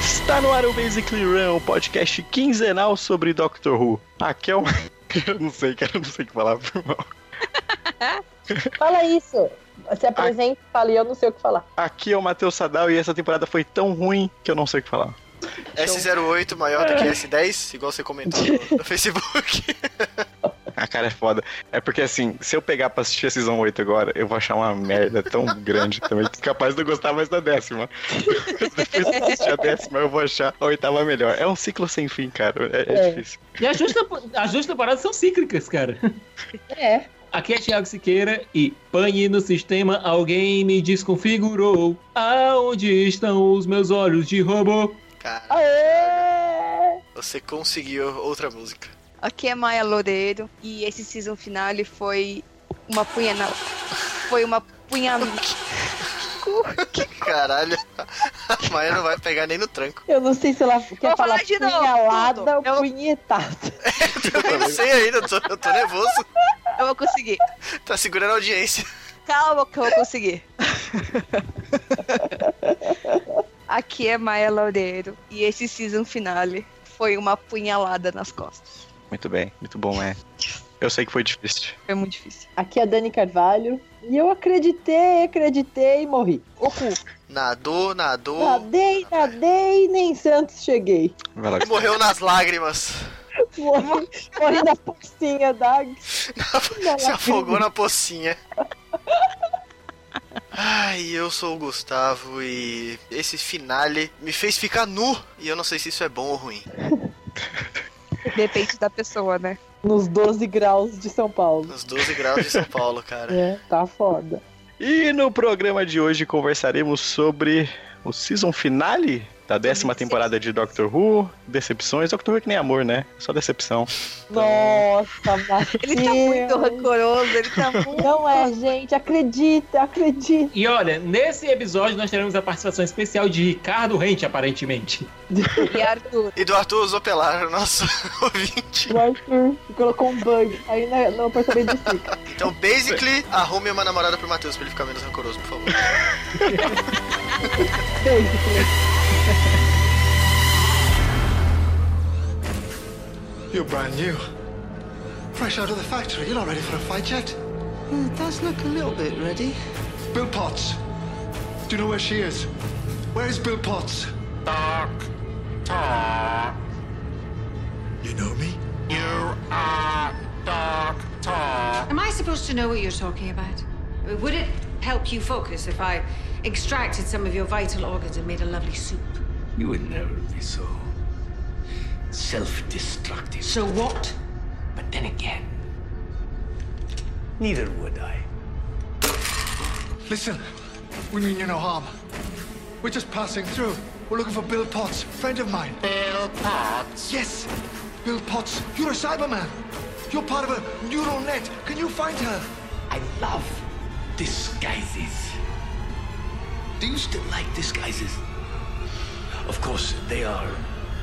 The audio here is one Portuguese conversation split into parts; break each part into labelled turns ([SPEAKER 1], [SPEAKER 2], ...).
[SPEAKER 1] Está no ar o Basically Run, o podcast quinzenal sobre Doctor Who. Aqui é o. Eu não sei, cara, eu não sei o que falar, foi mal.
[SPEAKER 2] Fala isso. Se apresenta, fala e eu não sei o que falar.
[SPEAKER 1] Aqui é o Matheus Sadal e essa temporada foi tão ruim que eu não sei o que falar.
[SPEAKER 3] S08 maior do que S10, igual você comentou no, no Facebook.
[SPEAKER 1] A cara é foda. É porque assim, se eu pegar pra assistir a Season 8 agora, eu vou achar uma merda tão grande também que capaz de eu gostar mais da décima. Mas Depois que eu assistir a décima, eu vou achar a oitava melhor. É um ciclo sem fim, cara. É, é
[SPEAKER 4] É.
[SPEAKER 1] difícil.
[SPEAKER 4] E as duas, tempo- as duas temporadas são cíclicas, cara.
[SPEAKER 2] É.
[SPEAKER 4] Aqui é Thiago Siqueira e pane no sistema, alguém me desconfigurou. Aonde estão os meus olhos de robô?
[SPEAKER 3] Cara,
[SPEAKER 2] Aê!
[SPEAKER 3] você conseguiu outra música.
[SPEAKER 5] Aqui é Maia Loureiro e esse season finale foi uma punhana. Foi uma punha.
[SPEAKER 3] Caralho, a Maia não vai pegar nem no tranco.
[SPEAKER 2] Eu não sei se ela quer
[SPEAKER 5] Vou
[SPEAKER 2] falar
[SPEAKER 5] falar de novo,
[SPEAKER 2] punhalada
[SPEAKER 5] tudo.
[SPEAKER 2] ou
[SPEAKER 5] Eu-
[SPEAKER 2] punhetada.
[SPEAKER 3] Eu não sei ainda, eu tô, eu tô nervoso.
[SPEAKER 5] Eu vou conseguir.
[SPEAKER 3] Tá segurando a audiência.
[SPEAKER 5] Calma que eu vou conseguir. Aqui é Maia Loureiro e esse season finale foi uma punhalada nas costas.
[SPEAKER 1] Muito bem, muito bom, é. Eu sei que foi difícil.
[SPEAKER 5] Foi muito difícil.
[SPEAKER 2] Aqui é a Dani Carvalho. E eu acreditei, acreditei e morri. O cu.
[SPEAKER 3] Nadou, nadou.
[SPEAKER 2] Nadei, nadei, nem Santos cheguei.
[SPEAKER 1] Vai lá.
[SPEAKER 3] e Morreu nas lágrimas.
[SPEAKER 2] Morri, morri na pocinha da
[SPEAKER 3] Se afogou na pocinha. Ai, eu sou o Gustavo e esse finale me fez ficar nu. E eu não sei se isso é bom ou ruim.
[SPEAKER 5] Depende da pessoa, né?
[SPEAKER 2] nos 12 graus de São Paulo.
[SPEAKER 3] Nos 12 graus de São Paulo, cara.
[SPEAKER 2] É, tá foda.
[SPEAKER 1] E no programa de hoje conversaremos sobre o season finale da décima temporada de Doctor Who, decepções. Doctor Who é que nem amor, né? Só decepção.
[SPEAKER 2] Nossa,
[SPEAKER 5] Ele tá muito
[SPEAKER 2] Matheus.
[SPEAKER 5] rancoroso, ele tá muito.
[SPEAKER 2] Não é, gente. Acredita, acredita.
[SPEAKER 4] E olha, nesse episódio nós teremos a participação especial de Ricardo Rente, aparentemente.
[SPEAKER 5] E Arthur,
[SPEAKER 3] E do Arthur Zopelar, nosso ouvinte.
[SPEAKER 2] O Arthur colocou um bug aí na, no apartamento de Sica.
[SPEAKER 3] Então, basically, arrume uma namorada pro Matheus pra ele ficar menos rancoroso, por favor.
[SPEAKER 2] Beijo, Cleiton.
[SPEAKER 6] You're brand new. Fresh out of the factory. You're not ready for a fight yet.
[SPEAKER 7] It does look a little bit ready.
[SPEAKER 6] Bill Potts. Do you know where she is? Where is Bill Potts? You know me?
[SPEAKER 8] Am I supposed to know what you're talking about? Would it help you focus if I extracted some of your vital organs and made a lovely soup?
[SPEAKER 9] You would never be so self-destructive.
[SPEAKER 8] So what?
[SPEAKER 9] But then again, neither would I.
[SPEAKER 6] Listen, we mean you no harm. We're just passing through. We're looking for Bill Potts, friend of mine. Bill Potts? Yes! Bill Potts, you're a Cyberman. You're part of a neural net. Can you find her?
[SPEAKER 9] I love disguises. Do you still like disguises? Of course, they are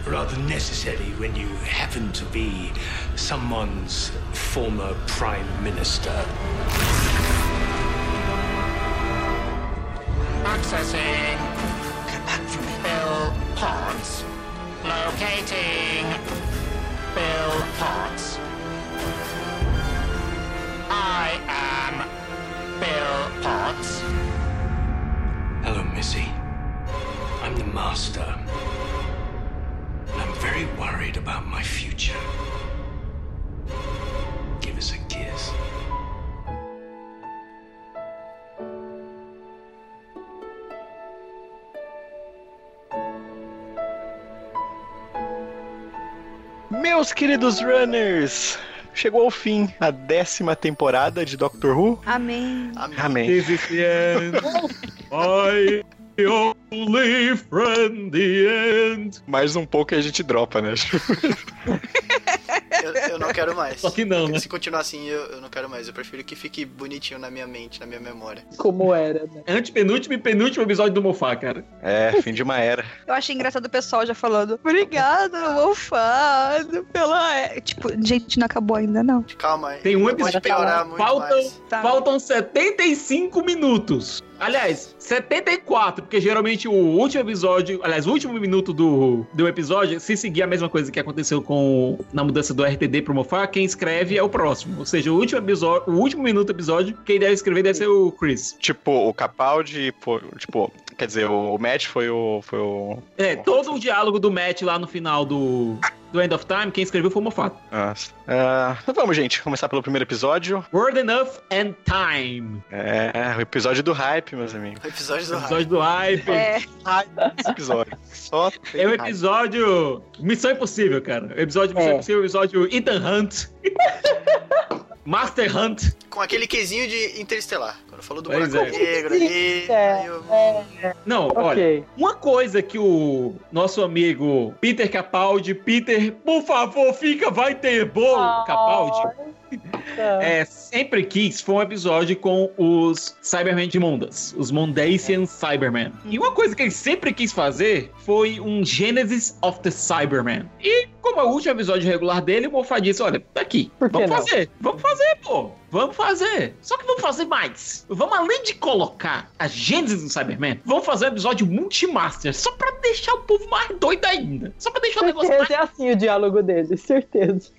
[SPEAKER 9] rather necessary when you happen to be someone's former prime minister.
[SPEAKER 6] Accessing. Get back from me. Bill Potts. Locating. Bill Potts. I am Bill Potts.
[SPEAKER 9] Hello, Missy. I'm the master. I'm very worried about my future. Give us a kiss.
[SPEAKER 1] Meus queridos runners, chegou ao fim a décima temporada de Doctor Who.
[SPEAKER 5] Amém.
[SPEAKER 1] Amém.
[SPEAKER 4] Is it the end? I only friend the end.
[SPEAKER 1] Mais um pouco e a gente dropa, né?
[SPEAKER 3] Eu, eu não quero mais.
[SPEAKER 4] Só que não, né?
[SPEAKER 3] Se continuar assim, eu, eu não quero mais. Eu prefiro que fique bonitinho na minha mente, na minha memória.
[SPEAKER 2] Como era, né?
[SPEAKER 4] Antepenúltimo e penúltimo episódio do Mofá, cara.
[SPEAKER 1] É, fim de uma era.
[SPEAKER 5] Eu achei engraçado o pessoal já falando, obrigado, mofado, pela. é-" Tipo, gente, não acabou ainda, não.
[SPEAKER 3] Calma aí.
[SPEAKER 4] Tem um
[SPEAKER 3] Pode
[SPEAKER 4] episódio.
[SPEAKER 3] piorar muito
[SPEAKER 4] Faltam,
[SPEAKER 3] mais.
[SPEAKER 5] Tá.
[SPEAKER 4] faltam 75 minutos. Aliás, 74, porque geralmente o último episódio, aliás, o último minuto do, do episódio, se seguir a mesma coisa que aconteceu com na mudança do RTD pro Mofá, quem escreve é o próximo. Ou seja, o último episódio, o último minuto do episódio, quem deve escrever deve ser o Chris.
[SPEAKER 1] Tipo, o Capaldi, pô, tipo, quer dizer, o, o Matt foi o. Foi o.
[SPEAKER 4] É, todo o diálogo do Matt lá no final do, do End of Time, quem escreveu foi o Moffat.
[SPEAKER 1] Ah, ah, então vamos, gente, começar pelo primeiro episódio.
[SPEAKER 4] Word Enough and Time.
[SPEAKER 1] É, o episódio do hype, meus amigos.
[SPEAKER 3] Episódio do
[SPEAKER 4] um Episódio do hype. É,
[SPEAKER 5] É,
[SPEAKER 1] Esse episódio. Só tem
[SPEAKER 4] o
[SPEAKER 1] hype.
[SPEAKER 4] É um episódio Missão Impossível, cara. O episódio Missão
[SPEAKER 2] É.
[SPEAKER 4] Impossível, o episódio Ethan Hunt. Master Hunt.
[SPEAKER 3] hype. Com aquele quezinho de Interestelar. Quando falou do
[SPEAKER 4] Pois
[SPEAKER 3] buraco
[SPEAKER 4] é.
[SPEAKER 3] negro ali.
[SPEAKER 2] É,
[SPEAKER 3] aí eu-
[SPEAKER 4] Não, olha, é,
[SPEAKER 2] Ok.
[SPEAKER 4] uma coisa que o nosso amigo Peter Capaldi, Peter, por favor, fica, vai ter bolo, Capaldi.
[SPEAKER 2] Tá.
[SPEAKER 4] É, sempre quis foi um episódio com os Cybermen de Mondas, os
[SPEAKER 2] É.
[SPEAKER 4] Mondasian Cybermen. E uma coisa que ele sempre quis fazer foi um Genesis of the Cybermen. E como é o último episódio regular dele, o Moffat disse, olha, tá aqui,
[SPEAKER 2] Por que
[SPEAKER 4] vamos
[SPEAKER 2] não?
[SPEAKER 4] fazer, vamos fazer, pô, vamos fazer. Só que vamos fazer mais. Vamos além de colocar a Genesis do Cybermen, vamos fazer um episódio Multimaster, só pra deixar o povo mais doido ainda. Só pra deixar o um negócio mais...
[SPEAKER 2] Certeza é assim o diálogo dele, certeza.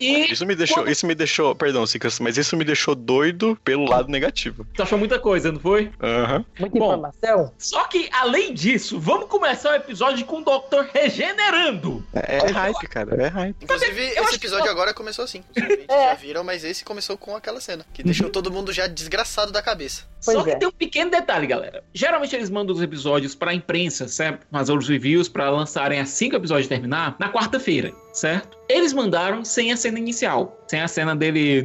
[SPEAKER 4] E
[SPEAKER 1] Isso me deixou, isso me deixou, perdão, Cicas, mas isso me deixou doido pelo lado negativo.
[SPEAKER 4] tu achou muita coisa, não foi?
[SPEAKER 1] Aham.
[SPEAKER 2] Muita
[SPEAKER 4] Bom.
[SPEAKER 2] informação.
[SPEAKER 4] Só que, além disso, vamos começar o episódio com o Dr. regenerando.
[SPEAKER 1] É, é hype, cara, é hype.
[SPEAKER 3] Inclusive,
[SPEAKER 4] eu É.
[SPEAKER 3] esse
[SPEAKER 4] acho-
[SPEAKER 3] episódio agora começou assim. Vocês Já viram, mas esse começou com aquela cena. Que deixou todo mundo já desgraçado da cabeça.
[SPEAKER 4] Só
[SPEAKER 2] Pois
[SPEAKER 4] que
[SPEAKER 2] é.
[SPEAKER 4] tem um pequeno detalhe, galera. Geralmente eles mandam os episódios pra imprensa, certo? Mas os reviews pra lançarem assim que o episódio terminar, na quarta-feira, certo? Eles mandaram sem a cena inicial. Sem a cena dele,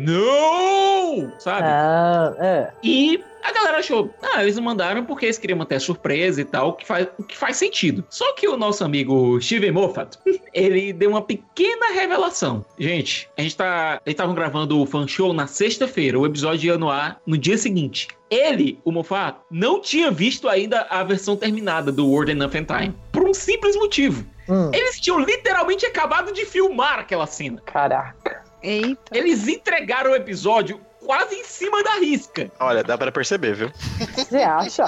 [SPEAKER 4] não! Sabe?
[SPEAKER 2] Ah, é.
[SPEAKER 4] E a galera achou, ah, eles não mandaram porque eles queriam manter a surpresa e tal, o que faz, o que faz sentido. Só que o nosso amigo Steven Moffat, ele deu uma pequena revelação. Gente, a gente tá. Eles estavam gravando o fan show na sexta-feira, o episódio ia no ar no dia seguinte. Ele, o Moffat, não tinha visto ainda a versão terminada do World Enough in Time. Por um simples motivo.
[SPEAKER 2] Hum,
[SPEAKER 4] Eles tinham literalmente acabado de filmar aquela cena.
[SPEAKER 2] caraca.
[SPEAKER 5] eita.
[SPEAKER 4] Eles entregaram o episódio quase em cima da risca.
[SPEAKER 1] Olha, dá pra perceber, viu?
[SPEAKER 2] Você acha?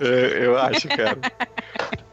[SPEAKER 1] É, Eu acho, cara.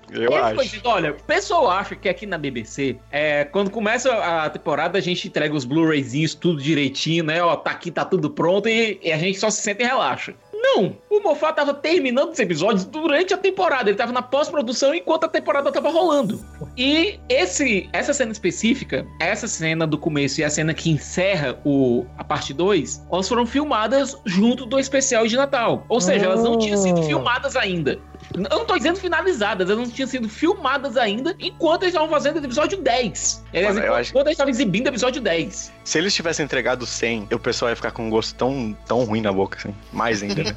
[SPEAKER 1] Eu
[SPEAKER 4] Ele ficou
[SPEAKER 1] acho.
[SPEAKER 4] dizendo, olha, o pessoal acha que aqui na BBC, é, quando começa a temporada, a gente entrega os Blu-rayzinhos tudo direitinho, né? Ó, tá aqui, tá tudo pronto e, e a gente só se sente e relaxa. Não! O Moffat tava terminando os episódios durante a temporada. Ele tava na pós-produção enquanto a temporada tava rolando. E esse, essa cena específica, essa cena do começo e a cena que encerra o, a parte 2, elas foram filmadas junto do especial de Natal. Ou seja, elas não tinham sido
[SPEAKER 2] Ah.
[SPEAKER 4] filmadas ainda. Eu não tô dizendo finalizadas, elas não tinham sido filmadas ainda enquanto eles estavam fazendo o episódio 10. Aliás,
[SPEAKER 1] Mano, eu
[SPEAKER 4] enquanto
[SPEAKER 1] acho-
[SPEAKER 4] eles estavam exibindo o episódio 10.
[SPEAKER 1] Se eles tivessem entregado 100, o pessoal ia ficar com um gosto tão, tão ruim na boca, assim. Mais ainda, né?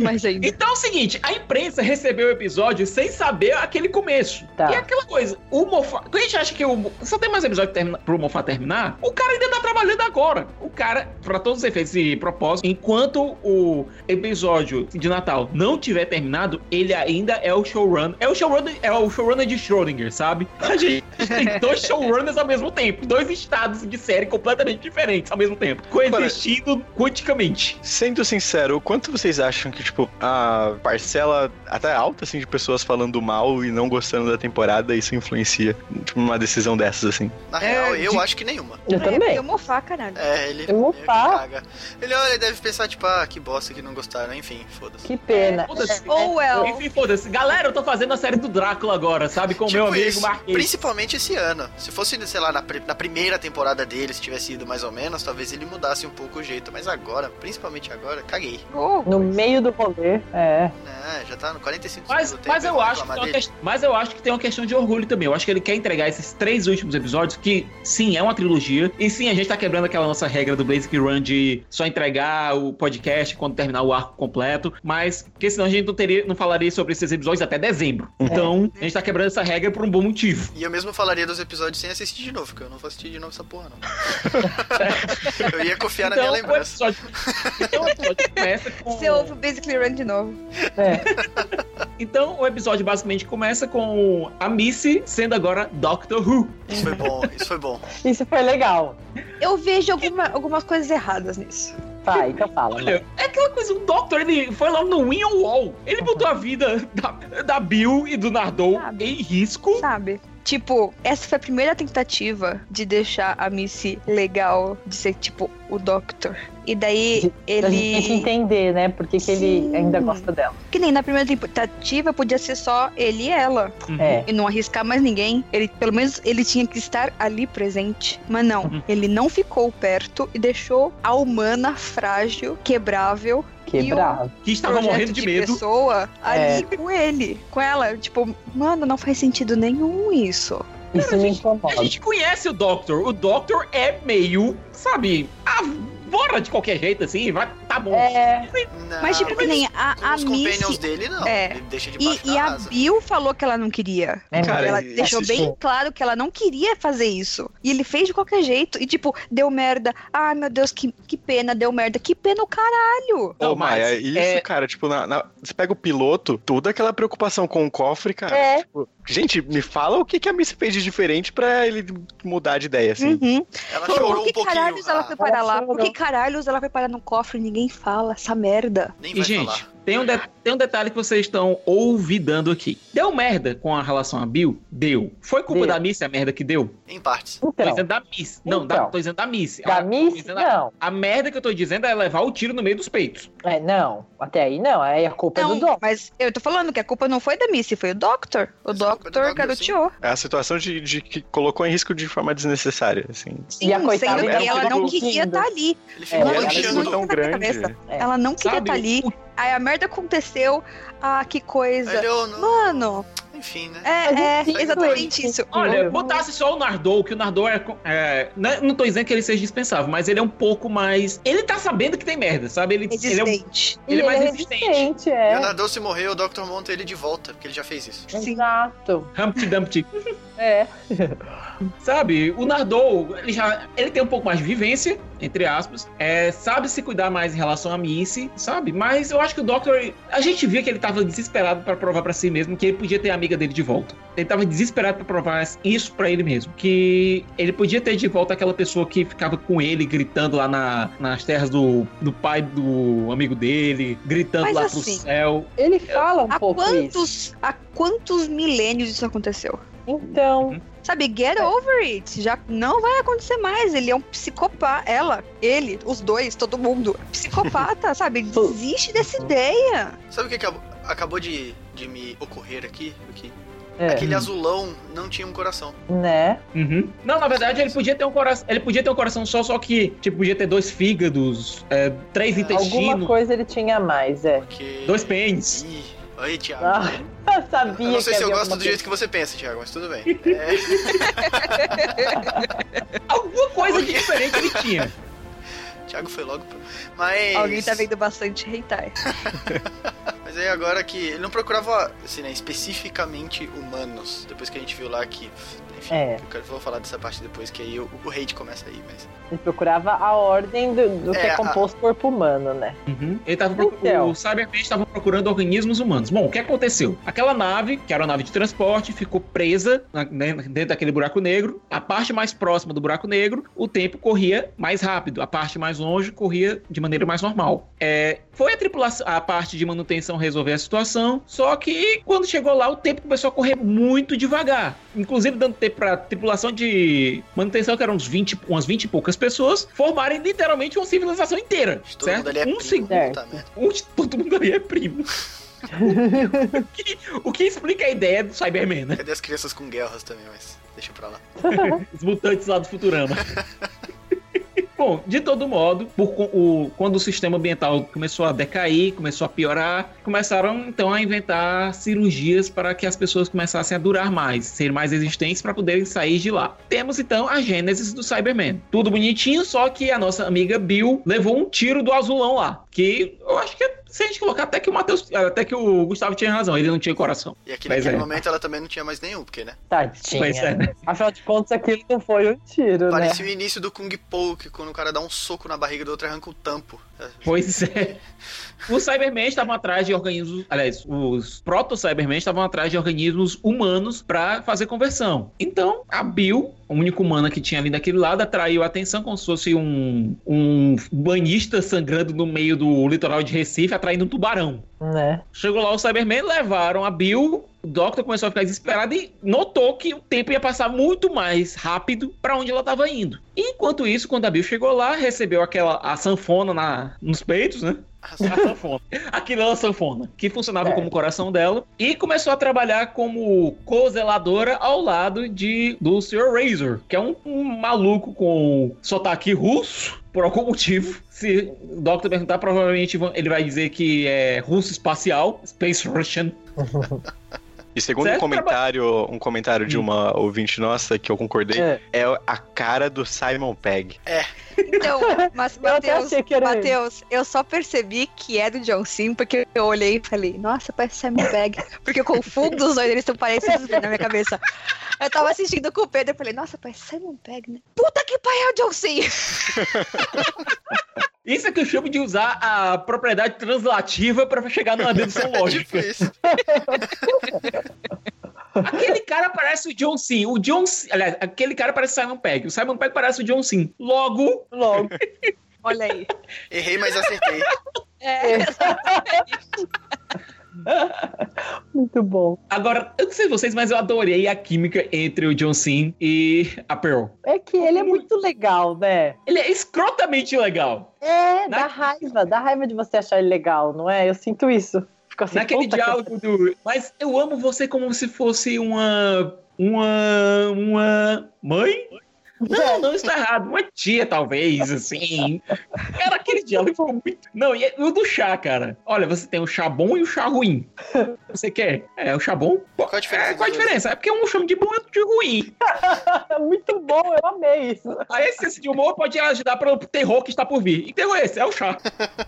[SPEAKER 5] Mas ainda.
[SPEAKER 4] Então é o seguinte, a imprensa recebeu o episódio sem saber aquele começo.
[SPEAKER 2] Tá.
[SPEAKER 4] E é aquela coisa, o Moffat... Quando a gente acha que o... Mo- Só tem mais episódio termina... pro Moffat terminar? O cara ainda tá trabalhando agora. O cara, pra todos os efeitos e propósitos, enquanto o episódio de Natal não tiver terminado, ele ainda é o showrunner. É o showrunner, é o showrunner de Schrödinger, sabe? A gente tem dois showrunners ao mesmo tempo. Dois estados de série completamente diferentes ao mesmo tempo. Coexistindo quanticamente.
[SPEAKER 1] Sendo sincero, o quanto vocês acham que, tipo, a parcela até alta, assim, de pessoas falando mal e não gostando da temporada, isso influencia, tipo, uma decisão dessas, assim?
[SPEAKER 3] Na
[SPEAKER 4] É,
[SPEAKER 3] real, eu
[SPEAKER 4] de-
[SPEAKER 3] acho que nenhuma.
[SPEAKER 2] Eu
[SPEAKER 5] É, porque
[SPEAKER 2] também.
[SPEAKER 5] eu mofar, caralho.
[SPEAKER 3] É, ele.
[SPEAKER 2] Eu vou
[SPEAKER 3] ele
[SPEAKER 2] falar.
[SPEAKER 3] caga. Ele olha, ele deve pensar, tipo, ah, que bosta que não gostaram. Enfim, foda-se.
[SPEAKER 2] Que pena.
[SPEAKER 4] Foda-se.
[SPEAKER 5] Ou oh, well,
[SPEAKER 4] enfim, foda-se. Galera, eu tô fazendo a série do Drácula agora, sabe? Com o meu amigo
[SPEAKER 3] Tipo isso,
[SPEAKER 4] Marquês.
[SPEAKER 3] principalmente esse ano. Se fosse, sei lá, na, pri- na primeira temporada dele, se tivesse ido mais ou menos, talvez ele mudasse um pouco o jeito. Mas agora, principalmente agora, caguei.
[SPEAKER 5] Oh,
[SPEAKER 2] No meio do rolê, é.
[SPEAKER 3] Ah, já tá no 45
[SPEAKER 4] Mas,
[SPEAKER 3] segundos do
[SPEAKER 4] mas,
[SPEAKER 3] tempo,
[SPEAKER 4] eu
[SPEAKER 3] vou
[SPEAKER 4] acho que
[SPEAKER 3] reclamar
[SPEAKER 4] tem uma
[SPEAKER 3] dele.
[SPEAKER 4] quest- mas eu acho que tem uma questão de orgulho também. Eu acho que ele quer entregar esses três últimos episódios, que sim, é uma trilogia. E sim, a gente tá quebrando aquela nossa regra do Basic Run de só entregar o podcast quando terminar o arco completo. Mas porque senão a gente não, teria, não falaria sobre esses episódios até dezembro.
[SPEAKER 3] É.
[SPEAKER 4] Então, a gente tá quebrando essa regra por um bom motivo.
[SPEAKER 3] E eu mesmo falaria dos episódios sem assistir de novo, porque eu não vou assistir de novo essa porra, não. eu ia confiar na é minha
[SPEAKER 4] Então, o
[SPEAKER 3] lembrança.
[SPEAKER 4] episódio, então, o episódio começa com.
[SPEAKER 5] Você ouve o Basically Run de novo.
[SPEAKER 2] É,
[SPEAKER 4] Então, o episódio basicamente começa com a Missy sendo agora Doctor Who.
[SPEAKER 3] Isso foi bom, isso foi bom.
[SPEAKER 2] isso foi legal.
[SPEAKER 5] Eu vejo alguma, algumas coisas erradas nisso.
[SPEAKER 2] Tá, então fala.
[SPEAKER 4] Olha, é aquela coisa, o Doctor, ele foi lá no Win Wall. Ele botou a vida da, da Bill e do Nardou
[SPEAKER 5] Sabe.
[SPEAKER 4] em risco.
[SPEAKER 5] Sabe? Tipo, essa foi a primeira tentativa de deixar a Missy legal, de ser tipo o Doctor. E daí
[SPEAKER 2] A gente tem que
[SPEAKER 5] ele.
[SPEAKER 2] entender, né? Por que que ele
[SPEAKER 5] Sim.
[SPEAKER 2] ainda gosta dela.
[SPEAKER 5] Que nem na primeira tentativa podia ser só ele e ela.
[SPEAKER 2] É.
[SPEAKER 5] e não arriscar mais ninguém. Ele, pelo menos, ele tinha que estar ali presente. Mas não,
[SPEAKER 4] Uhum.
[SPEAKER 5] ele não ficou perto e deixou a humana frágil, quebrável,
[SPEAKER 2] Quebrar.
[SPEAKER 4] Que estava
[SPEAKER 5] projeto
[SPEAKER 4] morrendo de, medo.
[SPEAKER 5] pessoa
[SPEAKER 2] É.
[SPEAKER 5] ali com ele, com ela. Tipo, mano, não faz sentido nenhum isso.
[SPEAKER 2] Isso me
[SPEAKER 4] A
[SPEAKER 2] incomoda.
[SPEAKER 4] gente conhece o Doctor. O Doctor é meio, sabe, ah, bora de qualquer jeito, assim, vai, tá bom.
[SPEAKER 2] É,
[SPEAKER 3] Não,
[SPEAKER 5] mas, tipo, que nem a,
[SPEAKER 3] com
[SPEAKER 5] a
[SPEAKER 3] os
[SPEAKER 5] Missy.
[SPEAKER 3] companions dele, não.
[SPEAKER 5] É.
[SPEAKER 3] Ele deixa de baixo
[SPEAKER 5] E, e
[SPEAKER 3] da
[SPEAKER 5] a
[SPEAKER 3] asa.
[SPEAKER 5] Bill falou que ela não queria.
[SPEAKER 2] né?
[SPEAKER 1] Cara,
[SPEAKER 5] Ela
[SPEAKER 1] e-
[SPEAKER 5] deixou
[SPEAKER 1] assistiu.
[SPEAKER 5] bem claro que ela não queria fazer isso. E ele fez de qualquer jeito. E, tipo, deu merda. Ai, meu Deus, que, que pena, deu merda. Que pena o caralho.
[SPEAKER 4] Não,
[SPEAKER 1] Ô, Maia,
[SPEAKER 4] mas
[SPEAKER 1] isso,
[SPEAKER 4] é-
[SPEAKER 1] cara, tipo, na, na- você pega o piloto, toda aquela preocupação com o cofre, cara.
[SPEAKER 2] É.
[SPEAKER 1] tipo, gente, me fala o que, que a Missy fez de diferente pra ele mudar de ideia, assim.
[SPEAKER 5] Uhum.
[SPEAKER 3] Ela
[SPEAKER 5] Por
[SPEAKER 3] chorou um
[SPEAKER 5] que
[SPEAKER 3] pouquinho.
[SPEAKER 5] caralhos ela
[SPEAKER 3] Ah,
[SPEAKER 5] foi parar
[SPEAKER 2] Ela
[SPEAKER 5] lá?
[SPEAKER 2] chorou.
[SPEAKER 5] Por que caralhos ela foi parar num cofre e ninguém fala essa merda?
[SPEAKER 3] Nem
[SPEAKER 4] E,
[SPEAKER 3] vai
[SPEAKER 4] gente,
[SPEAKER 3] falar.
[SPEAKER 4] tem um, de- tem um detalhe que vocês estão ouvidando aqui. Deu merda com a relação a Bill? Deu. Foi culpa
[SPEAKER 2] Deu.
[SPEAKER 4] da Missy a merda que deu?
[SPEAKER 3] Em partes.
[SPEAKER 4] Tô
[SPEAKER 2] Então,
[SPEAKER 4] dizendo da Missy. Não, da,
[SPEAKER 2] Então.
[SPEAKER 4] tô dizendo da Missy.
[SPEAKER 2] da
[SPEAKER 4] A-
[SPEAKER 2] Miss,
[SPEAKER 4] dizendo-
[SPEAKER 2] não.
[SPEAKER 4] a merda que eu tô dizendo é levar o tiro no meio dos peitos.
[SPEAKER 2] É, não. Até aí não. Aí a culpa é do
[SPEAKER 5] Não,
[SPEAKER 2] Dom.
[SPEAKER 5] mas eu tô falando que a culpa não foi da Missy, foi o Doctor. O
[SPEAKER 3] Mas a culpa é do
[SPEAKER 5] Doctor
[SPEAKER 3] Dr.
[SPEAKER 5] garoteou.
[SPEAKER 1] É a situação de, de que colocou em risco de forma desnecessária, assim.
[SPEAKER 5] Sim,
[SPEAKER 2] E a coitada
[SPEAKER 5] sendo que
[SPEAKER 1] dela
[SPEAKER 5] ela
[SPEAKER 1] ficou
[SPEAKER 5] não
[SPEAKER 2] dormindo.
[SPEAKER 5] queria estar ali.
[SPEAKER 3] Ele
[SPEAKER 2] É,
[SPEAKER 1] E
[SPEAKER 3] ficou
[SPEAKER 1] ela
[SPEAKER 2] ela
[SPEAKER 1] chegou
[SPEAKER 3] manchando.
[SPEAKER 5] muito
[SPEAKER 1] tão
[SPEAKER 5] na
[SPEAKER 1] grande.
[SPEAKER 5] cabeça.
[SPEAKER 2] É.
[SPEAKER 5] Ela não queria
[SPEAKER 4] Sabe?
[SPEAKER 5] estar ali.
[SPEAKER 4] O-
[SPEAKER 5] Aí a merda aconteceu. Ah, que coisa.
[SPEAKER 3] Ele, oh, não.
[SPEAKER 5] Mano,
[SPEAKER 3] Enfim, né?
[SPEAKER 5] é,
[SPEAKER 2] Mas enfim,
[SPEAKER 5] é exatamente isso.
[SPEAKER 2] um
[SPEAKER 4] Olha, botasse só o Nardou, que o Nardou é. co- é, né, não tô dizendo que ele seja dispensável, mas ele é um pouco mais. Ele tá sabendo que tem merda, sabe? Ele, ele é um-
[SPEAKER 5] Existente.
[SPEAKER 2] E
[SPEAKER 4] ele é mais
[SPEAKER 2] é
[SPEAKER 4] resistente.
[SPEAKER 2] resistente,
[SPEAKER 3] É.
[SPEAKER 2] é.
[SPEAKER 3] Leonardo se morreu, o Dr. monta ele de volta, porque ele já fez isso.
[SPEAKER 5] Sim.
[SPEAKER 2] Exato.
[SPEAKER 4] Humpty Dumpty.
[SPEAKER 2] É.
[SPEAKER 4] Sabe? O Nardou, ele já. Ele tem um pouco mais de vivência, entre aspas. É, sabe se cuidar mais em relação a Missy, sabe? Mas eu acho que o Doctor. A gente via que ele tava desesperado pra provar pra si mesmo que ele podia ter a amiga dele de volta. Ele tava desesperado pra provar isso pra ele mesmo. Que ele podia ter de volta aquela pessoa que ficava com ele gritando lá na- nas terras do, do pai do amigo dele, gritando
[SPEAKER 5] Mas
[SPEAKER 4] lá
[SPEAKER 5] assim,
[SPEAKER 4] pro céu.
[SPEAKER 2] Ele fala um
[SPEAKER 5] Há
[SPEAKER 2] pouco isso.
[SPEAKER 5] quantos, há quantos milênios isso aconteceu?
[SPEAKER 2] Então,
[SPEAKER 5] Sabe, get over it. Já não vai acontecer mais. Ele é um psicopata. Ela, ele, os dois, todo mundo. é Psicopata, sabe? Desiste dessa ideia.
[SPEAKER 3] Sabe o que acabou, acabou de, de me ocorrer aqui? O que-
[SPEAKER 2] é,
[SPEAKER 3] Aquele azulão não tinha um coração.
[SPEAKER 2] né?
[SPEAKER 4] Uhum. Não, na verdade, ele podia ter um coração. Ele podia ter um coração só, só que, tipo, podia ter dois fígados, é, três
[SPEAKER 2] Alguma
[SPEAKER 4] intestinos,
[SPEAKER 2] coisa ele tinha a mais, é.
[SPEAKER 3] Porque.
[SPEAKER 4] dois pênis.
[SPEAKER 3] Ih, Oi, Thiago.
[SPEAKER 2] Ah, eu sabia
[SPEAKER 3] eu não sei
[SPEAKER 2] que
[SPEAKER 3] se
[SPEAKER 2] havia
[SPEAKER 3] eu gosto
[SPEAKER 2] alguma
[SPEAKER 3] do jeito que você pensa, Thiago, mas tudo bem. É,
[SPEAKER 4] Alguma coisa de diferente ele tinha.
[SPEAKER 3] Thiago foi logo. pro-
[SPEAKER 4] É
[SPEAKER 3] Mas.
[SPEAKER 5] Alguém tá vendo bastante hentai.
[SPEAKER 3] Mas aí agora que. Ele não procurava, assim, né, especificamente humanos. Depois que a gente viu lá que. Enfim,
[SPEAKER 2] É.
[SPEAKER 3] eu quero- vou falar dessa parte depois, que aí o, o hate começa aí, mas.
[SPEAKER 2] Ele procurava a ordem do, do que
[SPEAKER 3] É,
[SPEAKER 2] é
[SPEAKER 3] a-
[SPEAKER 2] composto o corpo humano, né?
[SPEAKER 4] Uhum. Ele tava procu-
[SPEAKER 2] Então.
[SPEAKER 4] O Cyberman estava procurando organismos humanos. Bom, o que aconteceu? Aquela nave, que era uma nave de transporte, ficou presa na- né, dentro daquele buraco negro. A parte mais próxima do buraco negro, o tempo corria mais rápido. A parte mais longe corria de maneira mais normal. É, foi a tripulação, a parte de manutenção resolver a situação. Só que quando chegou lá, o tempo começou a correr muito devagar. Inclusive, dando tempo pra tripulação de manutenção, que eram uns 20, umas 20 e poucas pessoas, formarem literalmente uma civilização inteira.
[SPEAKER 3] Todo
[SPEAKER 4] certo?
[SPEAKER 3] mundo ali é
[SPEAKER 4] um
[SPEAKER 3] primo,
[SPEAKER 4] segundo.
[SPEAKER 3] puta merda.
[SPEAKER 4] Onde todo mundo ali é primo. O que explica a ideia do Cyberman, né?
[SPEAKER 3] Cadê as crianças com guerras também, mas deixa pra lá.
[SPEAKER 4] Os mutantes lá do Futurama. Bom, de todo modo, por co- o- quando o sistema ambiental começou a decair, começou a piorar, começaram então a inventar cirurgias para que as pessoas começassem a durar mais, ser mais existentes para poderem sair de lá. Temos então a gênesis do Cyberman. Tudo bonitinho, só que a nossa amiga Bill levou um tiro do azulão lá, que eu acho que se a gente colocar até que o Matheus, até que o Gustavo tinha razão, ele não tinha coração.
[SPEAKER 3] E aqui
[SPEAKER 4] Mas
[SPEAKER 3] naquele
[SPEAKER 4] é.
[SPEAKER 3] momento ela também não tinha mais nenhum, porque, né?
[SPEAKER 2] Tadinha.
[SPEAKER 4] Pois é, né?
[SPEAKER 2] Afinal de contas, aquilo não foi um tiro,
[SPEAKER 3] Parecia o início do Kung Po, que quando o cara dá um soco na barriga do outro arranca o tampo.
[SPEAKER 4] Pois é. Os Cybermen estavam atrás de organismos. Aliás, os proto-Cybermen estavam atrás de organismos humanos para fazer conversão. Então, a Bill, a única humana que tinha ali daquele lado, atraiu a atenção como se fosse um, um banhista sangrando no meio do litoral de Recife, atraindo um tubarão.
[SPEAKER 2] né?
[SPEAKER 4] Chegou lá o Cybermen, levaram a Bill. O Doctor começou a ficar desesperado e notou que o tempo ia passar muito mais rápido para onde ela estava indo. Enquanto isso, quando a Bill chegou lá, recebeu aquela a sanfona na, nos peitos, né?
[SPEAKER 3] Ah,
[SPEAKER 4] A sanfona. Aquilo era a é sanfona, que funcionava
[SPEAKER 2] É.
[SPEAKER 4] como coração dela. E começou a trabalhar como cozeladora ao lado de, do Sr. Razor, que é um, um maluco com sotaque russo, por algum motivo. Se o Doctor perguntar, provavelmente vão- ele vai dizer que é russo espacial, Space Russian.
[SPEAKER 1] E segundo
[SPEAKER 4] Certo,
[SPEAKER 1] um comentário, um comentário de uma ouvinte nossa que eu concordei,
[SPEAKER 2] É.
[SPEAKER 1] é a cara do Simon Pegg.
[SPEAKER 5] Então, mas
[SPEAKER 2] Eu até
[SPEAKER 5] Matheus,
[SPEAKER 2] achei que era ele.
[SPEAKER 5] Matheus, eu só percebi que é do John Sim porque eu olhei e falei, nossa, parece Simon Pegg. Porque eu confundo os dois, eles estão parecidos na minha cabeça. Eu tava assistindo com o Pedro e falei, nossa, parece Simon Pegg, né? Puta que pai é o John Sim!
[SPEAKER 4] Isso é que eu chamo de usar a propriedade translativa para chegar numa dedução
[SPEAKER 3] é
[SPEAKER 4] lógica.
[SPEAKER 3] tipo isso.
[SPEAKER 4] Aquele cara parece o John Sim. O John C- Aliás, aquele cara parece o Simon Pegg. O Simon Pegg parece o John Sim. Logo,
[SPEAKER 2] Logo.
[SPEAKER 5] Olha aí.
[SPEAKER 3] Errei, mas acertei.
[SPEAKER 5] É,
[SPEAKER 2] Muito bom.
[SPEAKER 4] agora, eu não sei vocês, mas eu adorei a química entre o John Sim e a Pearl.
[SPEAKER 2] É que ele é muito legal, né?
[SPEAKER 4] Ele é escrotamente legal.
[SPEAKER 2] É,
[SPEAKER 4] Na-
[SPEAKER 2] dá raiva. Dá raiva de você achar ele legal, não é? Eu sinto isso. Fico assim,
[SPEAKER 4] Naquele
[SPEAKER 2] puta que-
[SPEAKER 4] diálogo do. Mas eu amo você como se fosse uma. Uma. Uma. Mãe? Não, não está errado. Uma tia, talvez, assim. Cara, aquele diálogo ficou muito. Não, e é o do chá, cara. Olha, você tem o chá bom e o chá ruim. Você quer? É, o chá bom?
[SPEAKER 3] Qual a diferença?
[SPEAKER 4] É, qual
[SPEAKER 3] dos
[SPEAKER 4] a
[SPEAKER 3] dois?
[SPEAKER 4] diferença? É porque um chama de bom e outro de ruim.
[SPEAKER 2] Muito bom, eu amei isso.
[SPEAKER 4] A essência de humor pode ajudar para o terror que está por vir. E terror é esse? É o chá.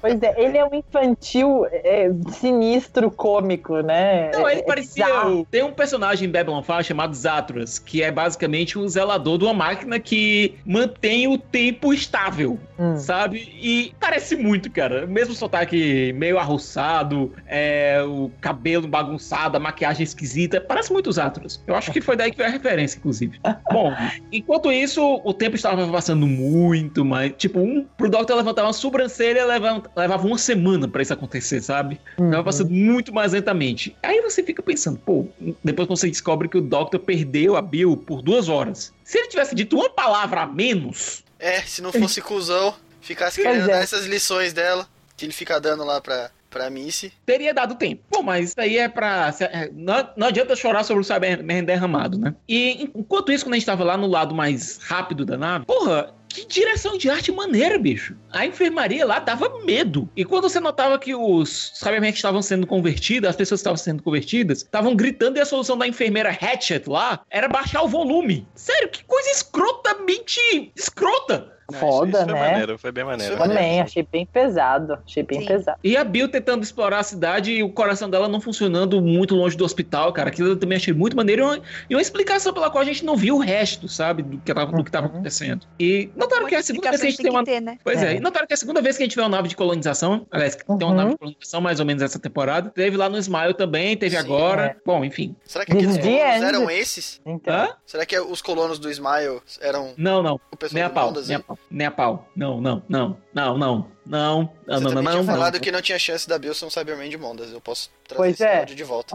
[SPEAKER 2] Pois é, ele é um infantil é, sinistro cômico, né? É-
[SPEAKER 4] Não, Então, ele
[SPEAKER 2] é
[SPEAKER 4] parecia.
[SPEAKER 2] bizarro.
[SPEAKER 4] Tem um personagem em Babylon 5 chamado Zatras, que é basicamente um zelador de uma máquina que mantém o tempo estável,
[SPEAKER 2] Hum.
[SPEAKER 4] sabe? E parece muito, cara. Mesmo sotaque meio arroçado, é, o cabelo bagunçado, a maquiagem esquisita. Parece muito os Zatras. Eu acho que foi daí que veio a referência, inclusive. Bom, enquanto isso, o tempo estava passando muito, mas. Tipo, um, pro Doctor levantar uma sobrancelha levanta- levava uma semana pra isso acontecer, sabe?
[SPEAKER 2] hum. Uhum.
[SPEAKER 4] Ela vai passando muito mais lentamente. Aí você fica pensando, pô, depois você descobre que o Doctor perdeu a Bill por duas horas. Se ele tivesse dito uma palavra a menos,
[SPEAKER 3] É, se não fosse cuzão, ficasse
[SPEAKER 2] Pois
[SPEAKER 3] querendo
[SPEAKER 2] é.
[SPEAKER 3] dar essas lições dela, que ele fica dando lá pra, pra Missy.
[SPEAKER 4] teria dado tempo. Pô, mas isso aí é pra. se- é, Não, não adianta chorar sobre o Cyberman derramado, né? E en- enquanto isso, quando a gente tava lá no lado mais rápido da nave, porra. Que direção de arte maneira, bicho. A enfermaria lá dava medo. E quando você notava que os Cybermen que estavam sendo convertidos, as pessoas que estavam sendo convertidas, estavam gritando e a solução da enfermeira Hatchet lá era baixar o volume. Sério, que coisa escrotamente escrota.
[SPEAKER 1] Não,
[SPEAKER 2] Foda,
[SPEAKER 1] foi
[SPEAKER 2] né?
[SPEAKER 1] maneiro, foi bem maneiro.
[SPEAKER 3] Isso é
[SPEAKER 2] Também, achei bem pesado. Achei bem
[SPEAKER 5] Sim.
[SPEAKER 2] pesado.
[SPEAKER 4] E a Bill tentando explorar a cidade e o coração dela não funcionando muito longe do hospital, cara. Aquilo eu também achei muito maneiro. E uma, e uma explicação pela qual a gente não viu o resto, sabe? Do que tava, do que tava
[SPEAKER 2] Uhum.
[SPEAKER 4] acontecendo. E notaram que é a segunda vez que a gente tem uma.
[SPEAKER 5] ter, né?
[SPEAKER 4] Pois é,
[SPEAKER 2] É.
[SPEAKER 4] e notaram que é a segunda vez que a gente vê uma nave de colonização. Aliás, que tem uma
[SPEAKER 2] Uhum.
[SPEAKER 4] nave de colonização mais ou menos essa temporada. Teve lá no Smile também, teve
[SPEAKER 3] Sim,
[SPEAKER 4] agora. Bom, enfim.
[SPEAKER 3] Será que aqueles
[SPEAKER 2] Uhum. The
[SPEAKER 3] colonos
[SPEAKER 2] end.
[SPEAKER 3] eram esses?
[SPEAKER 2] Então,
[SPEAKER 4] Hã?
[SPEAKER 3] Será que os colonos do Smile eram
[SPEAKER 4] Não, não.
[SPEAKER 3] o pessoal
[SPEAKER 4] Nem a
[SPEAKER 3] do
[SPEAKER 4] pau.
[SPEAKER 3] Ondas,
[SPEAKER 4] Nem a
[SPEAKER 3] hein?
[SPEAKER 4] pau. Nem a pau. Não, não, não. Não, não. Não, não,
[SPEAKER 3] Você
[SPEAKER 4] não, não,
[SPEAKER 3] também
[SPEAKER 4] não.
[SPEAKER 3] tinha
[SPEAKER 4] não.
[SPEAKER 3] falado que não tinha chance da Bilson Cyberman de Mondas. Eu posso trazer
[SPEAKER 2] Pois
[SPEAKER 3] esse
[SPEAKER 2] é.
[SPEAKER 3] áudio de volta.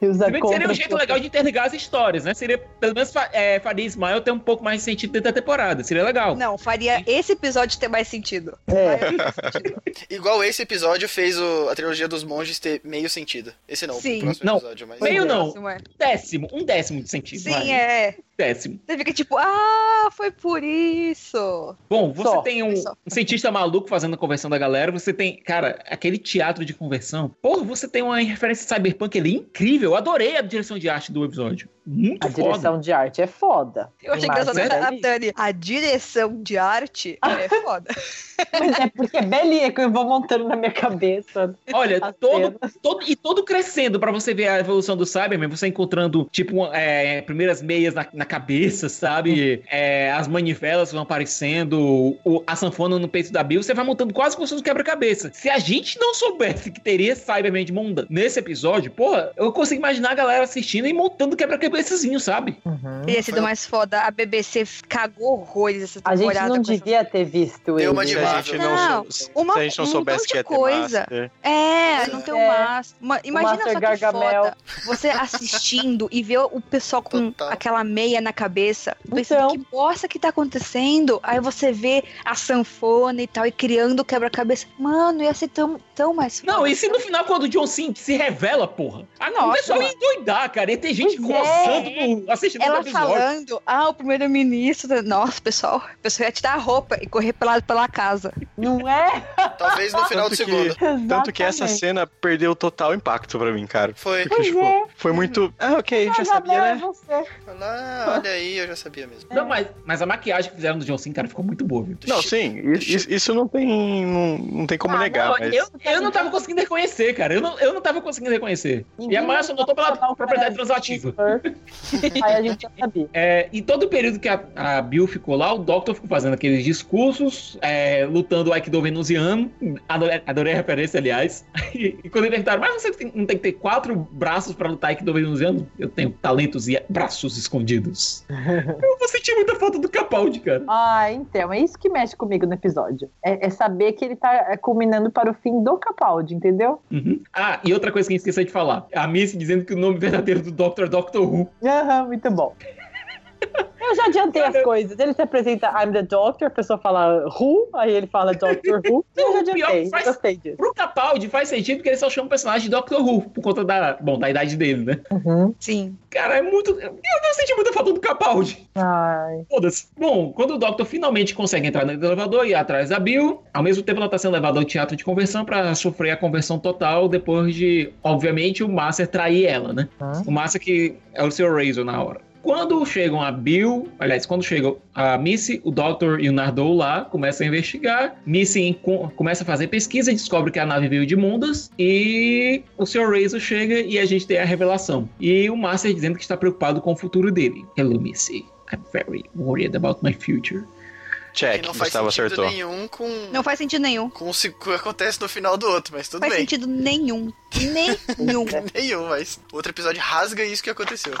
[SPEAKER 2] Usa
[SPEAKER 4] Se bem que seria um
[SPEAKER 2] contra-
[SPEAKER 4] jeito legal de interligar as histórias, né? Seria, pelo menos, fa- é, faria Ismael ter um pouco mais de sentido dentro da temporada. Seria legal.
[SPEAKER 5] Não, faria esse episódio ter mais sentido.
[SPEAKER 2] É,
[SPEAKER 3] Igual esse episódio fez o- a trilogia dos monges ter meio sentido. Esse não,
[SPEAKER 5] Sim.
[SPEAKER 3] o próximo
[SPEAKER 4] Não.
[SPEAKER 3] episódio. Mas...
[SPEAKER 4] Meio não,
[SPEAKER 5] Sim, é.
[SPEAKER 4] décimo, um décimo de sentido. vai. Um
[SPEAKER 5] Sim, é.
[SPEAKER 4] Décimo.
[SPEAKER 5] Você fica tipo, ah, foi por isso.
[SPEAKER 4] Bom, você
[SPEAKER 2] Só.
[SPEAKER 4] tem um,
[SPEAKER 5] Só.
[SPEAKER 4] um cientista maluco fazendo a conversão da galera, você tem, cara, aquele teatro de conversão. Porra, você tem uma referência cyberpunk ali incrível. Eu adorei a direção de arte do episódio. Muito
[SPEAKER 2] a
[SPEAKER 4] foda.
[SPEAKER 2] direção de arte é foda.
[SPEAKER 5] Eu achei
[SPEAKER 2] Mas
[SPEAKER 5] engraçado
[SPEAKER 2] é
[SPEAKER 5] a
[SPEAKER 2] belíssima.
[SPEAKER 5] Tani. A direção de arte é foda.
[SPEAKER 2] Mas é porque é belinha que eu vou montando na minha cabeça.
[SPEAKER 4] Olha,
[SPEAKER 2] a
[SPEAKER 4] todo, todo- e todo crescendo pra você ver a evolução do Cyberman, você encontrando, tipo, um, é, primeiras meias na, na cabeça, sabe? É, as manivelas vão aparecendo, o- a sanfona no peito da Bill, você vai montando quase como se fosse um quebra-cabeça. Se a gente não soubesse que teria Cyberman de Monda nesse episódio, porra, eu consigo imaginar a galera assistindo e montando quebra-cabeçazinho, sabe?
[SPEAKER 3] Uhum.
[SPEAKER 5] Teria sido mais foda. A BBC cagou horrores essa
[SPEAKER 2] A gente
[SPEAKER 5] temporada.
[SPEAKER 2] não
[SPEAKER 5] com essas-
[SPEAKER 2] devia ter visto
[SPEAKER 3] Deu
[SPEAKER 2] ele. né?
[SPEAKER 3] uma
[SPEAKER 1] Se
[SPEAKER 3] de
[SPEAKER 1] a gente não,
[SPEAKER 5] Não,
[SPEAKER 1] sou- se
[SPEAKER 5] uma-
[SPEAKER 1] a gente não
[SPEAKER 5] um
[SPEAKER 1] soubesse
[SPEAKER 5] montão de
[SPEAKER 1] que ia ter
[SPEAKER 5] coisa.
[SPEAKER 1] Master,
[SPEAKER 5] É, não tem o
[SPEAKER 2] É.
[SPEAKER 5] Master. Ma- Imagina
[SPEAKER 2] Master
[SPEAKER 5] só que
[SPEAKER 2] Gargamel.
[SPEAKER 5] foda. Você assistindo e ver o pessoal com
[SPEAKER 3] Total.
[SPEAKER 5] aquela meia na cabeça. Pensando
[SPEAKER 2] Então.
[SPEAKER 5] que bosta que tá acontecendo. Aí você vê a sanfona e tal, e criando o quebra-cabeça. Mano, ia ser tão, tão mais foda.
[SPEAKER 4] Não, e se no final, quando o John Sim se revela, porra? Ah, A
[SPEAKER 5] Nossa,
[SPEAKER 4] Nossa, só ia
[SPEAKER 5] mano.
[SPEAKER 4] endoidar, cara. Ia ter gente
[SPEAKER 5] Pois é.
[SPEAKER 4] gozando
[SPEAKER 2] é,
[SPEAKER 4] no- assistindo o
[SPEAKER 5] Ela
[SPEAKER 4] é episódio.
[SPEAKER 5] falando, ah, o primeiro-ministro. Nossa, pessoal, o pessoal ia tirar a roupa e correr pelado pela casa.
[SPEAKER 2] Não é?
[SPEAKER 3] Talvez no final do
[SPEAKER 1] Tanto que-
[SPEAKER 3] segundo.
[SPEAKER 1] Tanto que essa
[SPEAKER 2] Exatamente.
[SPEAKER 1] cena perdeu total impacto pra mim, cara.
[SPEAKER 3] Foi.
[SPEAKER 1] Porque, tipo,
[SPEAKER 2] é.
[SPEAKER 1] foi muito. Ah, ok, já
[SPEAKER 2] Gargamel
[SPEAKER 1] sabia,
[SPEAKER 2] é
[SPEAKER 1] né?
[SPEAKER 2] você.
[SPEAKER 3] Ah, olha aí, eu já sabia mesmo.
[SPEAKER 4] É. Não, mas, mas a maquiagem que fizeram do John Sim, cara, ficou muito boa, viu?
[SPEAKER 3] tipo
[SPEAKER 1] Não, sim, isso, isso não tem. Não, não tem como
[SPEAKER 2] Ah,
[SPEAKER 1] negar,
[SPEAKER 4] Não,
[SPEAKER 1] mas.
[SPEAKER 4] eu, eu
[SPEAKER 2] assim,
[SPEAKER 4] não tava conseguindo reconhecer, cara. Eu não, eu não tava conseguindo reconhecer.
[SPEAKER 2] Ninguém
[SPEAKER 4] e a Maya só notou pela propriedade translativa.
[SPEAKER 2] Aí a gente já sabia.
[SPEAKER 4] É, e todo o período que a, a Bill ficou lá, o Doctor ficou fazendo aqueles discursos, é, lutando o Aikido venusiano. Adorei, adorei a referência, aliás. E, e quando ele perguntaram, mas você tem- não tem que ter quatro braços pra lutar Aikido venusiano? Eu tenho talentos e braços escondidos. eu vou sentir muita falta do Capaldi, cara.
[SPEAKER 2] Ah, então, é isso que mexe comigo no episódio. É, é saber que ele tá é, culminando para o fim do Capaldi, entendeu?
[SPEAKER 4] Uhum. Ah, e outra coisa que eu esqueci de falar. A Missy dizendo que o nome verdadeiro do Doctor é Doctor Who.
[SPEAKER 2] Aham, muito bom. Eu já adiantei as coisas. Ele se apresenta I'm the Doctor, a pessoa fala Who, aí ele fala Doctor Who. Eu já
[SPEAKER 4] Não, o pior
[SPEAKER 2] adiantei,
[SPEAKER 4] faz-
[SPEAKER 2] gostei disso.
[SPEAKER 4] Pro Capaldi faz sentido porque ele só chama o personagem de Doctor Who, por conta da, bom, da idade dele, né?
[SPEAKER 2] Uhum.
[SPEAKER 5] Sim.
[SPEAKER 4] Cara, é muito. Eu não senti muita falta do Capaldi.
[SPEAKER 2] Ai,
[SPEAKER 4] Foda-se. Bom, quando o Doctor finalmente consegue entrar no elevador e ir atrás da Bill, ao mesmo tempo ela tá sendo levada ao teatro de conversão pra sofrer a conversão total depois de, obviamente, o Master trair ela, né?
[SPEAKER 2] Hum.
[SPEAKER 4] O Master que é o seu Razor na hora. Quando chegam a Bill, aliás, quando chegam a Missy, o Doctor e o Nardou lá começam a investigar. Missy enco- começa a fazer pesquisa e descobre que a nave veio de Mundas. E o Sr. Razor chega e a gente tem a revelação. E o Master dizendo que está preocupado com o futuro dele. Hello, Missy. I'm very worried about my future.
[SPEAKER 1] Check,
[SPEAKER 4] é
[SPEAKER 3] que não faz
[SPEAKER 1] Gustavo
[SPEAKER 3] sentido
[SPEAKER 1] acertou.
[SPEAKER 3] nenhum com,
[SPEAKER 5] Não faz sentido nenhum.
[SPEAKER 3] com o se- com o que acontece no final do outro, mas tudo
[SPEAKER 5] faz
[SPEAKER 3] bem.
[SPEAKER 5] sentido nenhum. Nenhum.
[SPEAKER 3] Nenhum, mas outro episódio rasga isso que aconteceu.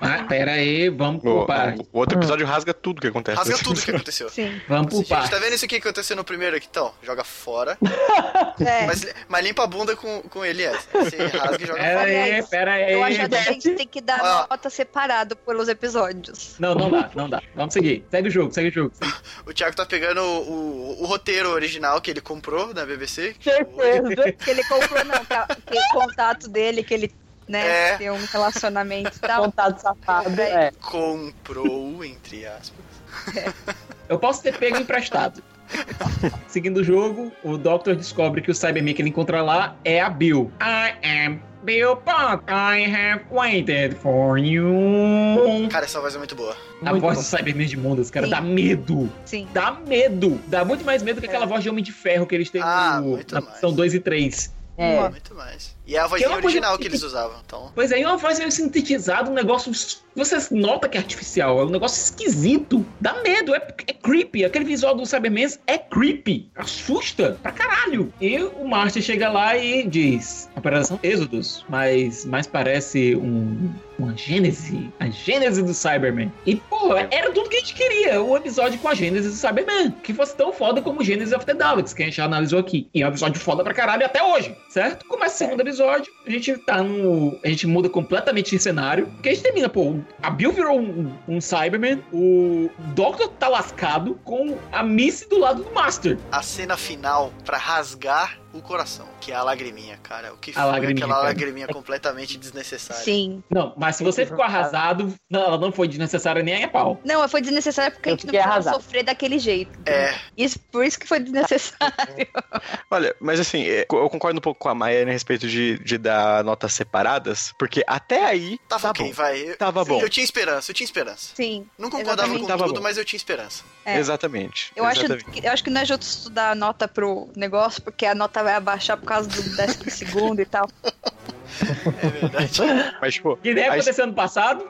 [SPEAKER 4] Ah, pera aí, vamos
[SPEAKER 1] O,
[SPEAKER 4] por partes.
[SPEAKER 1] o outro episódio rasga tudo que
[SPEAKER 4] É,
[SPEAKER 1] acontece.
[SPEAKER 3] Rasga tudo que aconteceu.
[SPEAKER 5] Sim.
[SPEAKER 4] Vamos por
[SPEAKER 3] Gente, tá
[SPEAKER 4] partes.
[SPEAKER 3] vendo isso aqui que aconteceu no primeiro aqui? Então, joga fora.
[SPEAKER 5] É.
[SPEAKER 3] Mas, mas limpa a bunda com, com ele antes. Você rasga e joga
[SPEAKER 1] É.
[SPEAKER 4] Pera
[SPEAKER 3] fora.
[SPEAKER 4] aí, pera aí.
[SPEAKER 5] Eu
[SPEAKER 2] É
[SPEAKER 5] acho que a gente tem que dar
[SPEAKER 3] Ah.
[SPEAKER 5] nota separado pelos episódios.
[SPEAKER 4] Não, não dá, não dá. Vamos seguir. Segue o jogo, segue o jogo. segue-
[SPEAKER 3] O Thiago tá pegando o, o- o roteiro original que ele comprou na BBC.
[SPEAKER 2] certeza.
[SPEAKER 5] Que ele comprou, não, pra, que o contato dele, que ele, né,
[SPEAKER 3] É.
[SPEAKER 5] tem um relacionamento e tal.
[SPEAKER 2] Contado safado. É.
[SPEAKER 3] Comprou, entre aspas.
[SPEAKER 4] Eu posso ter pego emprestado. Seguindo o jogo, o Doctor descobre que o Cyberman que ele encontra lá é a Bill. I am Bill Punk. I have waited for you.
[SPEAKER 3] Cara, essa voz é muito boa.
[SPEAKER 4] A
[SPEAKER 2] Muito
[SPEAKER 4] voz
[SPEAKER 2] bom.
[SPEAKER 4] do Cyberman de Mundas, cara,
[SPEAKER 5] Sim.
[SPEAKER 4] dá medo.
[SPEAKER 5] Sim.
[SPEAKER 4] Dá medo. Dá muito mais medo que
[SPEAKER 2] É.
[SPEAKER 4] aquela voz de Homem de Ferro que eles têm
[SPEAKER 3] Ah,
[SPEAKER 4] no,
[SPEAKER 3] muito
[SPEAKER 4] na
[SPEAKER 3] mais.
[SPEAKER 4] são 2 e 3.
[SPEAKER 2] É.
[SPEAKER 3] Muito mais. E é a
[SPEAKER 4] Que é
[SPEAKER 3] vozinha
[SPEAKER 4] uma coisa
[SPEAKER 3] original
[SPEAKER 4] que-
[SPEAKER 3] que eles usavam. Então,
[SPEAKER 4] Pois é, e uma voz meio sintetizada, um negócio. Você nota que é artificial, é um negócio esquisito. Dá medo, é, é creepy. Aquele visual do Cybermen é creepy. Assusta pra caralho. E o Master chega lá e diz: Operação Êxodos, mas mais parece um com a Gênese, a Gênese do Cyberman. E, pô, era tudo que a gente queria, o episódio com a Gênese do Cyberman, que fosse tão foda como Gênese of the Daleks, que a gente já analisou aqui. E é um episódio foda pra caralho até hoje, certo? Começa o segundo episódio, a gente tá no... a gente muda completamente de cenário, porque a gente termina, pô, a Bill virou um, um Cyberman, o Doctor tá lascado com a Missy do lado do Master.
[SPEAKER 3] A cena final pra rasgar o coração, que é a lagriminha, cara. O que foi
[SPEAKER 4] lagriminha,
[SPEAKER 3] aquela
[SPEAKER 4] cara.
[SPEAKER 3] lagriminha completamente desnecessária.
[SPEAKER 5] Sim.
[SPEAKER 4] Não, mas se você ficou arrasado, não, ela não foi desnecessária nem a pau.
[SPEAKER 5] Não, foi desnecessário porque a
[SPEAKER 2] Eu
[SPEAKER 5] gente não
[SPEAKER 2] fiquei
[SPEAKER 5] precisava
[SPEAKER 2] arrasado.
[SPEAKER 5] sofrer daquele jeito.
[SPEAKER 3] É,
[SPEAKER 5] Isso, por isso que foi desnecessário.
[SPEAKER 1] Olha, mas assim, é, eu concordo um pouco com a Maia a respeito de, de dar notas separadas, porque até aí
[SPEAKER 3] tava
[SPEAKER 1] tá
[SPEAKER 3] ok,
[SPEAKER 1] bom.
[SPEAKER 3] vai. Eu,
[SPEAKER 1] Tava bom.
[SPEAKER 3] eu tinha esperança, eu tinha esperança.
[SPEAKER 5] Sim.
[SPEAKER 3] Não concordava
[SPEAKER 5] Exatamente.
[SPEAKER 3] com
[SPEAKER 1] Tava
[SPEAKER 3] tudo,
[SPEAKER 1] bom.
[SPEAKER 3] mas eu tinha esperança.
[SPEAKER 5] É.
[SPEAKER 1] Exatamente.
[SPEAKER 5] Eu acho,
[SPEAKER 1] exatamente.
[SPEAKER 5] que, eu acho que não é justo estudar a nota pro negócio, porque a nota vai abaixar por causa do décimo segundo e tal.
[SPEAKER 3] É verdade.
[SPEAKER 1] Mas, tipo,
[SPEAKER 4] Que nem
[SPEAKER 1] Aí-
[SPEAKER 4] aconteceu ano passado.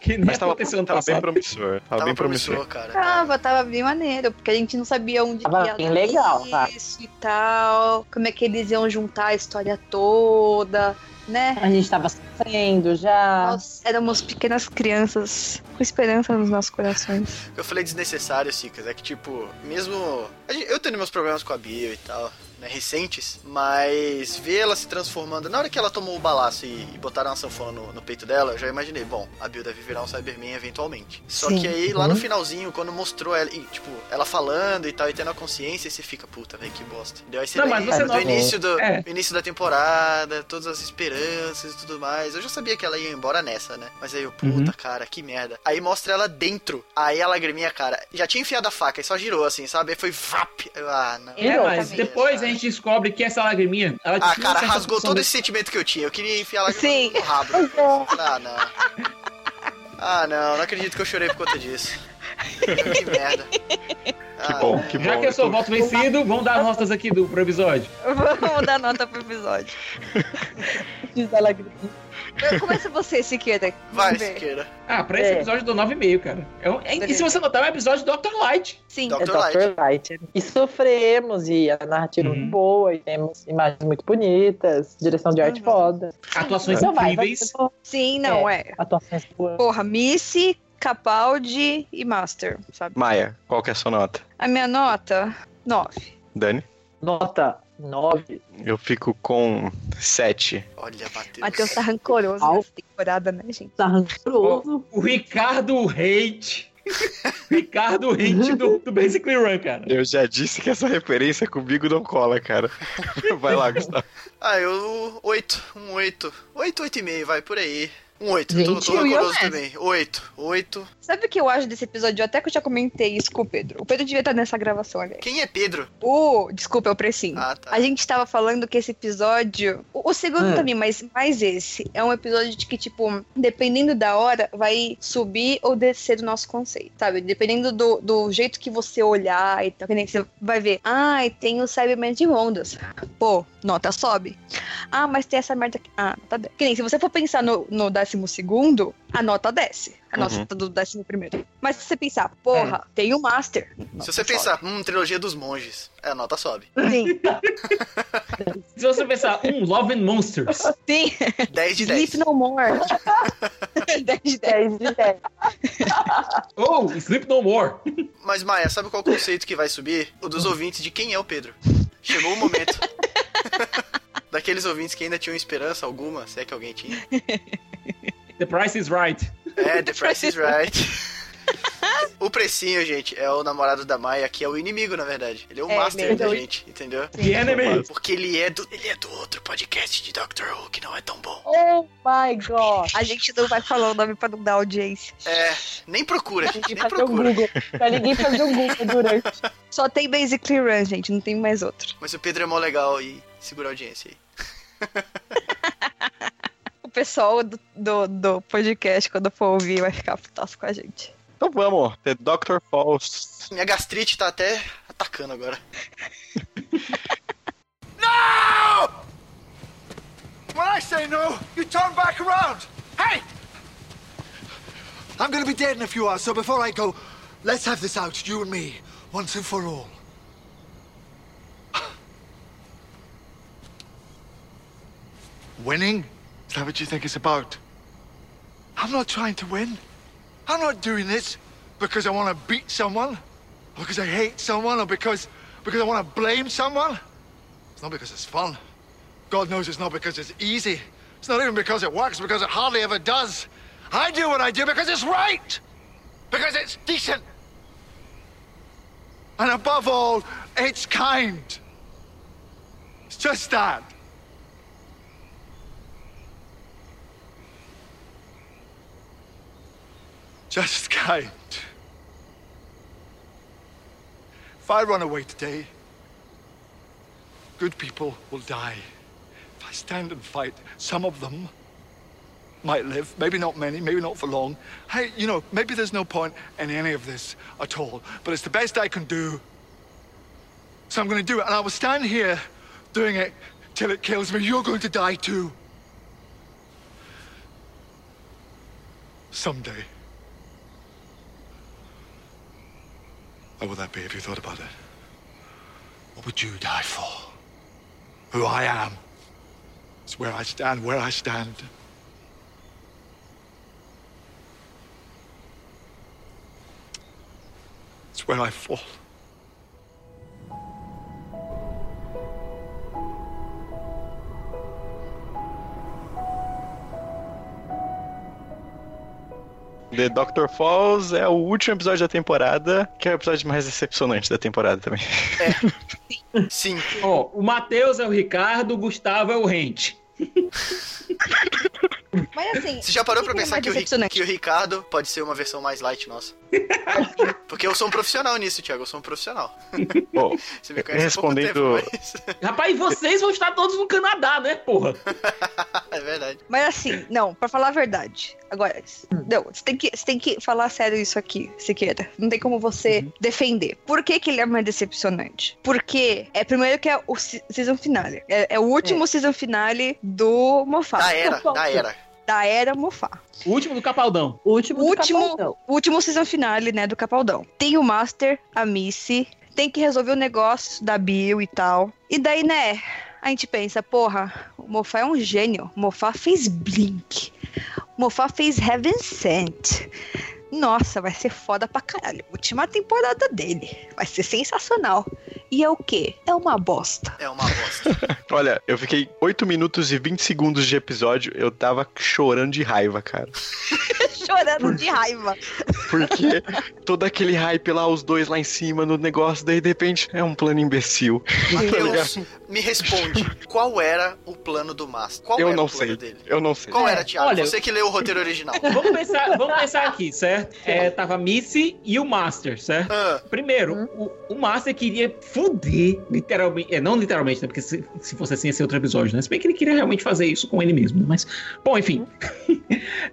[SPEAKER 4] que nem
[SPEAKER 1] mas tava,
[SPEAKER 4] aconteceu ano
[SPEAKER 1] tava bem
[SPEAKER 4] passado.
[SPEAKER 1] promissor. Tava, bem promissor.
[SPEAKER 4] Ah,
[SPEAKER 3] cara.
[SPEAKER 5] Tava, tava bem maneiro, porque a gente não sabia onde
[SPEAKER 2] Tava
[SPEAKER 5] que ia
[SPEAKER 2] bem
[SPEAKER 5] dar
[SPEAKER 2] legal, tá?
[SPEAKER 5] isso e tal, como é que eles iam juntar a história toda, né?
[SPEAKER 2] A gente tava sofrendo já.
[SPEAKER 5] Nós éramos pequenas crianças com esperança nos nossos corações.
[SPEAKER 3] Eu falei desnecessário, Cicas. É que, tipo, mesmo. a gente- Eu tenho meus problemas com a Bio e tal, né? Recentes, mas ver ela se transformando. Na hora que ela tomou o balaço e, e botaram a sanfona no, no peito dela, eu já imaginei, bom, a Bio deve virar um Cyberman eventualmente. Só
[SPEAKER 5] Sim.
[SPEAKER 3] que aí, lá
[SPEAKER 4] Uhum.
[SPEAKER 3] no finalzinho, quando mostrou ela, e, tipo, ela falando e tal, e tendo a consciência, você fica, puta, velho, que bosta. Deu aí você
[SPEAKER 4] Não, mas
[SPEAKER 3] lembra
[SPEAKER 4] você
[SPEAKER 3] do
[SPEAKER 4] nota-
[SPEAKER 3] início do
[SPEAKER 4] É.
[SPEAKER 3] do início da temporada, todas as esperanças e tudo mais. Eu já sabia que ela ia embora nessa, né? Mas aí eu, puta,
[SPEAKER 4] Uhum.
[SPEAKER 3] cara, que merda. Aí mostra ela dentro. Aí a lagriminha, cara, já tinha enfiado a faca e só girou assim, sabe? Aí foi vap. Eu, ah, não.
[SPEAKER 4] É, mas
[SPEAKER 5] Exatamente.
[SPEAKER 4] depois a gente descobre que essa lagriminha, ela
[SPEAKER 3] Ah,
[SPEAKER 4] tinha
[SPEAKER 3] cara,
[SPEAKER 4] essa
[SPEAKER 3] rasgou
[SPEAKER 4] função
[SPEAKER 3] todo
[SPEAKER 4] de-
[SPEAKER 3] esse sentimento que eu tinha. Eu queria enfiar a lágrima
[SPEAKER 5] Sim.
[SPEAKER 3] no rabo. Ah, não. Ah, não, não acredito que eu chorei por conta disso. Que merda.
[SPEAKER 1] Que
[SPEAKER 3] Ah,
[SPEAKER 1] bom, que bom.
[SPEAKER 4] Já que eu sou voto vencido, vamos dar notas aqui do pro episódio.
[SPEAKER 5] Vamos dar nota pro episódio.
[SPEAKER 2] Diz a lagriminha.
[SPEAKER 5] Eu- Começa você, Siqueira.
[SPEAKER 3] Vai,
[SPEAKER 5] Vamos ver.
[SPEAKER 3] Siqueira.
[SPEAKER 4] Ah, pra esse
[SPEAKER 2] É.
[SPEAKER 4] episódio eu dou 9,5, cara. É um- é- e se você notar, é um episódio do Dr. Light.
[SPEAKER 5] Sim.
[SPEAKER 3] Dá
[SPEAKER 2] É
[SPEAKER 3] Dr.
[SPEAKER 2] Dr. Light. E sofremos, e a narrativa é
[SPEAKER 4] Uhum.
[SPEAKER 2] muito boa, e temos imagens muito bonitas, direção de arte
[SPEAKER 5] Uhum.
[SPEAKER 2] foda.
[SPEAKER 4] Atuações
[SPEAKER 2] Então vai, vai
[SPEAKER 4] incríveis.
[SPEAKER 2] ter
[SPEAKER 5] Sim, não, é.
[SPEAKER 2] atuações boas.
[SPEAKER 5] Porra, Missy, Capaldi e Master, sabe?
[SPEAKER 1] Maia, qual que é a sua nota?
[SPEAKER 5] A minha nota, 9.
[SPEAKER 1] Dani?
[SPEAKER 2] Nota 9.
[SPEAKER 1] Eu fico com 7.
[SPEAKER 3] Olha, Matheus.
[SPEAKER 5] Matheus tá rancoroso
[SPEAKER 2] Au.
[SPEAKER 5] nessa temporada, né, gente?
[SPEAKER 2] Tá rancoroso.
[SPEAKER 4] O Ricardo Hate. Ricardo Hate do, do Basically Run, cara.
[SPEAKER 1] Eu já disse que essa referência comigo não cola, cara. Vai lá, Gustavo.
[SPEAKER 3] Ah, eu. 8, um 8. 8, 8 e meio, vai, por aí. Um 8, eu tô,
[SPEAKER 2] Gente,
[SPEAKER 3] tô
[SPEAKER 5] eu ia
[SPEAKER 3] rancoroso
[SPEAKER 5] nessa.
[SPEAKER 3] também. 8, 8.
[SPEAKER 5] Sabe o que eu acho desse episódio? Até que eu já comentei isso com o Pedro. O Pedro devia estar nessa gravação, aliás.
[SPEAKER 3] Quem é Pedro?
[SPEAKER 5] O. Desculpa, é o Precinho.
[SPEAKER 3] Ah, tá.
[SPEAKER 5] A gente tava falando que esse episódio. O, o segundo
[SPEAKER 2] Ah.
[SPEAKER 5] também, mas mais esse. É um episódio de que, tipo, dependendo da hora, vai subir ou descer o nosso conceito, sabe? Dependendo do, do jeito que você olhar e tal. Que nem que você vai ver. Ai, tem o Cyberman de ondas. Pô, nota sobe. Ah, mas tem essa merda aqui. Ah, nota desce. Que nem se você for pensar no, no décimo segundo, a nota desce. A
[SPEAKER 1] Uhum.
[SPEAKER 5] nota do décimo primeiro. Mas se você pensar, porra, tem o Master.
[SPEAKER 3] Se você pensar, hum, trilogia dos monges. É, a nota sobe.
[SPEAKER 5] Sim,
[SPEAKER 4] Se você pensar, um Love and Monsters.
[SPEAKER 5] sim.
[SPEAKER 3] 10 de 10.
[SPEAKER 5] Sleep No More. 10 de
[SPEAKER 2] 10
[SPEAKER 5] 10.
[SPEAKER 2] de 10.
[SPEAKER 4] Ou Sleep No More.
[SPEAKER 3] Mas, Maia, sabe qual conceito que vai subir? O dos ouvintes de quem é o Pedro. Chegou o momento. Daqueles ouvintes que ainda tinham esperança alguma, se é que alguém tinha.
[SPEAKER 4] The Price is Right.
[SPEAKER 3] É, The Price is Right. O Precinho, gente, é o namorado da Maia, que é o inimigo, na verdade. Ele é o
[SPEAKER 5] É,
[SPEAKER 3] master
[SPEAKER 5] mesmo.
[SPEAKER 3] da gente, entendeu?
[SPEAKER 4] The Enemy.
[SPEAKER 3] Porque ele é do. Ele é do outro podcast de Doctor Who, que não é tão bom.
[SPEAKER 2] Oh my god.
[SPEAKER 5] A gente não vai falar o nome pra não dar audiência.
[SPEAKER 3] É, nem procura,
[SPEAKER 2] Pra
[SPEAKER 3] gente,
[SPEAKER 2] ninguém
[SPEAKER 3] nem
[SPEAKER 2] fazer um
[SPEAKER 3] procura.
[SPEAKER 2] Google. Pra ninguém fazer um Google durante.
[SPEAKER 5] Só tem Basic Run, gente, não tem mais outro.
[SPEAKER 3] Mas o Pedro é mó legal e segura a audiência aí.
[SPEAKER 5] O pessoal do, do, do podcast, quando for ouvir, vai ficar putaço com a gente.
[SPEAKER 1] Então vamos, The Dr. Falls.
[SPEAKER 3] Minha gastrite tá até atacando agora.
[SPEAKER 6] When I say no, you turn back around. Hey! I'm gonna be dead in a few hours, so before I go, let's have this out, you and me, once and for all. Winning? Is that what you think it's about? I'm not trying to win. I'm not doing this because I want to beat someone, or because I hate someone, or because because I want to blame someone. It's not because it's fun. God knows it's not because it's easy. It's not even because it works, because it hardly ever does. I do what I do because it's right, because it's decent, and above all, it's kind. It's just that. Just kind. If I run away today, good people will die. If I stand and fight, some of them might live. Maybe not many, maybe not for long. Hey, you know, maybe there's no point in any of this at all, but it's the best I can do. So I'm going to do it, and I will stand here doing it till it kills me. You're going to die too. Someday. What would that be if you thought about it? What would you die for? Who I am. It's where I stand, where I stand. It's where I fall.
[SPEAKER 1] The Dr. Falls é o último episódio da temporada, que é o episódio mais decepcionante da temporada também.
[SPEAKER 3] Sim.
[SPEAKER 4] Ó, o Matheus é o Ricardo, o Gustavo é o Rente.
[SPEAKER 5] Mas assim.
[SPEAKER 3] Você já parou pra
[SPEAKER 5] que é
[SPEAKER 3] pensar
[SPEAKER 5] mais
[SPEAKER 3] que o, Ri-
[SPEAKER 5] decepcionante?
[SPEAKER 3] que o Ricardo pode ser uma versão mais light nossa? Porque eu sou um profissional nisso, Thiago. Eu sou um profissional.
[SPEAKER 1] Pô,
[SPEAKER 3] Você me conhece
[SPEAKER 1] É,
[SPEAKER 3] há
[SPEAKER 1] Respondendo-
[SPEAKER 3] pouco tempo, mas...
[SPEAKER 4] Rapaz, vocês vão estar todos no Canadá, né, porra?
[SPEAKER 3] é verdade.
[SPEAKER 5] Mas assim, não, pra falar a verdade. Agora, não, você tem que, você tem que falar sério isso aqui, Siqueira. Não tem como você defender. Por que, que ele é mais decepcionante? Porque é primeiro que é o se- season finale. É, é o último season finale do Mofá.
[SPEAKER 3] Da era, da era.
[SPEAKER 5] Da era Mofá.
[SPEAKER 4] O último do Capaldão.
[SPEAKER 2] O último, do
[SPEAKER 5] Último-
[SPEAKER 2] Capaldão.
[SPEAKER 5] O último season finale, né, do Capaldão. Tem o Master, a Missy, tem que resolver o negócio da Bill e tal. E daí, né, a gente pensa, porra, o Mofá é um gênio. O Mofá fez Blink. O Mofá fez Heaven Sent. Nossa, vai ser foda pra caralho. Última temporada dele. Vai ser sensacional. E é o quê? É uma bosta.
[SPEAKER 3] É uma bosta.
[SPEAKER 1] olha, eu fiquei 8 minutos e 20 segundos de episódio, eu tava chorando de raiva, cara.
[SPEAKER 5] Chorando de raiva.
[SPEAKER 1] Porque todo aquele hype lá, os dois lá em cima no negócio, daí de repente é um plano imbecil. Tá ligado?
[SPEAKER 3] Matheus, me responde. Qual era o plano do Master? Qual
[SPEAKER 1] Eu
[SPEAKER 3] era
[SPEAKER 1] não
[SPEAKER 3] o plano
[SPEAKER 1] sei.
[SPEAKER 3] dele?
[SPEAKER 1] Eu não sei.
[SPEAKER 3] Qual era, Thiago?
[SPEAKER 4] olha-
[SPEAKER 3] Você que leu o roteiro original.
[SPEAKER 4] Vamos pensar, vamos pensar aqui, certo? É, tava a Missy e o Master, certo?
[SPEAKER 3] Ah,
[SPEAKER 4] Primeiro, o, o Master queria foder, literalmente. É, não literalmente, né? Porque se, se fosse assim, ia ser outro episódio, né? Se bem que ele queria realmente fazer isso com ele mesmo, né? Mas. Bom, enfim.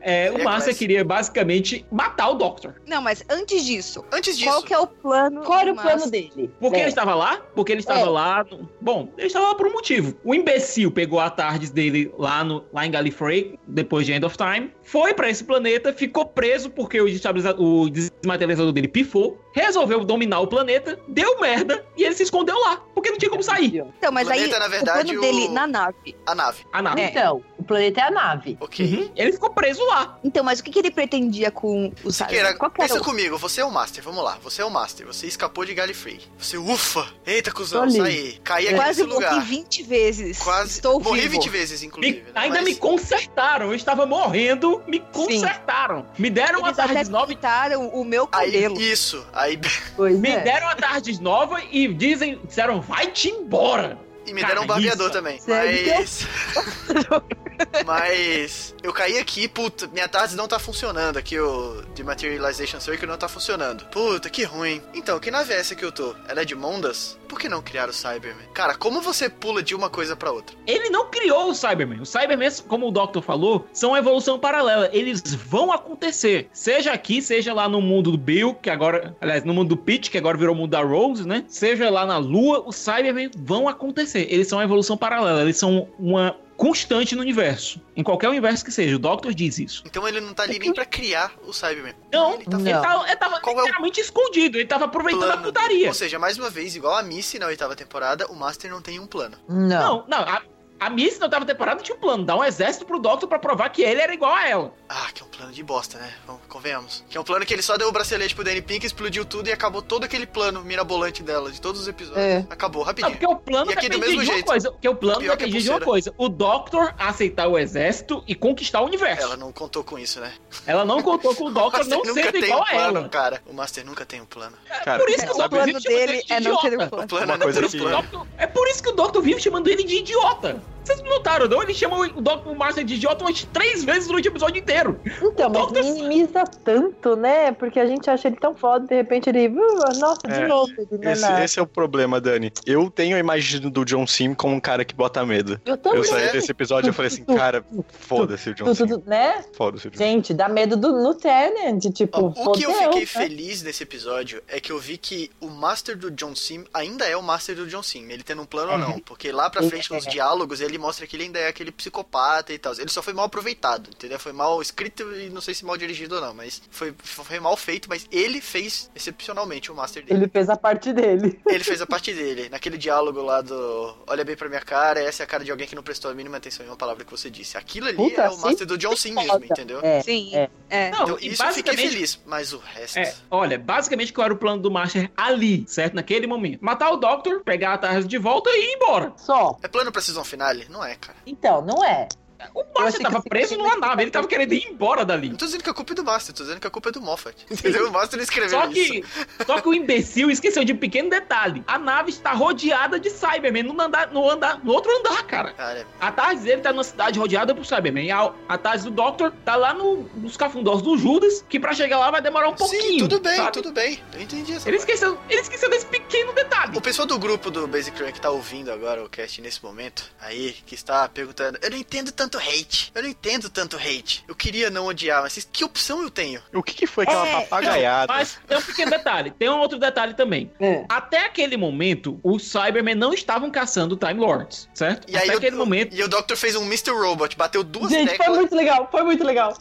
[SPEAKER 4] É,
[SPEAKER 3] Ele é
[SPEAKER 4] o Master
[SPEAKER 3] classe.
[SPEAKER 4] queria basicamente matar o Doctor.
[SPEAKER 5] Não, mas antes disso,
[SPEAKER 3] antes disso,
[SPEAKER 5] qual que é o plano?
[SPEAKER 2] Qual era o
[SPEAKER 5] do
[SPEAKER 2] plano
[SPEAKER 5] Master?
[SPEAKER 2] dele?
[SPEAKER 4] Por que
[SPEAKER 2] É.
[SPEAKER 4] ele estava lá? Porque ele estava
[SPEAKER 2] É.
[SPEAKER 4] lá. no- Bom, ele estava lá por um motivo. O imbecil pegou a tarde dele lá, no, lá em Gallifrey, depois de End of Time, foi pra esse planeta, ficou preso porque o, desestabiliza- o desmaterializador dele pifou, resolveu dominar o planeta, deu merda e ele se escondeu lá, porque não tinha como sair.
[SPEAKER 5] Então, mas
[SPEAKER 3] Planeta,
[SPEAKER 5] aí
[SPEAKER 3] na verdade,
[SPEAKER 5] o plano
[SPEAKER 3] o-
[SPEAKER 5] dele na nave.
[SPEAKER 3] a nave.
[SPEAKER 4] A nave.
[SPEAKER 2] Então, o planeta é a nave.
[SPEAKER 3] Ok.
[SPEAKER 4] Uhum. Ele ficou preso lá.
[SPEAKER 5] Então, mas o que, que ele pretendia com os aliens?
[SPEAKER 3] Siqueira,
[SPEAKER 5] Qual que era
[SPEAKER 3] pensa
[SPEAKER 5] o...
[SPEAKER 3] comigo, você é o Master, vamos lá, você é o Master, você escapou de Gallifrey. Você, ufa, eita cuzão,
[SPEAKER 2] Tô livre.
[SPEAKER 3] saí, caí aqui
[SPEAKER 5] Quase
[SPEAKER 3] nesse
[SPEAKER 5] morri
[SPEAKER 3] lugar.
[SPEAKER 5] 20 vezes.
[SPEAKER 3] Quase,
[SPEAKER 5] Estou
[SPEAKER 3] morri
[SPEAKER 5] vivo.
[SPEAKER 3] 20 vezes,
[SPEAKER 4] Me-
[SPEAKER 3] inclusive. né?
[SPEAKER 4] ainda
[SPEAKER 3] Mas
[SPEAKER 4] me consertaram. Eu estava morrendo, me consertaram. Me deram uma
[SPEAKER 5] Eles
[SPEAKER 4] tarde
[SPEAKER 5] até
[SPEAKER 4] nova.
[SPEAKER 5] pintaram o meu cabelo.
[SPEAKER 3] Aí, isso, aí
[SPEAKER 2] Pois
[SPEAKER 4] Me
[SPEAKER 2] é.
[SPEAKER 4] deram a tarde nova e dizem, disseram, vai-te embora.
[SPEAKER 3] E me deram um barbeador também.
[SPEAKER 2] Sério?
[SPEAKER 3] Mas. Mas. Eu caí aqui, puta, minha tarde não tá funcionando. Aqui o Dematerialization Circuit não tá funcionando. Puta, que ruim. Então, que nave é essa que eu tô? Ela é de Mondas? Por que não criar o Cyberman? Cara, como você pula de uma coisa pra outra?
[SPEAKER 4] Ele não criou o Cybermen. Os Cybermen, como o Doctor falou, são uma evolução paralela. Eles vão acontecer. Seja aqui, seja lá no mundo do Bill, que agora. Aliás, no mundo do Pete, que agora virou o mundo da Rose, né? Seja lá na Lua, os Cybermen vão acontecer. Eles são uma evolução paralela. Eles são uma constante no universo. Em qualquer universo que seja. O Doctor diz isso.
[SPEAKER 3] Então ele não tá ali nem pra criar o Cyberman.
[SPEAKER 4] Não,
[SPEAKER 3] ele tá
[SPEAKER 4] Ele, tá, ele tava
[SPEAKER 3] Qual é o
[SPEAKER 4] literalmente escondido. Ele tava aproveitando a
[SPEAKER 3] plano.
[SPEAKER 4] putaria.
[SPEAKER 3] Ou seja, mais uma vez, igual a Missy na oitava temporada, o Master não tem um plano.
[SPEAKER 2] Não.
[SPEAKER 4] Não, não. A, A Miss na oitava temporada tinha um plano, dar um exército pro Doctor pra provar que ele era igual a ela.
[SPEAKER 3] Ah, que é um plano de bosta, né? Vamos, convenhamos. Que é um plano que ele só deu o bracelete pro Danny Pink, explodiu tudo e acabou todo aquele plano mirabolante dela, de todos os episódios.
[SPEAKER 2] É.
[SPEAKER 3] Acabou,
[SPEAKER 4] Não,
[SPEAKER 3] rapidinho.
[SPEAKER 4] Ah, porque o plano
[SPEAKER 3] E aqui do
[SPEAKER 4] dependia
[SPEAKER 3] mesmo
[SPEAKER 4] de uma
[SPEAKER 3] jeito.
[SPEAKER 4] coisa. Porque o plano
[SPEAKER 3] Pior que a
[SPEAKER 4] dependia de uma coisa. O Doctor aceitar o exército e conquistar o universo.
[SPEAKER 3] Ela
[SPEAKER 4] Ela,
[SPEAKER 3] não contou com isso, né?
[SPEAKER 4] não contou com o
[SPEAKER 3] O
[SPEAKER 4] Doctor
[SPEAKER 3] Master
[SPEAKER 4] não
[SPEAKER 3] nunca
[SPEAKER 4] sendo
[SPEAKER 3] tem um
[SPEAKER 4] igual a
[SPEAKER 3] plano,
[SPEAKER 4] é ela. É
[SPEAKER 3] cara. O Master nunca tem um plano.
[SPEAKER 1] Cara,
[SPEAKER 4] Por isso que
[SPEAKER 5] É, O
[SPEAKER 4] Sabe,
[SPEAKER 5] plano
[SPEAKER 4] existe uma
[SPEAKER 5] dele
[SPEAKER 4] gente
[SPEAKER 5] é não ter
[SPEAKER 4] idiota.
[SPEAKER 5] um
[SPEAKER 3] O
[SPEAKER 5] plano.
[SPEAKER 3] plano
[SPEAKER 1] Uma
[SPEAKER 3] é não
[SPEAKER 1] coisa
[SPEAKER 3] ter um
[SPEAKER 1] que-
[SPEAKER 3] plano.
[SPEAKER 4] Doctor- É por isso que o Doctor vive chamando ele de idiota. Vocês não notaram, não? Ele chama o Doctor o Master de idiota umas três vezes durante o episódio inteiro.
[SPEAKER 2] Então, mas
[SPEAKER 4] Doctor-
[SPEAKER 2] minimiza tanto, né? Porque a gente acha ele tão foda, de repente ele. "Uh, Nossa, de
[SPEAKER 1] É,
[SPEAKER 2] novo, ele não é
[SPEAKER 1] Esse,
[SPEAKER 2] nada."
[SPEAKER 1] esse é o problema, Dani. Eu tenho a imagem do John Sim como um cara que bota medo.
[SPEAKER 2] Eu
[SPEAKER 1] Eu
[SPEAKER 2] também.
[SPEAKER 3] é
[SPEAKER 1] saí desse episódio e falei assim, cara, foda-se
[SPEAKER 3] um
[SPEAKER 1] o John
[SPEAKER 2] Tu- tu-
[SPEAKER 1] Sim.
[SPEAKER 2] tu- né?
[SPEAKER 1] Foda-se o John Sim.
[SPEAKER 2] Gente, dá medo do, no Tenant, tipo,
[SPEAKER 3] Ó, o que eu
[SPEAKER 2] fodeu,
[SPEAKER 3] fiquei
[SPEAKER 2] né?
[SPEAKER 3] feliz nesse episódio é que eu vi que o Master do John Sim ainda é o Master do John Sim, ele tendo um plano ou
[SPEAKER 2] Uhum.
[SPEAKER 3] não. Porque lá pra frente,
[SPEAKER 2] é
[SPEAKER 3] nos diálogos, ele mostra que ele ainda é aquele psicopata e tal. Ele só foi mal aproveitado, entendeu? Foi mal escrito e não sei se mal dirigido ou não, mas foi, foi mal feito, mas ele fez excepcionalmente o Master dele.
[SPEAKER 2] Ele fez a parte dele.
[SPEAKER 3] Ele fez a parte dele, naquele diálogo lá do Olha bem pra minha cara, essa é a cara de alguém que não prestou a mínima atenção em uma palavra que você disse. Aquilo ali
[SPEAKER 2] Puta,
[SPEAKER 3] é o
[SPEAKER 2] sim,
[SPEAKER 3] Master do John Sim mesmo,
[SPEAKER 2] foda.
[SPEAKER 3] entendeu?
[SPEAKER 2] É.
[SPEAKER 5] Sim,
[SPEAKER 2] É.
[SPEAKER 5] é.
[SPEAKER 4] Não,
[SPEAKER 3] Então,
[SPEAKER 4] e
[SPEAKER 3] isso eu fiquei
[SPEAKER 4] basicamente
[SPEAKER 3] feliz, mas o resto.
[SPEAKER 4] É, olha, basicamente qual era o plano do Master ali, certo? Naquele momento. Matar o Doctor, pegar a tarja de volta e ir embora.
[SPEAKER 2] Só.
[SPEAKER 3] É plano pra season finale? Não é, cara.
[SPEAKER 2] Então, não é.
[SPEAKER 4] O
[SPEAKER 2] Eu
[SPEAKER 4] Master
[SPEAKER 2] achei que
[SPEAKER 4] tava
[SPEAKER 2] esse
[SPEAKER 4] preso
[SPEAKER 2] filme
[SPEAKER 4] numa
[SPEAKER 2] ia
[SPEAKER 4] nave, ele tava querendo ir embora dali.
[SPEAKER 3] Não tô dizendo que a culpa é do Master, tô dizendo que a culpa é do Moffat. Entendeu? O Master não escreveu
[SPEAKER 4] Só
[SPEAKER 3] isso.
[SPEAKER 4] que, só que o imbecil esqueceu de um pequeno detalhe. A nave está rodeada de Cybermen no, andar, no, andar, no outro andar, cara.
[SPEAKER 3] Cara,
[SPEAKER 4] A tarde dele tá numa cidade rodeada por Cybermen. A, a tarde do Doctor tá lá no, nos cafundós do Judas, que pra chegar lá vai demorar um pouquinho.
[SPEAKER 3] sim, tudo bem,
[SPEAKER 4] sabe?
[SPEAKER 3] tudo bem. Eu entendi essa
[SPEAKER 4] Ele
[SPEAKER 3] parte.
[SPEAKER 4] esqueceu, ele esqueceu desse pequeno detalhe.
[SPEAKER 3] O pessoal do grupo do Basic Crew que tá ouvindo agora o cast nesse momento, aí, que está perguntando, eu não entendo tanto hate, eu não entendo tanto hate. Eu queria não odiar, mas vocês- que opção eu tenho?
[SPEAKER 1] O que, que foi aquela
[SPEAKER 5] É,
[SPEAKER 1] papagaiada?
[SPEAKER 4] Mas tem um pequeno detalhe, tem um outro detalhe também.
[SPEAKER 2] É.
[SPEAKER 4] Até aquele momento, os Cybermen não estavam caçando Time Lords, certo?
[SPEAKER 3] E
[SPEAKER 4] Até
[SPEAKER 3] aí eu-
[SPEAKER 4] aquele momento.
[SPEAKER 3] E o Doctor fez um Mr. Robot, bateu duas
[SPEAKER 2] Gente, foi
[SPEAKER 3] teclas.
[SPEAKER 2] muito legal, foi muito legal.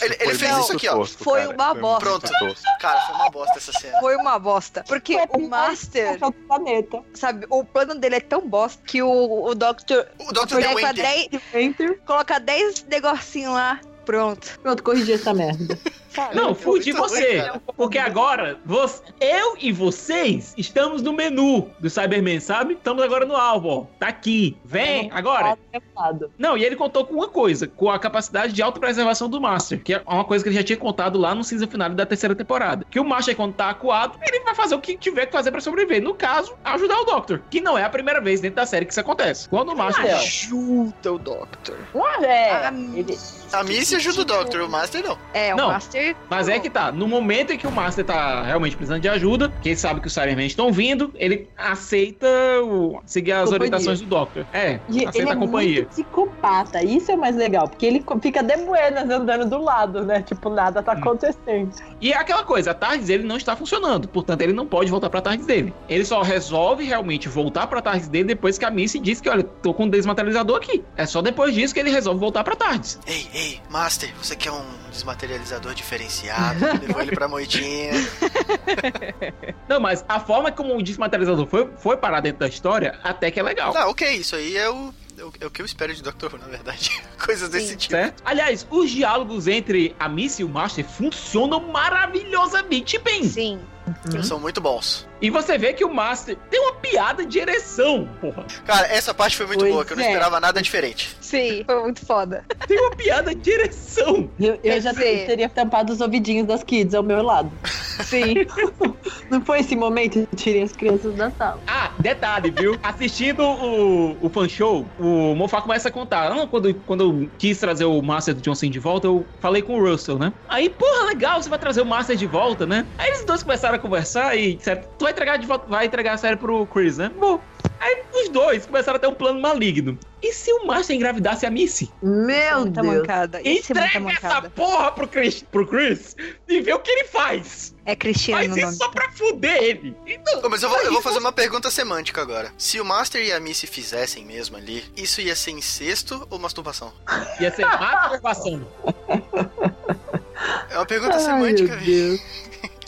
[SPEAKER 3] Ele, ele
[SPEAKER 1] Foi
[SPEAKER 3] fez
[SPEAKER 5] muito
[SPEAKER 3] isso aqui, ó.
[SPEAKER 1] tosco,
[SPEAKER 5] Foi
[SPEAKER 1] cara.
[SPEAKER 5] uma
[SPEAKER 1] Foi
[SPEAKER 5] bosta.
[SPEAKER 1] muito tosco.
[SPEAKER 3] Cara, foi uma bosta essa cena.
[SPEAKER 5] Foi uma bosta. Porque
[SPEAKER 2] Foi a
[SPEAKER 5] o
[SPEAKER 2] pior
[SPEAKER 5] Master,
[SPEAKER 2] Achar do planeta.
[SPEAKER 5] sabe, o plano dele é tão bosta que o, o Dr.
[SPEAKER 3] O Doctor deu um
[SPEAKER 5] coloca
[SPEAKER 3] enter.
[SPEAKER 5] 10,
[SPEAKER 2] Enter.
[SPEAKER 5] coloca 10 negocinhos lá, pronto.
[SPEAKER 2] Pronto, corrigi essa merda.
[SPEAKER 5] Sabe?
[SPEAKER 4] Não, fudi
[SPEAKER 3] muito
[SPEAKER 4] você.
[SPEAKER 3] ruim, cara.
[SPEAKER 4] porque agora, você- eu e vocês estamos no menu do Cybermen, sabe? Estamos agora no alvo, ó. Tá aqui. Vem, agora.
[SPEAKER 2] é Errado.
[SPEAKER 4] Não, e ele contou com uma coisa, com a capacidade de autopreservação do Master, que é uma coisa que ele já tinha contado lá no cinza final da terceira temporada. Que o Master, quando tá acuado, ele vai fazer o que tiver que fazer pra sobreviver. No caso, ajudar o Doctor, que não é a primeira vez dentro da série que isso acontece. Quando o Master...
[SPEAKER 2] Não. é.
[SPEAKER 5] Ajuda o Doctor.
[SPEAKER 2] Ué, é,
[SPEAKER 5] Ah,
[SPEAKER 2] ele-
[SPEAKER 3] A Missy ajuda o Doctor, o Master não.
[SPEAKER 5] É, o
[SPEAKER 4] Não,
[SPEAKER 5] Master.
[SPEAKER 4] Mas é que tá, no momento em que o Master tá realmente precisando de ajuda, que ele sabe que os Cybermen estão vindo, ele aceita o- seguir as
[SPEAKER 2] Companhia.
[SPEAKER 4] orientações do Doctor. É,
[SPEAKER 2] E ele
[SPEAKER 4] aceita
[SPEAKER 2] é
[SPEAKER 4] a companhia.
[SPEAKER 2] muito psicopata, isso é mais legal, porque ele co- fica de buenas andando do lado, né? Tipo, nada tá acontecendo.
[SPEAKER 4] E é aquela coisa, a tarde dele não está funcionando, portanto ele não pode voltar pra tarde dele. Ele só resolve realmente voltar pra tarde dele depois que a Missy diz que, olha, tô com um desmaterializador aqui. É só depois disso que ele resolve voltar pra tardes.
[SPEAKER 3] Ei, ei, Master, você quer um desmaterializador diferenciado? Levou ele pra moitinha.
[SPEAKER 4] Não, mas a forma como o desmaterializador foi, foi parar dentro da história até que é legal.
[SPEAKER 3] Tá, ok, isso aí é o, é o, é o que eu espero de Doctor Who, na verdade. Coisas desse tipo.
[SPEAKER 4] Certo? Aliás, os diálogos entre a Missy e o Master funcionam maravilhosamente bem.
[SPEAKER 5] Sim.
[SPEAKER 3] São muito bons.
[SPEAKER 4] E você vê que o Master tem uma piada de ereção, porra.
[SPEAKER 3] Cara, essa parte foi muito
[SPEAKER 2] Pois
[SPEAKER 3] boa, que eu não
[SPEAKER 2] é.
[SPEAKER 3] esperava nada diferente.
[SPEAKER 5] Sim, foi muito foda.
[SPEAKER 4] Tem uma piada de ereção.
[SPEAKER 2] Eu, eu
[SPEAKER 5] Quer
[SPEAKER 2] já
[SPEAKER 5] dizer-
[SPEAKER 2] teria tampado os ouvidinhos das kids ao meu lado.
[SPEAKER 5] Sim.
[SPEAKER 2] Não foi esse momento de tirem as crianças da sala.
[SPEAKER 4] Ah, detalhe, viu? Assistindo o, o fan show, o Mofá começa a contar. Ah, quando, quando eu quis trazer o Master do Johnson de volta, eu falei com o Russell, né? Aí, porra, legal, você vai trazer o Master de volta, né? Aí eles dois começaram a conversar e disseram, tu vai entregar de volta, vai entregar a série pro Chris, né? Bom. Aí os dois começaram a ter um plano maligno. E se o Master engravidasse a Missy?
[SPEAKER 5] Isso é
[SPEAKER 2] Meu
[SPEAKER 5] muita
[SPEAKER 2] Deus.
[SPEAKER 5] mancada. Isso é muita
[SPEAKER 4] Entrega essa
[SPEAKER 5] mancada.
[SPEAKER 4] porra pro Chris, pro Chris e vê o que ele faz.
[SPEAKER 5] É Cristina
[SPEAKER 4] Faz
[SPEAKER 5] no
[SPEAKER 4] isso
[SPEAKER 5] nome.
[SPEAKER 4] só pra fuder ele. Então,
[SPEAKER 3] Ô, mas eu vou, eu vou fazer uma pergunta semântica agora. Se o Master e a Missy fizessem mesmo ali, isso ia ser incesto ou masturbação?
[SPEAKER 4] ia ser masturbação.
[SPEAKER 3] É uma pergunta semântica, Vi.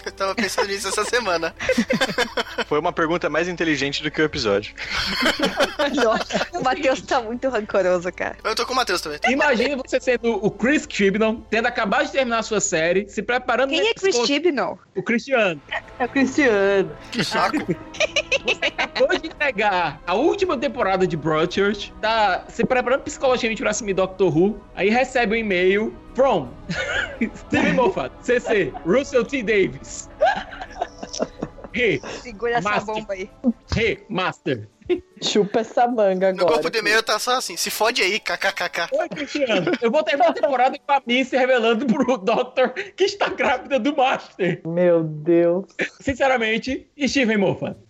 [SPEAKER 3] Eu tava pensando nisso essa semana.
[SPEAKER 1] Foi uma pergunta mais inteligente do que o episódio.
[SPEAKER 5] Nossa, o Matheus tá muito rancoroso, cara.
[SPEAKER 3] Eu tô com o Matheus também.
[SPEAKER 4] Imagine você sendo o Chris Chibnall, tendo acabado de terminar a sua série, se preparando...
[SPEAKER 5] Quem é Chris Chibnall?
[SPEAKER 4] O Cristiano.
[SPEAKER 2] É o Cristiano.
[SPEAKER 3] Que saco.
[SPEAKER 4] Acabou de entregar a última temporada de Broadchurch, tá se preparando psicologicamente pra assumir Doctor Who, aí recebe um e-mail from Steven Moffat, CC, Russell T. Davis. Hey,
[SPEAKER 5] Segura essa
[SPEAKER 4] Master.
[SPEAKER 5] bomba aí.
[SPEAKER 4] hey, master.
[SPEAKER 2] Chupa essa manga
[SPEAKER 3] No
[SPEAKER 2] agora.
[SPEAKER 3] corpo de e-mail tá só assim, se fode aí, kkkk.
[SPEAKER 4] Oi, Cristiano. Eu vou terminar a temporada com a Missy revelando pro Doctor que está grávida do Master.
[SPEAKER 2] Meu Deus.
[SPEAKER 4] Sinceramente, Steven Moffat.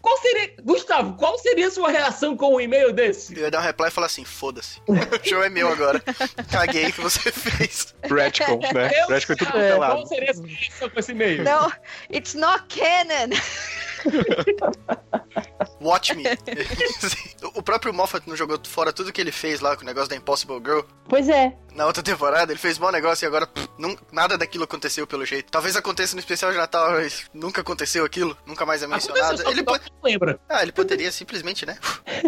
[SPEAKER 4] Qual seria... Gustavo, qual seria a sua reação com um e-mail desse?
[SPEAKER 3] Eu ia dar um reply e falar assim, foda-se. O show é meu agora. Caguei o que você fez.
[SPEAKER 1] Practical, né?
[SPEAKER 4] Eu-
[SPEAKER 1] Practical é tudo
[SPEAKER 4] Ah,
[SPEAKER 1] pelado.
[SPEAKER 4] Qual seria a sua reação com esse e-mail?
[SPEAKER 5] Não, it's not canon.
[SPEAKER 3] Watch me. o próprio Moffat não jogou fora tudo que ele fez lá com o negócio da Impossible Girl.
[SPEAKER 2] Pois é.
[SPEAKER 3] Na outra temporada, ele fez mau negócio e agora pff, nun- nada daquilo aconteceu pelo jeito. Talvez aconteça no especial de Natal, mas nunca aconteceu aquilo, nunca mais é
[SPEAKER 4] Aconteceu
[SPEAKER 3] mencionado.
[SPEAKER 4] só que
[SPEAKER 3] Ele,
[SPEAKER 4] o Doctor não lembra.
[SPEAKER 3] po- ah, ele poderia simplesmente, né?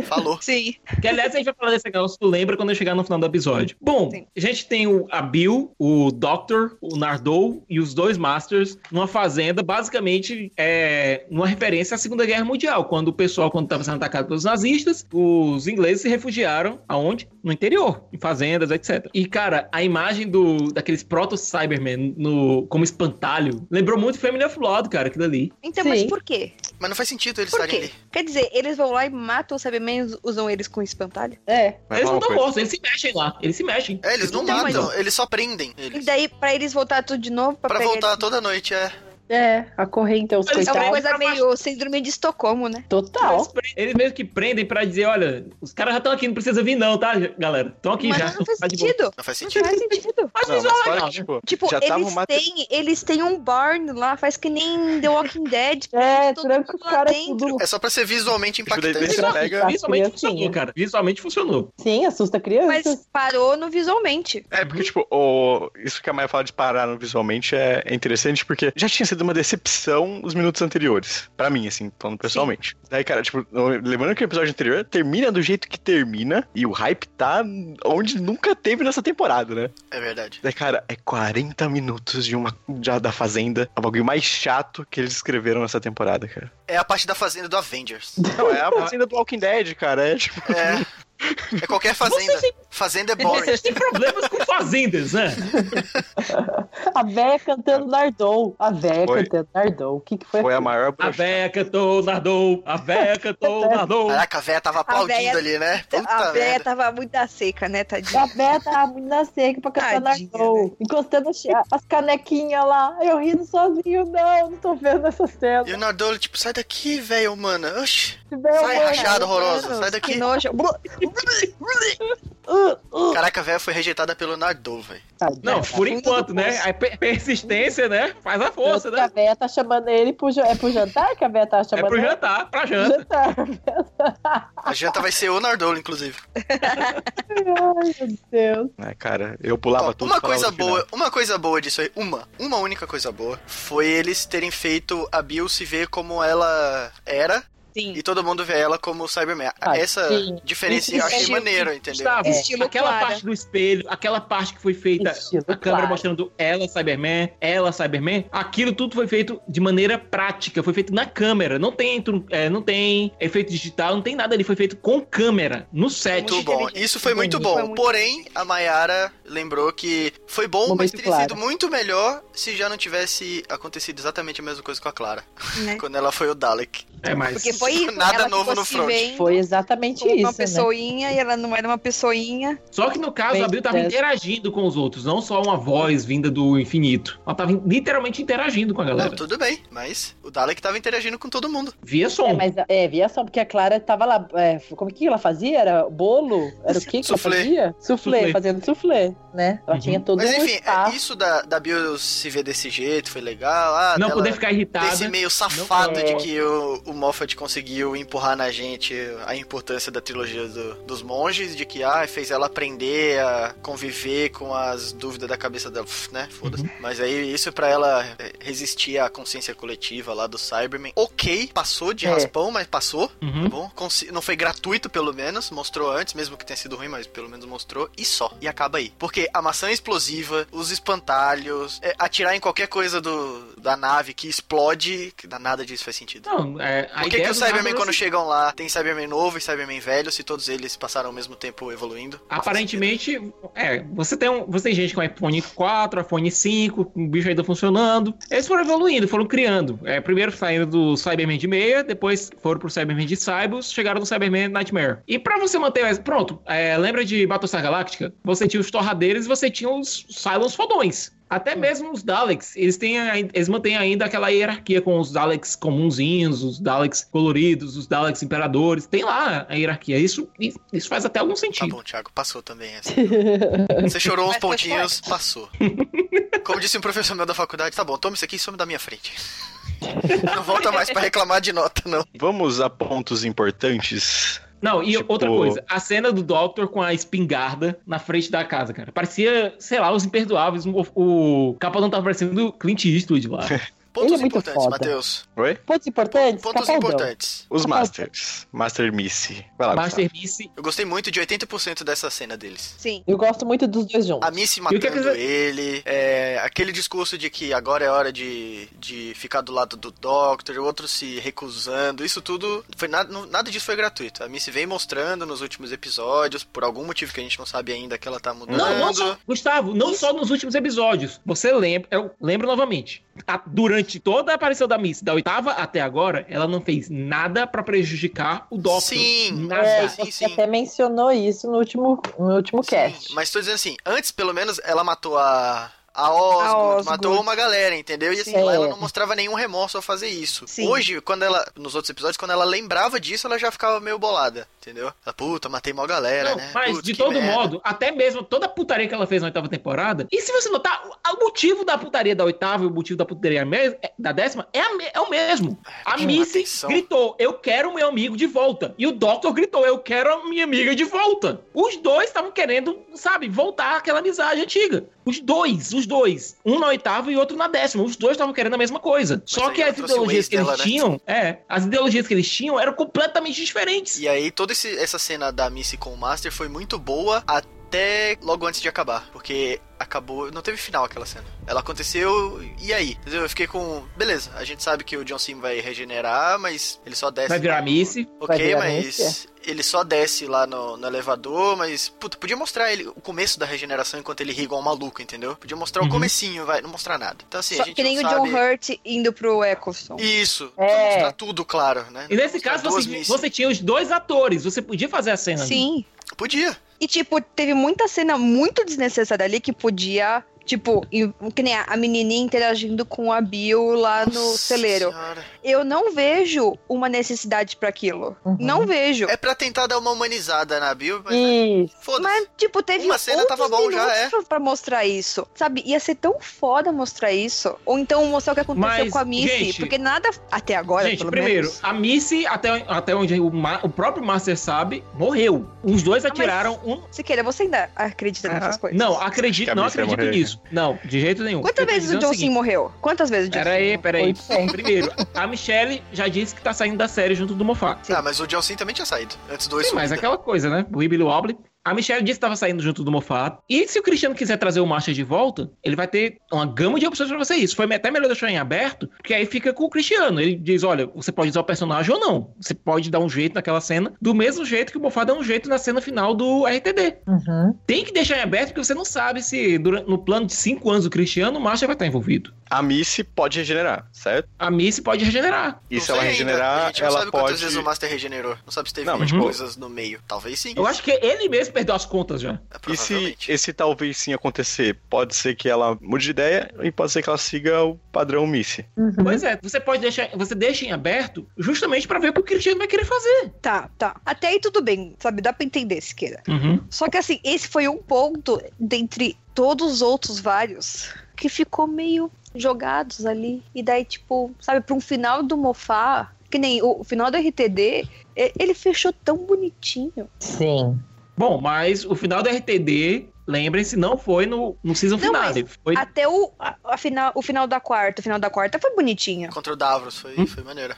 [SPEAKER 3] Falou.
[SPEAKER 5] Sim.
[SPEAKER 4] Que aliás a gente vai falar desse negócio, tu lembra quando eu chegar no final do episódio. Bom,
[SPEAKER 5] Sim.
[SPEAKER 4] a gente tem o, a Bill, o Doctor, o Nardou e os dois Masters numa fazenda, basicamente é uma referência à Segunda Guerra Mundial, quando o pessoal, quando estava sendo atacado pelos nazistas, os ingleses se refugiaram aonde? No interior, em fazendas, etc. E cara, a imagem do daqueles proto-Cybermen no como espantalho, lembrou muito Family of Blood, cara, aquilo ali.
[SPEAKER 5] Então, mas
[SPEAKER 2] Sim.
[SPEAKER 5] por quê?
[SPEAKER 3] Mas não faz sentido eles
[SPEAKER 5] Por
[SPEAKER 3] estarem
[SPEAKER 5] quê?
[SPEAKER 3] ali.
[SPEAKER 5] Quer dizer, eles vão lá e matam os Cybermen usam eles com espantalho?
[SPEAKER 2] É.
[SPEAKER 1] Mas fala
[SPEAKER 4] eles não
[SPEAKER 1] uma
[SPEAKER 4] estão
[SPEAKER 1] coisa.
[SPEAKER 4] mortos, eles se mexem lá, eles se mexem.
[SPEAKER 3] É, eles não
[SPEAKER 5] Então, mas-
[SPEAKER 3] matam, eles só prendem
[SPEAKER 5] E
[SPEAKER 3] eles.
[SPEAKER 5] daí, pra eles voltar tudo de novo? Pra,
[SPEAKER 3] Pra
[SPEAKER 5] pegar
[SPEAKER 3] voltar
[SPEAKER 5] eles-
[SPEAKER 3] toda noite, é.
[SPEAKER 2] É. A corrente aos
[SPEAKER 4] Eles
[SPEAKER 5] É uma
[SPEAKER 2] coitados.
[SPEAKER 5] coisa meio síndrome de Estocolmo, né?
[SPEAKER 2] Total.
[SPEAKER 4] Eles, pre- eles mesmo que prendem pra dizer, olha, os caras já estão aqui, não precisa vir não, tá, galera? Estão aqui
[SPEAKER 5] Mas
[SPEAKER 4] já.
[SPEAKER 5] não faz
[SPEAKER 4] tá de boa.
[SPEAKER 5] sentido.
[SPEAKER 3] Não faz
[SPEAKER 5] Não
[SPEAKER 3] sentido.
[SPEAKER 5] faz sentido.
[SPEAKER 4] Mas
[SPEAKER 1] Não,
[SPEAKER 4] visual
[SPEAKER 1] mas fora
[SPEAKER 4] legal.
[SPEAKER 1] que, tipo,
[SPEAKER 5] Tipo,
[SPEAKER 1] já tava
[SPEAKER 5] eles,
[SPEAKER 1] uma...
[SPEAKER 5] têm, eles têm um barn lá, faz que nem The Walking Dead.
[SPEAKER 2] É,
[SPEAKER 5] Todo
[SPEAKER 2] tranca os
[SPEAKER 5] mundo lá
[SPEAKER 2] caras
[SPEAKER 5] dentro.
[SPEAKER 2] tudo.
[SPEAKER 3] É só pra ser visualmente
[SPEAKER 1] Tipo, daí-
[SPEAKER 3] impactante.
[SPEAKER 1] daí-
[SPEAKER 4] Visual-
[SPEAKER 1] pega-
[SPEAKER 5] Assim,
[SPEAKER 4] Visualmente
[SPEAKER 2] a criancinha.
[SPEAKER 4] funcionou, cara. Visualmente funcionou.
[SPEAKER 2] Sim, assusta crianças.
[SPEAKER 5] Mas parou no visualmente.
[SPEAKER 1] É, porque, tipo, o... isso que a Maia fala de parar no visualmente é é interessante, porque já tinha sido uma decepção os minutos anteriores. Pra mim, assim, falando pessoalmente. Daí, cara, tipo, no- lembrando que o episódio anterior termina do jeito que termina, e o hype tá onde nunca teve nessa temporada, né?
[SPEAKER 3] É verdade.
[SPEAKER 1] Daí, cara, é 40 minutos de uma de- da Fazenda. É o bagulho mais chato que eles escreveram nessa temporada, cara.
[SPEAKER 3] É a parte da fazenda do Avengers.
[SPEAKER 1] Não, é a Fazenda do Walking Dead, cara. É, tipo,
[SPEAKER 3] É. É qualquer fazenda. Fazenda é boring.
[SPEAKER 4] Vocês têm problemas com fazendas, né?
[SPEAKER 2] A véia cantando Nardou. A véia
[SPEAKER 1] Foi.
[SPEAKER 2] cantando Nardou. O que,
[SPEAKER 3] É.
[SPEAKER 2] que foi?
[SPEAKER 1] foi a
[SPEAKER 2] aquilo?
[SPEAKER 1] maior
[SPEAKER 4] A
[SPEAKER 1] brochada.
[SPEAKER 4] véia cantou, nardou. A véia cantou,
[SPEAKER 5] É.
[SPEAKER 4] nardou.
[SPEAKER 3] Caraca, a véia tava aplaudindo
[SPEAKER 5] véia-
[SPEAKER 3] ali, né?
[SPEAKER 5] a
[SPEAKER 3] Puta
[SPEAKER 5] Bea
[SPEAKER 3] merda.
[SPEAKER 5] tava muito da seca, né, tadinha?
[SPEAKER 2] A véia tava muito na seca pra cantar
[SPEAKER 5] Tadinha, né?
[SPEAKER 2] Nardou. Encostando as- as canequinhas lá. Eu rindo sozinho. Não, não tô vendo essa cena.
[SPEAKER 3] E o Nardolo, tipo, sai daqui, velho, mano. Oxi.
[SPEAKER 2] Se bem,
[SPEAKER 3] Sai,
[SPEAKER 2] eu-
[SPEAKER 3] rachado, horrorosa.
[SPEAKER 5] Mano,
[SPEAKER 3] Sai
[SPEAKER 5] Que
[SPEAKER 3] daqui.
[SPEAKER 5] nojo.
[SPEAKER 2] Uh, uh.
[SPEAKER 3] Caraca, a véia foi rejeitada pelo Nardolo, velho. tá
[SPEAKER 2] Tadinha,
[SPEAKER 4] Não,
[SPEAKER 2] cara.
[SPEAKER 4] por enquanto, né? A pe- persistência, né? Faz a força,
[SPEAKER 2] Que A
[SPEAKER 4] né?
[SPEAKER 2] véia tá chamando ele pro, ja- é pro jantar que a véia tá
[SPEAKER 4] É
[SPEAKER 2] chamando
[SPEAKER 4] pro
[SPEAKER 2] ele?
[SPEAKER 4] jantar, pra
[SPEAKER 2] Pro
[SPEAKER 5] é
[SPEAKER 4] janta.
[SPEAKER 2] jantar.
[SPEAKER 3] A janta vai ser o Nardolo, inclusive.
[SPEAKER 2] Ai, meu Deus.
[SPEAKER 1] É, cara, eu pulava
[SPEAKER 3] Ó,
[SPEAKER 1] tudo.
[SPEAKER 3] uma
[SPEAKER 1] e falava
[SPEAKER 3] coisa
[SPEAKER 1] no final.
[SPEAKER 3] boa, uma coisa boa disso aí, uma, uma única coisa boa, foi eles terem feito a Bill se ver como ela era
[SPEAKER 5] Sim.
[SPEAKER 3] e todo mundo vê ela como o Cyberman.
[SPEAKER 2] Ah,
[SPEAKER 3] Essa
[SPEAKER 2] sim.
[SPEAKER 3] diferença eu achei
[SPEAKER 5] Isso,
[SPEAKER 3] maneiro, entendeu?
[SPEAKER 4] Gustavo,
[SPEAKER 5] É.
[SPEAKER 4] aquela
[SPEAKER 5] Estilo
[SPEAKER 4] parte do espelho, aquela parte que foi feita
[SPEAKER 2] Estilo,
[SPEAKER 4] A câmera
[SPEAKER 2] claro.
[SPEAKER 4] mostrando ela, Cyberman, ela, Cyberman. Aquilo tudo foi feito de maneira prática, foi feito na câmera. Não tem, tru- é, não tem efeito digital, não tem nada ali. Foi feito com câmera, no set.
[SPEAKER 3] Muito bom.
[SPEAKER 5] inteligente.
[SPEAKER 3] Isso foi muito
[SPEAKER 5] Entendi.
[SPEAKER 3] bom.
[SPEAKER 5] Foi muito
[SPEAKER 3] Porém, a Mayara lembrou que foi bom, mas
[SPEAKER 2] Momento
[SPEAKER 3] teria
[SPEAKER 2] Clara.
[SPEAKER 3] sido muito melhor se já não tivesse acontecido exatamente a mesma coisa com a Clara.
[SPEAKER 5] Né?
[SPEAKER 3] Quando ela foi o Dalek.
[SPEAKER 4] É, mas...
[SPEAKER 5] Porque foi isso.
[SPEAKER 3] Nada
[SPEAKER 5] ela
[SPEAKER 3] novo
[SPEAKER 5] ficou
[SPEAKER 3] no
[SPEAKER 5] se
[SPEAKER 3] front.
[SPEAKER 5] vendo
[SPEAKER 2] Foi exatamente
[SPEAKER 5] como
[SPEAKER 2] isso,
[SPEAKER 5] uma
[SPEAKER 2] né?
[SPEAKER 5] pessoinha e ela não era uma pessoinha.
[SPEAKER 4] Só que no caso,
[SPEAKER 2] Bem,
[SPEAKER 4] a Bill tava
[SPEAKER 2] é.
[SPEAKER 4] interagindo com os outros, não só uma voz vinda do infinito. Ela tava literalmente interagindo com a
[SPEAKER 3] Não,
[SPEAKER 4] galera.
[SPEAKER 3] tudo bem, mas o Dalek tava interagindo com todo mundo.
[SPEAKER 4] Via som.
[SPEAKER 2] É, mas é, via só, porque a Clara tava lá. é, como que ela fazia? Era bolo? Era o que que ela
[SPEAKER 3] Soufflé.
[SPEAKER 2] fazia? Soufflé,
[SPEAKER 4] Soufflé.
[SPEAKER 2] fazendo soufflé, né? Ela
[SPEAKER 4] Uhum.
[SPEAKER 2] tinha todo
[SPEAKER 3] Mas
[SPEAKER 2] um
[SPEAKER 3] enfim,
[SPEAKER 5] tá.
[SPEAKER 3] é,
[SPEAKER 2] espaço.
[SPEAKER 3] isso da, da Bill se ver desse jeito foi legal. Ah,
[SPEAKER 4] não
[SPEAKER 3] dela
[SPEAKER 4] poder ficar
[SPEAKER 3] desse
[SPEAKER 4] irritada.
[SPEAKER 3] meio safado
[SPEAKER 4] Não, é.
[SPEAKER 3] de que o, o Moffat conseguiu empurrar na gente a importância da trilogia do- dos monges, de que ah, fez ela aprender a conviver com as dúvidas da cabeça dela, Pff, né? Foda-se. Mas aí isso pra ela é, resistir à consciência coletiva lá do Cyberman. Ok, passou de
[SPEAKER 2] É.
[SPEAKER 3] raspão, mas passou,
[SPEAKER 4] Uhum.
[SPEAKER 3] tá bom? Consi- não foi gratuito pelo menos, mostrou antes, mesmo que tenha sido ruim, mas pelo menos mostrou e só. E acaba aí. Porque a maçã explosiva, os espantalhos, é, atirar em qualquer coisa do, da nave que explode, que dá nada disso faz sentido.
[SPEAKER 4] Não, é, assim. a
[SPEAKER 3] Por que,
[SPEAKER 4] ideia
[SPEAKER 3] que os
[SPEAKER 4] do
[SPEAKER 3] Cybermen,
[SPEAKER 4] Marvel-
[SPEAKER 3] quando chegam lá, tem Cybermen novo e Cybermen velho, se todos eles passaram ao mesmo tempo evoluindo?
[SPEAKER 4] Aparentemente, é, você tem, um, você tem gente com iPhone 4, iPhone 5, com o bicho ainda funcionando. Eles foram evoluindo, foram criando. É, primeiro saíram do Cyberman de meia, depois foram pro Cyberman de Cybus, chegaram no Cyberman Nightmare. E pra você manter. mas Pronto, é, lembra de Battlestar Galactica? Você tinha os torradeiros e você tinha os Cylons fodões. Até mesmo os Daleks, eles, têm, ai- eles mantêm ainda aquela hierarquia com os Daleks comunzinhos, os Daleks coloridos, os Daleks imperadores. Tem lá a hierarquia. Isso, isso faz até algum
[SPEAKER 3] Tá
[SPEAKER 4] sentido.
[SPEAKER 3] bom, Thiago, passou também essa. Você chorou uns
[SPEAKER 5] Mas foi
[SPEAKER 3] pontinhos, passou. Como disse um professor meu da faculdade, tá bom, toma isso aqui e some da minha frente. Não volta mais pra reclamar de nota, não.
[SPEAKER 1] Vamos a pontos importantes.
[SPEAKER 4] Não, e
[SPEAKER 1] Tipo-
[SPEAKER 4] outra coisa, a cena do Doctor com a espingarda na frente da casa, cara. Parecia, sei lá, os imperdoáveis. O, o Capalão tava parecendo o Clint Eastwood lá. é
[SPEAKER 3] Pontos
[SPEAKER 2] muito
[SPEAKER 3] importantes,
[SPEAKER 2] foda.
[SPEAKER 3] Matheus.
[SPEAKER 1] Oi?
[SPEAKER 2] Pontos importantes?
[SPEAKER 3] Pontos
[SPEAKER 2] Capaldão.
[SPEAKER 3] importantes.
[SPEAKER 1] Os
[SPEAKER 2] Ah,
[SPEAKER 1] Masters. Master Missy. Vai lá, Gustavo.
[SPEAKER 4] Master Missy.
[SPEAKER 3] Eu gostei muito de 80% dessa cena deles.
[SPEAKER 5] Sim.
[SPEAKER 2] Eu gosto muito dos dois juntos.
[SPEAKER 3] A Missy
[SPEAKER 4] que é
[SPEAKER 3] matando
[SPEAKER 4] que você-
[SPEAKER 3] ele, é, aquele discurso de que agora é hora de, de ficar do lado do Doctor, o outro se recusando, isso tudo, foi nada, não- nada disso foi gratuito. A Missy vem mostrando nos últimos episódios, por algum motivo que a gente não sabe ainda, que ela tá mudando.
[SPEAKER 4] Não, não só, Uhum. Gustavo, não só nos últimos episódios. Você lembra, eu lembro novamente. A- durante toda a aparição da Missy, da oitava até agora, ela não fez nada pra prejudicar o Doctor.
[SPEAKER 3] Sim,
[SPEAKER 4] Nada.
[SPEAKER 2] É,
[SPEAKER 3] sim,
[SPEAKER 2] você
[SPEAKER 3] sim.
[SPEAKER 2] até mencionou isso no último, no último
[SPEAKER 3] Sim,
[SPEAKER 2] cast.
[SPEAKER 3] mas tô dizendo assim, antes pelo menos ela matou a. A Osgood,
[SPEAKER 5] A Osgood.
[SPEAKER 3] matou uma galera, entendeu? E assim,
[SPEAKER 2] Sim.
[SPEAKER 3] lá ela não mostrava nenhum remorso ao fazer isso.
[SPEAKER 5] Sim.
[SPEAKER 3] Hoje, quando ela. Nos outros episódios, quando ela lembrava disso, ela já ficava meio bolada, entendeu? Ela, puta, matei uma galera,
[SPEAKER 4] Não,
[SPEAKER 3] né?
[SPEAKER 4] mas
[SPEAKER 3] Putz,
[SPEAKER 4] de
[SPEAKER 3] que
[SPEAKER 4] todo
[SPEAKER 3] merda."
[SPEAKER 4] modo, até mesmo toda a putaria que ela fez na oitava temporada, e se você notar, o- o motivo da putaria da oitava e o motivo da putaria me- é- da décima é, a me- é o mesmo. A
[SPEAKER 3] Chama
[SPEAKER 4] Missy
[SPEAKER 3] atenção.
[SPEAKER 4] gritou, eu quero o meu amigo de volta. E o Doctor gritou, eu quero a minha amiga de volta. Os dois estavam querendo, sabe, voltar àquela amizade antiga. Os dois, os dois. Um na oitava e outro na décima. Os dois estavam querendo a mesma coisa. Só
[SPEAKER 3] aí
[SPEAKER 4] que
[SPEAKER 3] ela
[SPEAKER 4] as
[SPEAKER 3] trouxe o ex
[SPEAKER 4] ideologias que eles
[SPEAKER 3] dela, né?
[SPEAKER 4] tinham, é, as ideologias que eles tinham eram completamente diferentes.
[SPEAKER 3] E aí, toda esse- essa cena da Missy com o Master foi muito boa até logo antes de acabar. Porque acabou. Não teve final aquela cena. Ela aconteceu e aí? Entendeu? Eu fiquei com. Beleza, a gente sabe que o John Sim vai regenerar, mas ele só desce.
[SPEAKER 4] Vai virar a Missy.
[SPEAKER 2] Vai
[SPEAKER 3] Ok,
[SPEAKER 2] virar
[SPEAKER 3] mas
[SPEAKER 2] Missy,
[SPEAKER 3] ele só desce lá no, no elevador, mas. Puta, podia mostrar ele o começo da regeneração enquanto ele ri igual um maluco, entendeu? Podia mostrar
[SPEAKER 4] Uhum.
[SPEAKER 3] o comecinho, vai, não mostrar nada. Então assim,
[SPEAKER 5] Só
[SPEAKER 3] a gente
[SPEAKER 5] que nem o
[SPEAKER 3] não sabe...
[SPEAKER 5] John Hurt indo pro Eccleston.
[SPEAKER 3] Isso,
[SPEAKER 2] É.
[SPEAKER 3] mostrar tudo claro, né?
[SPEAKER 4] E nesse
[SPEAKER 3] Mostrar
[SPEAKER 4] caso,
[SPEAKER 3] duas
[SPEAKER 4] você,
[SPEAKER 3] Missy.
[SPEAKER 4] você tinha os dois atores, você podia fazer a cena. ali.
[SPEAKER 5] Sim.
[SPEAKER 3] Podia.
[SPEAKER 5] E, tipo, teve muita cena muito desnecessária ali que podia. Tipo, em- que nem a- a menininha interagindo com a Bill lá no
[SPEAKER 3] Nossa
[SPEAKER 5] celeiro.
[SPEAKER 3] Senhora.
[SPEAKER 5] Eu não vejo uma necessidade pra aquilo.
[SPEAKER 2] Uhum.
[SPEAKER 5] Não vejo.
[SPEAKER 3] É pra tentar dar uma humanizada na Bill, mas é.
[SPEAKER 2] Isso.
[SPEAKER 3] foda-se.
[SPEAKER 5] Mas, tipo, teve
[SPEAKER 3] Uma cena
[SPEAKER 5] outros
[SPEAKER 3] tava bom já,
[SPEAKER 5] minutos
[SPEAKER 3] é.
[SPEAKER 5] pra- pra mostrar isso. Sabe, ia ser tão foda mostrar isso. Ou então mostrar o que aconteceu
[SPEAKER 4] Mas,
[SPEAKER 5] com a Missy.
[SPEAKER 4] gente-
[SPEAKER 5] porque nada, até agora,
[SPEAKER 4] Gente,
[SPEAKER 5] pelo
[SPEAKER 4] primeiro,
[SPEAKER 5] menos.
[SPEAKER 4] a Missy, até, até onde o, Ma- o próprio Master sabe, morreu. Os dois
[SPEAKER 5] Ah, mas-
[SPEAKER 4] atiraram um.
[SPEAKER 5] Siqueira, você ainda acredita nessas coisas?
[SPEAKER 4] Não,
[SPEAKER 1] Que
[SPEAKER 4] acredito,
[SPEAKER 1] a
[SPEAKER 4] não
[SPEAKER 1] Missy ia
[SPEAKER 4] acredito
[SPEAKER 1] morrer.
[SPEAKER 4] nisso. Não, de jeito nenhum.
[SPEAKER 5] Quantas
[SPEAKER 4] Eu tô
[SPEAKER 5] vezes o
[SPEAKER 4] dizendo
[SPEAKER 5] John
[SPEAKER 4] seguinte,
[SPEAKER 5] Sim morreu? Quantas vezes o John Sim?
[SPEAKER 4] Peraí, peraí.
[SPEAKER 2] Oito.
[SPEAKER 4] Primeiro, a Michelle já disse que tá saindo da série junto do Moffat.
[SPEAKER 3] Ah, mas o John Sim também tinha saído. Antes do
[SPEAKER 4] Sim,
[SPEAKER 3] Oito
[SPEAKER 4] mas
[SPEAKER 3] Vida.
[SPEAKER 4] aquela coisa, né? O Ibili Wobbly. A Michelle disse que estava saindo junto do Moffat. E se o Cristiano quiser trazer o Master de volta, ele vai ter uma gama de opções para você isso. Foi até melhor deixar em aberto, porque aí fica com o Cristiano. Ele diz: olha, você pode usar o personagem ou não. Você pode dar um jeito naquela cena, do mesmo jeito que o Moffat dá um jeito na cena final do RTD.
[SPEAKER 2] Uhum.
[SPEAKER 4] Tem que deixar em aberto, porque você não sabe se durante, no plano de cinco anos do Cristiano, o Master vai estar envolvido.
[SPEAKER 1] A Missy pode regenerar, certo?
[SPEAKER 4] A Missy pode regenerar.
[SPEAKER 1] E
[SPEAKER 3] Não
[SPEAKER 1] se ela
[SPEAKER 3] sei ainda. A
[SPEAKER 1] regenerar,
[SPEAKER 3] gente não
[SPEAKER 1] é ela
[SPEAKER 3] sabe
[SPEAKER 1] pode.
[SPEAKER 3] quantas vezes o Master regenerou. Não sabe se teve
[SPEAKER 1] Não, mas,
[SPEAKER 4] tipo-
[SPEAKER 3] coisas no meio. Talvez sim.
[SPEAKER 4] Eu acho que ele mesmo perdeu as contas já.
[SPEAKER 3] É,
[SPEAKER 1] E se
[SPEAKER 3] provavelmente.
[SPEAKER 1] esse talvez sim acontecer, pode ser que ela mude de ideia e pode ser que ela siga o padrão Missy.
[SPEAKER 2] Uhum.
[SPEAKER 4] Pois é, você pode deixar, você deixa em aberto justamente para ver o que o Cristiano vai querer fazer.
[SPEAKER 5] Tá, tá. Até aí tudo bem, sabe? Dá pra entender, Siqueira.
[SPEAKER 2] Uhum.
[SPEAKER 5] Só que assim, esse foi um ponto dentre todos os outros vários que ficou meio jogados ali. E daí, tipo, sabe, pra um final do Mofá Que nem o final do RTD, e- ele fechou tão bonitinho.
[SPEAKER 2] Sim.
[SPEAKER 4] Bom, mas o final do RTD, lembrem-se, não foi no, no season
[SPEAKER 5] Não,
[SPEAKER 4] finale. Foi
[SPEAKER 5] Até o, a- a final, o final da quarta. O final da quarta foi bonitinho.
[SPEAKER 3] Contra o Davros, foi,
[SPEAKER 4] Hum?
[SPEAKER 3] foi maneiro.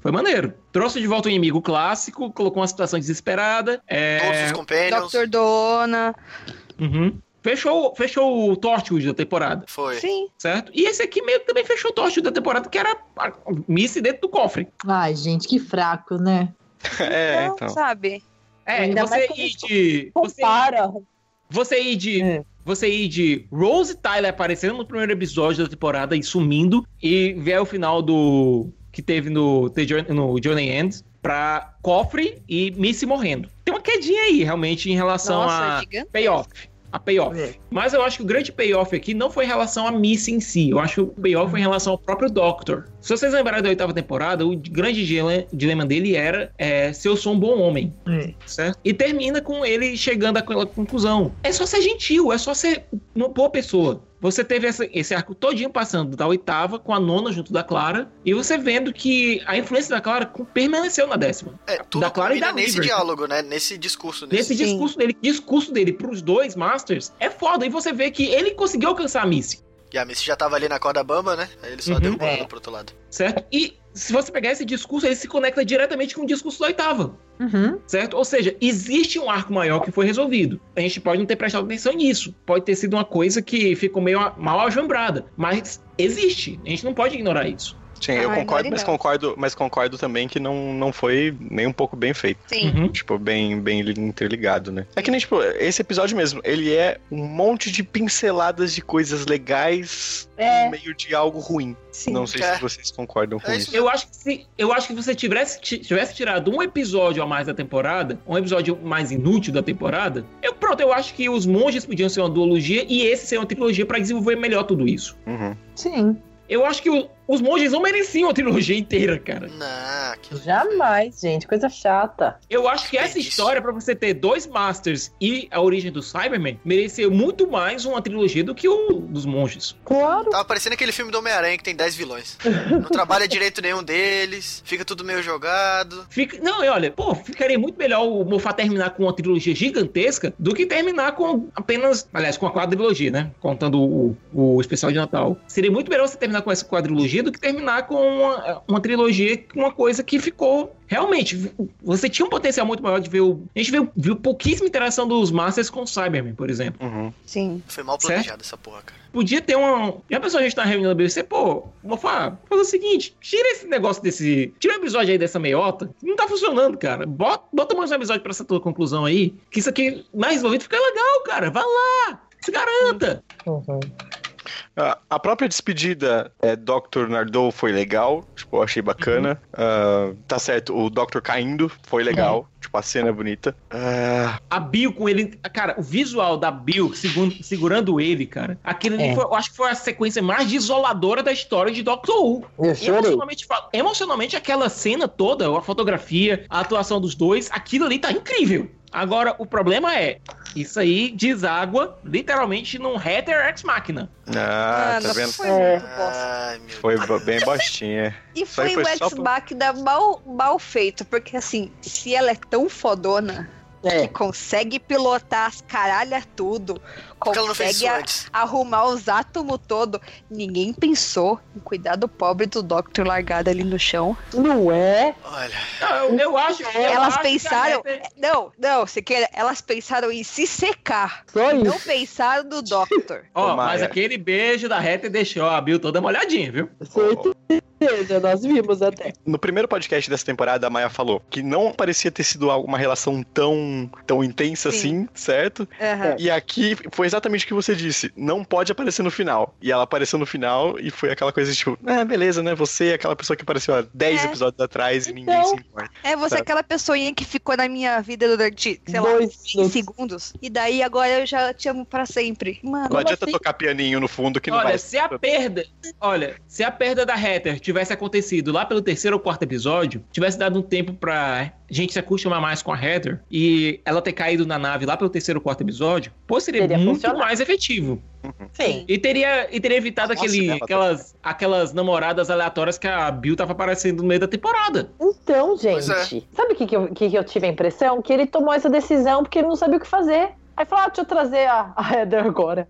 [SPEAKER 4] Foi maneiro. Trouxe de volta o inimigo clássico, colocou uma situação desesperada.
[SPEAKER 3] Todos
[SPEAKER 4] É...
[SPEAKER 3] os Companions.
[SPEAKER 5] Dr. Dona.
[SPEAKER 4] uhum. Fechou, fechou o Torchwood da temporada,
[SPEAKER 3] Foi.
[SPEAKER 5] Sim.
[SPEAKER 4] certo? E esse aqui meio que também fechou o Torchwood da temporada, que era a Missy dentro do cofre.
[SPEAKER 2] Ai, gente, que fraco, né?
[SPEAKER 1] É,
[SPEAKER 5] Então,
[SPEAKER 1] então.
[SPEAKER 5] sabe?
[SPEAKER 4] É,
[SPEAKER 2] Ainda
[SPEAKER 4] você
[SPEAKER 2] mais quando
[SPEAKER 4] ir de. Você,
[SPEAKER 2] Compara.
[SPEAKER 4] você ir de.
[SPEAKER 2] É.
[SPEAKER 4] Você ir de Rose Tyler aparecendo no primeiro episódio da temporada e sumindo, e ver o final do. que teve no, The Journey- no Johnny Ends pra cofre e Missy morrendo. Tem uma quedinha aí, realmente, em relação a.
[SPEAKER 5] Nossa, gigante.
[SPEAKER 4] payoff. A payoff.
[SPEAKER 2] É.
[SPEAKER 4] Mas eu acho que o grande payoff aqui não foi em relação à Missy em si. Eu acho que o payoff foi em relação ao próprio Doctor. Se vocês lembrarem da oitava temporada, o grande dile- dilema dele era é, se eu sou um bom homem.
[SPEAKER 2] É.
[SPEAKER 4] Certo? E termina com ele chegando àquela conclusão. É só ser gentil, é só ser uma boa pessoa. Você teve essa- esse arco todinho passando da oitava com a nona junto da Clara. E você vendo que a influência da Clara com- permaneceu na décima.
[SPEAKER 3] É, tudo
[SPEAKER 4] Da Clara e da
[SPEAKER 3] combina nesse
[SPEAKER 4] Weaver.
[SPEAKER 3] diálogo, né? Nesse discurso. Nesse...
[SPEAKER 4] Nesse
[SPEAKER 5] Sim.
[SPEAKER 4] discurso dele, discurso dele pros dois Masters é foda. E você vê que ele conseguiu alcançar a Missy,
[SPEAKER 3] E a Missy já tava ali na corda bamba, né? Aí ele só
[SPEAKER 4] Uhum.
[SPEAKER 3] deu uma
[SPEAKER 2] É.
[SPEAKER 3] olhada pro outro lado.
[SPEAKER 4] certo? E se você pegar esse discurso, ele se conecta diretamente com o discurso da oitava,
[SPEAKER 2] Uhum.
[SPEAKER 4] certo? Ou seja, existe um arco maior que foi resolvido. A gente pode não ter prestado atenção nisso. Pode ter sido uma coisa que ficou meio a- mal ajambrada, mas existe. A gente não pode ignorar isso.
[SPEAKER 1] Sim, eu
[SPEAKER 5] Ai,
[SPEAKER 1] concordo,
[SPEAKER 5] não,
[SPEAKER 1] mas
[SPEAKER 5] Ah, não.
[SPEAKER 1] concordo, mas concordo também que não, não foi nem um pouco bem feito.
[SPEAKER 5] Sim.
[SPEAKER 4] Uhum.
[SPEAKER 1] Tipo, bem, bem interligado, né? É que nem, tipo, esse episódio mesmo, ele é um monte de pinceladas de coisas legais
[SPEAKER 2] É.
[SPEAKER 1] no meio de algo ruim.
[SPEAKER 5] Sim.
[SPEAKER 1] Não sei
[SPEAKER 3] É.
[SPEAKER 1] se vocês concordam com
[SPEAKER 3] É
[SPEAKER 1] isso.
[SPEAKER 3] isso.
[SPEAKER 4] Eu acho que se, eu acho que você tivesse, ti- tivesse tirado um episódio a mais da temporada, um episódio mais inútil da temporada, eu pronto, eu acho que os monges podiam ser uma duologia e esse ser uma trilogia pra desenvolver melhor tudo isso.
[SPEAKER 1] Uhum.
[SPEAKER 2] Sim.
[SPEAKER 4] Eu acho que o- os monges não mereciam a trilogia inteira, cara.
[SPEAKER 3] Não, que...
[SPEAKER 2] Jamais, gente. Coisa chata.
[SPEAKER 4] Eu acho que essa
[SPEAKER 3] Desperdício.
[SPEAKER 4] história pra você ter dois Masters e a origem do Cyberman merecia muito mais uma trilogia do que o dos monges.
[SPEAKER 2] Claro.
[SPEAKER 3] Tava parecendo aquele filme do Homem-Aranha que tem 10 vilões. Não trabalha direito nenhum deles, fica tudo meio jogado.
[SPEAKER 4] Fica... Não, e olha, pô, ficaria muito melhor o Moffat terminar com uma trilogia gigantesca do que terminar com apenas. Aliás, com a quadrilogia, né? Contando o, o especial de Natal. Seria muito melhor você terminar com essa quadrilogia do que terminar com uma, uma trilogia, com uma coisa que ficou. Realmente, você tinha um potencial muito maior de ver o. A gente viu, viu pouquíssima interação dos Masters com o Cyberman, por exemplo.
[SPEAKER 1] Uhum.
[SPEAKER 5] Sim.
[SPEAKER 3] Foi mal
[SPEAKER 4] Certo.
[SPEAKER 3] planejado essa porra, cara.
[SPEAKER 4] Podia ter uma. Já pensou a gente tá reunindo a BBC? Pô, Mofá, faz o seguinte: tira esse negócio desse. Tira o episódio aí dessa meiota. que Não tá funcionando, cara. Bota, bota mais um episódio pra essa tua conclusão aí. Que isso aqui mais resolvido fica legal, cara. Vai lá! Se garanta!
[SPEAKER 1] A- Ah, A própria despedida é, Dr. Nardou foi legal, tipo, eu achei bacana. Ah, tá certo, o Dr. caindo foi legal, tipo, a cena é bonita. Ah,
[SPEAKER 4] A Bill com ele. Cara, o visual da Bill segun- segurando ele, cara. Aquele ali
[SPEAKER 2] É.
[SPEAKER 4] foi- eu acho que foi a sequência mais desoladora da história de Doctor Who.
[SPEAKER 1] É,
[SPEAKER 2] Eu chorei.
[SPEAKER 4] Emocionalmente, fa- emocionalmente, aquela cena toda, a fotografia, a atuação dos dois, aquilo ali tá incrível. Agora, o problema é, isso aí deságua literalmente num Hatter Ex Machina.
[SPEAKER 1] ah, tá
[SPEAKER 5] Mano,
[SPEAKER 1] vendo?
[SPEAKER 5] Foi
[SPEAKER 2] É.
[SPEAKER 5] muito bosta.
[SPEAKER 3] Ai, meu
[SPEAKER 1] Foi
[SPEAKER 3] Deus.
[SPEAKER 1] bo- bem bostinha.
[SPEAKER 5] E
[SPEAKER 1] Isso aí
[SPEAKER 5] foi,
[SPEAKER 1] foi
[SPEAKER 5] o
[SPEAKER 1] só pra-
[SPEAKER 5] ex-máquina mal, mal feito, porque assim, se ela é tão fodona,
[SPEAKER 2] É.
[SPEAKER 5] consegue pilotar as caralhas tudo,
[SPEAKER 3] Por que ela não fez
[SPEAKER 5] consegue
[SPEAKER 3] isso
[SPEAKER 5] a-
[SPEAKER 3] antes?
[SPEAKER 5] arrumar os átomos todo, ninguém pensou em cuidar do pobre do Doctor largado ali no chão.
[SPEAKER 2] Não é?
[SPEAKER 3] Olha,
[SPEAKER 4] Não, Eu, eu acho. eu
[SPEAKER 5] Elas
[SPEAKER 4] acho que a
[SPEAKER 5] pensaram-
[SPEAKER 4] Heather-
[SPEAKER 5] Não, não, Siqueira, elas pensaram em se secar,
[SPEAKER 2] Só
[SPEAKER 5] não
[SPEAKER 2] isso.
[SPEAKER 5] pensaram no Doctor.
[SPEAKER 4] Ó,
[SPEAKER 1] Ô, Maia.
[SPEAKER 4] mas aquele beijo da Hatter deixou a Bill toda molhadinha, viu?
[SPEAKER 2] Certeza, nós vimos até.
[SPEAKER 1] No primeiro podcast dessa temporada, a Maia falou que não parecia ter sido uma relação tão, tão intensa
[SPEAKER 5] Sim.
[SPEAKER 1] assim, certo?
[SPEAKER 2] É.
[SPEAKER 5] Aham.
[SPEAKER 1] E aqui foi exatamente o que você disse. Não pode aparecer no final. E ela apareceu no final e foi aquela coisa tipo, ah, beleza, né? Você é aquela pessoa que apareceu há 10
[SPEAKER 5] É.
[SPEAKER 1] episódios atrás e ninguém
[SPEAKER 2] Então.
[SPEAKER 1] se importa.
[SPEAKER 5] É você é
[SPEAKER 1] Sabe?
[SPEAKER 5] aquela pessoinha que ficou na minha vida durante, sei lá,
[SPEAKER 2] Dois
[SPEAKER 5] 20 segundos. E daí agora eu já te amo pra sempre. Mano,
[SPEAKER 1] Não adianta
[SPEAKER 5] assim?
[SPEAKER 1] tocar pianinho no fundo que não
[SPEAKER 4] olha,
[SPEAKER 1] vai.
[SPEAKER 4] se a perda. Olha, se a perda da Hatter tivesse tivesse acontecido lá pelo terceiro ou quarto episódio, tivesse dado um tempo pra gente se acostumar mais com a Heather e ela ter caído na nave lá pelo terceiro ou quarto episódio, pô, seria,
[SPEAKER 2] Teria
[SPEAKER 4] muito
[SPEAKER 2] funcionado.
[SPEAKER 4] mais efetivo.
[SPEAKER 2] Sim.
[SPEAKER 4] E teria, e teria evitado
[SPEAKER 1] Nossa,
[SPEAKER 4] aquele,
[SPEAKER 1] né, Matheus?
[SPEAKER 4] aquelas, aquelas namoradas aleatórias que a Bill tava aparecendo no meio da temporada.
[SPEAKER 2] Então,
[SPEAKER 3] Pois
[SPEAKER 4] é.
[SPEAKER 2] gente, sabe o que, que, eu, que que eu tive a impressão? Que ele tomou essa decisão porque ele não sabia o que fazer. Aí falou, ah, deixa eu trazer a, a Heather agora.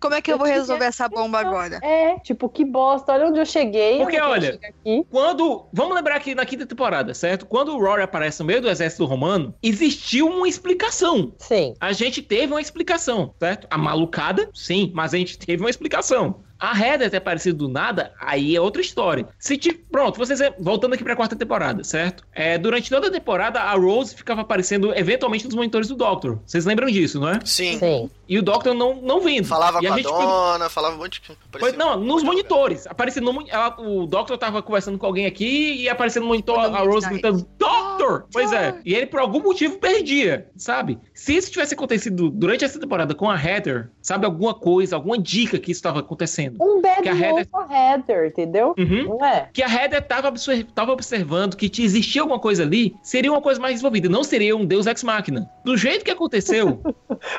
[SPEAKER 5] Como é que eu vou
[SPEAKER 2] Eu te
[SPEAKER 5] resolver essa bomba agora?
[SPEAKER 2] É, tipo, que bosta, olha onde eu cheguei. onde
[SPEAKER 4] Porque,
[SPEAKER 2] eu
[SPEAKER 4] olha,
[SPEAKER 2] chego aqui.
[SPEAKER 4] Quando. Vamos lembrar que na quinta temporada, certo? Quando o Rory aparece no meio do exército romano, existiu uma explicação.
[SPEAKER 2] Sim,
[SPEAKER 4] A gente teve uma explicação, certo? A malucada, sim, mas a gente teve uma explicação. A Heather ter aparecido do nada, aí é outra história. Se ti- Pronto, vocês. eh, Voltando aqui pra quarta temporada, certo? É, durante toda a temporada, a Rose ficava aparecendo eventualmente nos monitores do Doctor. Vocês lembram disso, não é?
[SPEAKER 3] Sim.
[SPEAKER 2] sim.
[SPEAKER 4] E o Doctor não, não vindo.
[SPEAKER 3] Falava
[SPEAKER 4] e
[SPEAKER 3] com a,
[SPEAKER 4] gente ficou-
[SPEAKER 3] dona, falava um monte de
[SPEAKER 4] Pois
[SPEAKER 3] parecia-
[SPEAKER 4] não, nos
[SPEAKER 3] Olha,
[SPEAKER 4] monitores. Aparecendo no, mon- ela- o Doctor tava conversando com alguém aqui e aparecendo no monitor
[SPEAKER 5] Todo
[SPEAKER 4] a
[SPEAKER 5] mundo
[SPEAKER 4] Rose
[SPEAKER 5] tá
[SPEAKER 4] gritando: Doctor! Pois é.
[SPEAKER 5] Doctor!
[SPEAKER 4] E ele, por algum motivo, perdia, sabe? Se isso tivesse acontecido durante essa temporada com a Heather, sabe? Alguma coisa, alguma dica que isso estava acontecendo.
[SPEAKER 2] Um bad
[SPEAKER 4] Que a
[SPEAKER 2] news
[SPEAKER 4] Heather-
[SPEAKER 2] for Heather, entendeu?
[SPEAKER 4] Uhum.
[SPEAKER 2] Não é?
[SPEAKER 4] Que a Heather tava, absor- tava observando que existia alguma coisa ali, seria uma coisa mais desenvolvida, não seria um Deus Ex Machina. Do jeito que aconteceu,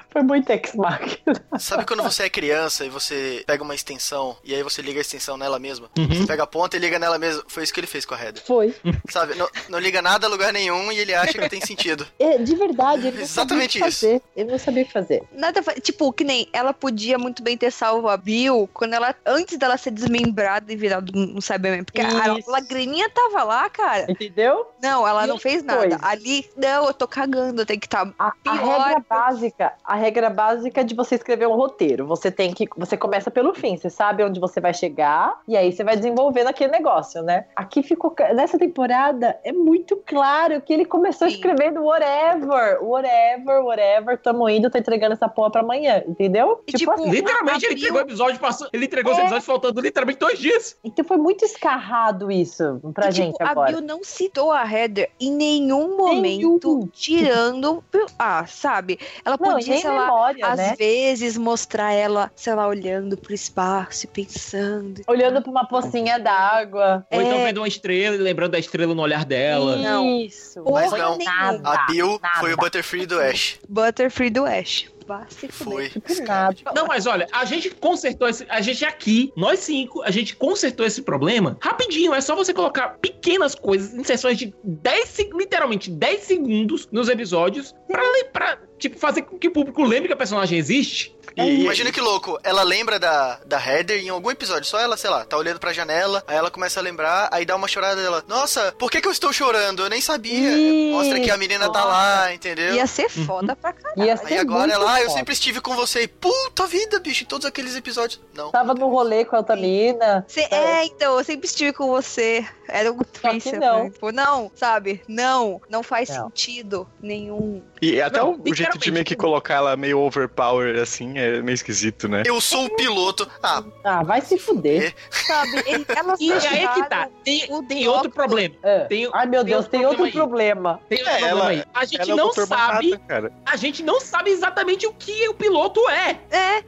[SPEAKER 2] Foi muito ex-mark.
[SPEAKER 3] Sabe quando você é criança e você pega uma extensão e aí você liga a extensão nela mesma?
[SPEAKER 4] Uhum.
[SPEAKER 3] Você pega a ponta e liga nela mesma. Foi isso que ele fez com a Heather.
[SPEAKER 2] Foi.
[SPEAKER 3] Sabe? Não, não liga nada a lugar nenhum e ele acha que tem sentido.
[SPEAKER 2] É, de verdade, ele não
[SPEAKER 3] Exatamente
[SPEAKER 2] sabia o que
[SPEAKER 3] isso.
[SPEAKER 2] fazer. Ele não sabia o que fazer.
[SPEAKER 5] Nada fa- Tipo, que nem ela podia muito bem ter salvo a Bill quando ela. Antes dela ser desmembrada e virado um Cyberman. Porque
[SPEAKER 2] Isso.
[SPEAKER 5] a lagrininha tava lá, cara.
[SPEAKER 2] Entendeu?
[SPEAKER 5] Não, ela
[SPEAKER 2] E
[SPEAKER 5] não
[SPEAKER 2] outra
[SPEAKER 5] fez nada.
[SPEAKER 2] coisa.
[SPEAKER 5] Ali, não, eu tô cagando, eu tenho que tá-, estar.
[SPEAKER 2] A, a
[SPEAKER 5] Pior.
[SPEAKER 2] regra básica, a regra básica de você escrever um roteiro, você tem que, você começa pelo fim, você sabe onde você vai chegar e aí você vai desenvolvendo aquele negócio, né? Aqui ficou ca- nessa temporada é muito claro que ele começou
[SPEAKER 5] Sim.
[SPEAKER 2] escrevendo whatever, whatever, whatever, tamo indo, tô entregando essa porra pra amanhã, entendeu?
[SPEAKER 5] E, tipo,
[SPEAKER 2] assim.
[SPEAKER 4] literalmente ele
[SPEAKER 5] Abriu.
[SPEAKER 4] entregou o episódio, passou, ele entregou os
[SPEAKER 2] É.
[SPEAKER 4] episódios faltando literalmente dois dias.
[SPEAKER 2] então foi muito escarrado isso pra
[SPEAKER 5] E, tipo,
[SPEAKER 2] gente
[SPEAKER 5] A
[SPEAKER 2] agora.
[SPEAKER 5] Bill não citou a Heather em nenhum momento,
[SPEAKER 2] Nenhum.
[SPEAKER 5] tirando. Ah, sabe? Ela
[SPEAKER 2] Não,
[SPEAKER 5] podia,
[SPEAKER 2] nem
[SPEAKER 5] sei lá,
[SPEAKER 2] memória,
[SPEAKER 5] às
[SPEAKER 2] né?
[SPEAKER 5] vezes mostrar ela, sei lá, olhando pro espaço e pensando.
[SPEAKER 2] Olhando pra uma pocinha d'água.
[SPEAKER 4] Ou então
[SPEAKER 5] É.
[SPEAKER 4] vendo uma estrela e lembrando da estrela no olhar dela.
[SPEAKER 5] Não.
[SPEAKER 2] Isso.
[SPEAKER 3] Mas
[SPEAKER 5] Porra
[SPEAKER 3] não,
[SPEAKER 5] nenhuma.
[SPEAKER 3] A Bill
[SPEAKER 2] nada.
[SPEAKER 3] foi o Butterfree do Ash.
[SPEAKER 5] Butterfree do Ash. Vá se fuder.
[SPEAKER 3] Foi.
[SPEAKER 2] Que nada.
[SPEAKER 4] Não, mas olha, a gente consertou esse. A gente aqui, nós cinco, a gente consertou esse problema rapidinho. É só você colocar pequenas coisas em sessões de 10, se- literalmente 10 segundos nos episódios pra, le- pra, tipo, fazer com que o público lembre que a personagem existe.
[SPEAKER 3] E imagina que louco, ela lembra da, da Heather em algum episódio, só ela, sei lá, tá olhando pra janela, aí ela começa a lembrar, aí dá uma chorada dela. Nossa, por que que eu estou chorando? Eu nem sabia.
[SPEAKER 2] Ih,
[SPEAKER 3] Mostra que a menina tá lá, entendeu?
[SPEAKER 5] Ia ser
[SPEAKER 4] Uhum.
[SPEAKER 5] foda pra caralho.
[SPEAKER 2] Ia
[SPEAKER 3] Aí
[SPEAKER 2] ser
[SPEAKER 3] agora
[SPEAKER 2] assim, é muito
[SPEAKER 3] ela, ah, eu
[SPEAKER 2] foda.
[SPEAKER 3] sempre estive com você. E, puta vida, bicho, em todos aqueles episódios. Não.
[SPEAKER 2] Tava no rolê com a outra mina.
[SPEAKER 5] Cê- é, então, eu sempre estive com você. Era um twist.
[SPEAKER 2] que não.
[SPEAKER 5] né? Tipo, não, sabe? Não, não faz
[SPEAKER 2] Não.
[SPEAKER 5] sentido nenhum.
[SPEAKER 1] E até
[SPEAKER 4] Não,
[SPEAKER 1] o- o jeito de meio que colocar ela meio overpower assim é meio esquisito, né?
[SPEAKER 3] Eu sou o piloto. Ah,
[SPEAKER 2] Ah, vai se fuder.
[SPEAKER 5] Sabe? Ele- ela
[SPEAKER 4] E
[SPEAKER 5] só
[SPEAKER 4] aí é que tá.
[SPEAKER 5] jogaram
[SPEAKER 4] Tem,
[SPEAKER 5] o
[SPEAKER 4] tem outro
[SPEAKER 5] Doctor-
[SPEAKER 4] problema.
[SPEAKER 3] É.
[SPEAKER 2] Ah.
[SPEAKER 4] Tem,
[SPEAKER 2] Ai, meu
[SPEAKER 4] tem
[SPEAKER 2] Deus,
[SPEAKER 4] um
[SPEAKER 2] tem outro problema.
[SPEAKER 4] tem outro
[SPEAKER 1] É,
[SPEAKER 4] problema
[SPEAKER 1] ela-
[SPEAKER 4] aí. A gente
[SPEAKER 1] Ela é o
[SPEAKER 4] não
[SPEAKER 1] Dr.
[SPEAKER 4] sabe.
[SPEAKER 1] Manhattan, cara.
[SPEAKER 4] A gente não sabe exatamente o que o piloto é.
[SPEAKER 5] É.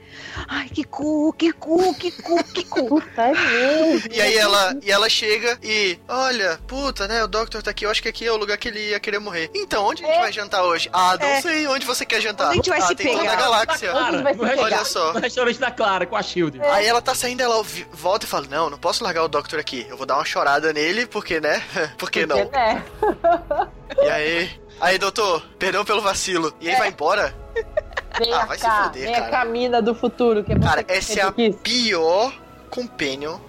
[SPEAKER 5] Ai, que cu, que cu, que cu, que
[SPEAKER 4] Um
[SPEAKER 5] cu.
[SPEAKER 2] Puta, é mesmo.
[SPEAKER 3] e aí ela,
[SPEAKER 5] Uhum.
[SPEAKER 3] e ela chega e, olha, puta, né, o Doctor tá aqui, eu acho que aqui é o lugar que ele ia querer morrer. Então, onde a gente vai jantar hoje? Ah, não
[SPEAKER 5] É.
[SPEAKER 3] sei onde você quer jantar.
[SPEAKER 5] Onde a gente vai
[SPEAKER 3] ah,
[SPEAKER 5] se
[SPEAKER 3] tem toda
[SPEAKER 5] pegar?
[SPEAKER 3] a galáxia.
[SPEAKER 2] Onde vai se
[SPEAKER 4] Tá no restaurante-
[SPEAKER 3] pegar? Olha só.
[SPEAKER 4] No restaurante da Clara, com a
[SPEAKER 5] É.
[SPEAKER 4] Shield.
[SPEAKER 3] Aí ela tá saindo, ela vi- volta e fala: Não, não posso largar o Doctor aqui. Eu vou dar uma chorada nele, porque, né? Por que não?
[SPEAKER 2] né?
[SPEAKER 3] E aí. Aí, doutor, perdão pelo vacilo. E aí
[SPEAKER 5] É.
[SPEAKER 3] vai embora?
[SPEAKER 2] Vem
[SPEAKER 3] Ah,
[SPEAKER 2] a
[SPEAKER 3] vai se
[SPEAKER 2] cá,
[SPEAKER 3] fuder,
[SPEAKER 2] vem
[SPEAKER 3] cara.
[SPEAKER 2] a Camina do futuro, que é você
[SPEAKER 3] Cara,
[SPEAKER 2] que
[SPEAKER 3] essa é
[SPEAKER 2] sempre
[SPEAKER 3] a
[SPEAKER 2] quis.
[SPEAKER 3] pior companion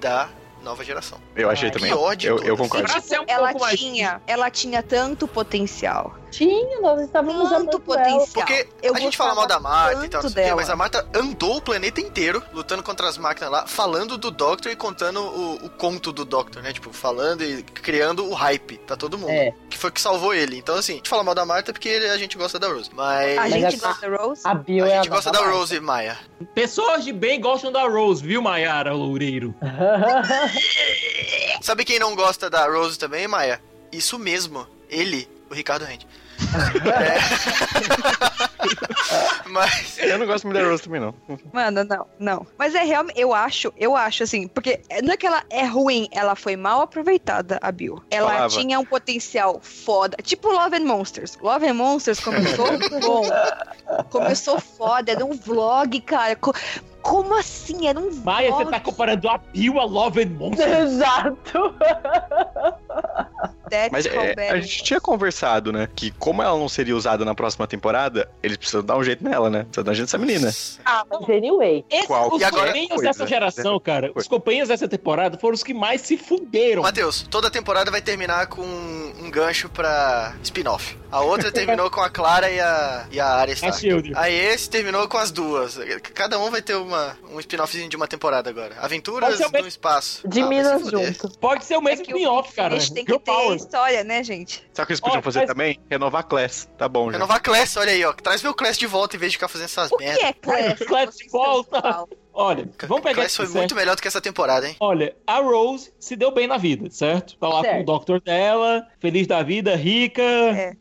[SPEAKER 3] da nova geração.
[SPEAKER 1] Eu achei
[SPEAKER 2] Ah,
[SPEAKER 1] também.
[SPEAKER 3] pior de
[SPEAKER 1] Eu, eu
[SPEAKER 3] todas.
[SPEAKER 1] concordo.
[SPEAKER 4] Pra ser um
[SPEAKER 5] Ela
[SPEAKER 4] pouco mais
[SPEAKER 5] tinha, ela tinha tanto potencial.
[SPEAKER 2] Tinha, nós estávamos
[SPEAKER 5] Tanto
[SPEAKER 2] amando ela.
[SPEAKER 5] potencial.
[SPEAKER 3] Porque
[SPEAKER 5] Eu
[SPEAKER 3] a gente fala mal da Marta e tal, não sei o quê,
[SPEAKER 5] dela.
[SPEAKER 3] mas a Marta andou o planeta inteiro lutando contra as máquinas lá, falando do Doctor e contando o, o conto do Doctor, né? Tipo, falando e criando o hype pra todo mundo.
[SPEAKER 2] É.
[SPEAKER 3] Que foi o que salvou ele. Então, assim, a gente fala mal da Marta porque a gente gosta da Rose. Mas.
[SPEAKER 5] A gente
[SPEAKER 2] a-
[SPEAKER 5] gosta da Rose.
[SPEAKER 2] A Bill é
[SPEAKER 3] a
[SPEAKER 2] a
[SPEAKER 3] gente gosta da
[SPEAKER 2] nossa
[SPEAKER 3] Rose, Maia.
[SPEAKER 4] Pessoas de bem gostam da Rose, viu, Maiara Loureiro?
[SPEAKER 3] Sabe quem não gosta da Rose também, Maia? Isso mesmo. Ele, o Ricardo Rente. Mas.
[SPEAKER 1] Eu não gosto muito da Rose também, não.
[SPEAKER 5] Mano, não, não. Mas é realmente, eu acho, eu acho assim, porque não é que ela é ruim, ela foi mal aproveitada, a Bill. Ela
[SPEAKER 1] Falava.
[SPEAKER 5] tinha um potencial foda, tipo Love and Monsters. Love and Monsters começou bom, começou foda, era um vlog, cara. Co- Como assim? Era um vlog.
[SPEAKER 4] Maia, você tá comparando a Bill a Love and Monster?
[SPEAKER 2] Exato.
[SPEAKER 5] That's
[SPEAKER 1] Mas
[SPEAKER 5] how
[SPEAKER 1] é,
[SPEAKER 5] bad
[SPEAKER 1] a
[SPEAKER 5] it
[SPEAKER 1] gente tinha conversado, né? Que como ela não seria usada na próxima temporada, eles precisam dar um jeito nela, né? Precisam dar um jeito nessa menina.
[SPEAKER 2] Ah, mas anyway.
[SPEAKER 4] Esse-
[SPEAKER 1] Qual?
[SPEAKER 4] Os
[SPEAKER 1] E
[SPEAKER 3] é agora- né?
[SPEAKER 4] companheiros
[SPEAKER 1] Coisa.
[SPEAKER 4] dessa geração, cara, os
[SPEAKER 1] Coisa.
[SPEAKER 4] companheiros dessa temporada foram os que mais se fuderam.
[SPEAKER 3] Matheus, toda temporada vai terminar com um gancho pra spin-off. A outra terminou com a Clara e a, e a Arya
[SPEAKER 4] A
[SPEAKER 3] Stark.
[SPEAKER 4] Shield.
[SPEAKER 3] Aí esse terminou com as duas. Cada um vai ter uma, um spin-offzinho de uma temporada agora. Aventuras
[SPEAKER 4] Pode ser o
[SPEAKER 3] no
[SPEAKER 4] mesmo-
[SPEAKER 3] espaço.
[SPEAKER 2] De
[SPEAKER 3] Ah, vai se
[SPEAKER 2] Minas
[SPEAKER 3] fuder.
[SPEAKER 2] junto.
[SPEAKER 4] Pode ser
[SPEAKER 5] É
[SPEAKER 4] o mesmo
[SPEAKER 5] que
[SPEAKER 4] é off cara.
[SPEAKER 5] A gente tem
[SPEAKER 4] Girl
[SPEAKER 5] que ter
[SPEAKER 4] Power.
[SPEAKER 5] história, né, gente?
[SPEAKER 1] Sabe o que eles podiam
[SPEAKER 4] Ó,
[SPEAKER 1] fazer
[SPEAKER 4] mas-
[SPEAKER 1] também? Renovar a Class. Tá bom, já.
[SPEAKER 3] Renovar a Class, olha aí, ó. Traz meu Class de volta em vez de ficar fazendo essas
[SPEAKER 5] O que
[SPEAKER 3] merdas.
[SPEAKER 5] é Clash?
[SPEAKER 4] Clash volta. Olha, vamos pegar
[SPEAKER 3] Class
[SPEAKER 4] esse
[SPEAKER 3] foi
[SPEAKER 4] certo.
[SPEAKER 3] muito melhor do que essa temporada, hein?
[SPEAKER 4] Olha, a Rose se deu bem na vida, certo? É. Tá lá com o
[SPEAKER 2] Certo.
[SPEAKER 4] doctor dela, feliz da vida, rica,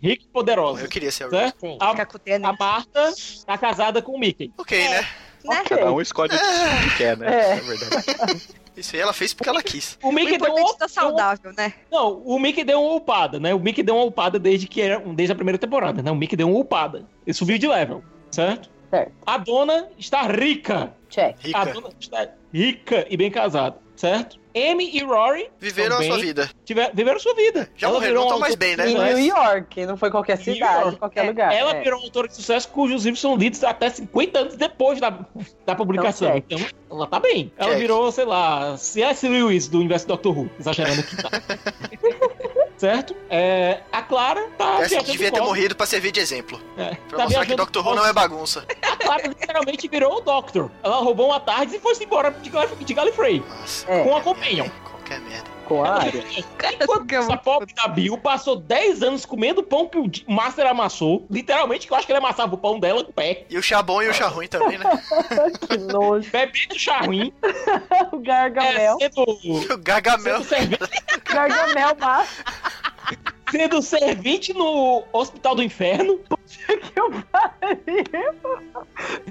[SPEAKER 4] rica e poderosa,
[SPEAKER 3] Eu queria ser a Rose.
[SPEAKER 4] certo?
[SPEAKER 2] Sim.
[SPEAKER 4] A,
[SPEAKER 5] Cacuteia, né?
[SPEAKER 4] a Marta tá casada com o Mickey.
[SPEAKER 3] Ok,
[SPEAKER 5] É.
[SPEAKER 3] né?
[SPEAKER 5] né?
[SPEAKER 1] Cada um escolhe o
[SPEAKER 3] Ah.
[SPEAKER 1] que quer, né?
[SPEAKER 2] É.
[SPEAKER 1] É verdade.
[SPEAKER 3] Isso aí ela fez porque ela quis.
[SPEAKER 4] O
[SPEAKER 5] O
[SPEAKER 4] Mickey deu um
[SPEAKER 5] importante tá saudável, né?
[SPEAKER 4] Não, o Mickey deu uma upada, né? O Mickey deu uma upada desde que era, um, desde a primeira temporada, né? O Mickey deu uma upada. Ele subiu de level, certo?
[SPEAKER 2] Certo.
[SPEAKER 4] A dona está rica.
[SPEAKER 2] Check.
[SPEAKER 4] A
[SPEAKER 3] Rica.
[SPEAKER 4] dona está rica e bem casada, certo? Amy e Rory
[SPEAKER 3] Viveram a
[SPEAKER 4] Também.
[SPEAKER 3] sua vida.
[SPEAKER 4] tiver, viveram sua vida.
[SPEAKER 3] Já morreram,
[SPEAKER 4] virou
[SPEAKER 3] não tão
[SPEAKER 4] uma
[SPEAKER 3] mais bem, né?
[SPEAKER 2] Em
[SPEAKER 4] Mas-
[SPEAKER 2] New York, não foi qualquer
[SPEAKER 4] New
[SPEAKER 2] cidade,
[SPEAKER 4] York.
[SPEAKER 2] qualquer
[SPEAKER 5] É,
[SPEAKER 2] lugar.
[SPEAKER 4] Ela
[SPEAKER 2] é.
[SPEAKER 4] virou uma autora de sucesso cujos livros são lidos até 50 anos depois da, da publicação.
[SPEAKER 2] Então,
[SPEAKER 4] Então, ela tá bem. Ela
[SPEAKER 3] Check.
[SPEAKER 4] virou, sei lá, C.S. Lewis do universo Doctor Who. Exagerando aqui, tá? certo? É, a Clara tá
[SPEAKER 3] Essa
[SPEAKER 4] viajando
[SPEAKER 3] devia
[SPEAKER 4] de
[SPEAKER 3] ter
[SPEAKER 4] volta.
[SPEAKER 3] morrido pra servir de exemplo.
[SPEAKER 4] É,
[SPEAKER 3] Pra
[SPEAKER 4] tá
[SPEAKER 3] mostrar que
[SPEAKER 4] viajando
[SPEAKER 3] Doctor
[SPEAKER 4] de
[SPEAKER 3] Who não
[SPEAKER 4] volta.
[SPEAKER 3] é bagunça.
[SPEAKER 4] A Clara literalmente virou o Doctor. Ela roubou uma tarde e foi-se embora de, Gal- de Gallifrey.
[SPEAKER 3] Nossa.
[SPEAKER 2] É.
[SPEAKER 4] Com a Companion.
[SPEAKER 3] Qualquer merda.
[SPEAKER 2] Com a área.
[SPEAKER 4] Enquanto
[SPEAKER 2] é
[SPEAKER 4] essa pobre da Bill passou 10 anos comendo o pão que o Master amassou, literalmente, que eu acho que ele amassava o pão dela com o pé,
[SPEAKER 3] E o chá bom e o chá ruim também, né?
[SPEAKER 2] que nojo.
[SPEAKER 4] bebendo chá ruim,
[SPEAKER 2] O
[SPEAKER 4] é,
[SPEAKER 2] Gargamel.
[SPEAKER 4] sendo
[SPEAKER 3] O Gargamel.
[SPEAKER 4] Sendo servente,
[SPEAKER 2] Gargamel mas
[SPEAKER 4] sendo servente no Hospital do Inferno,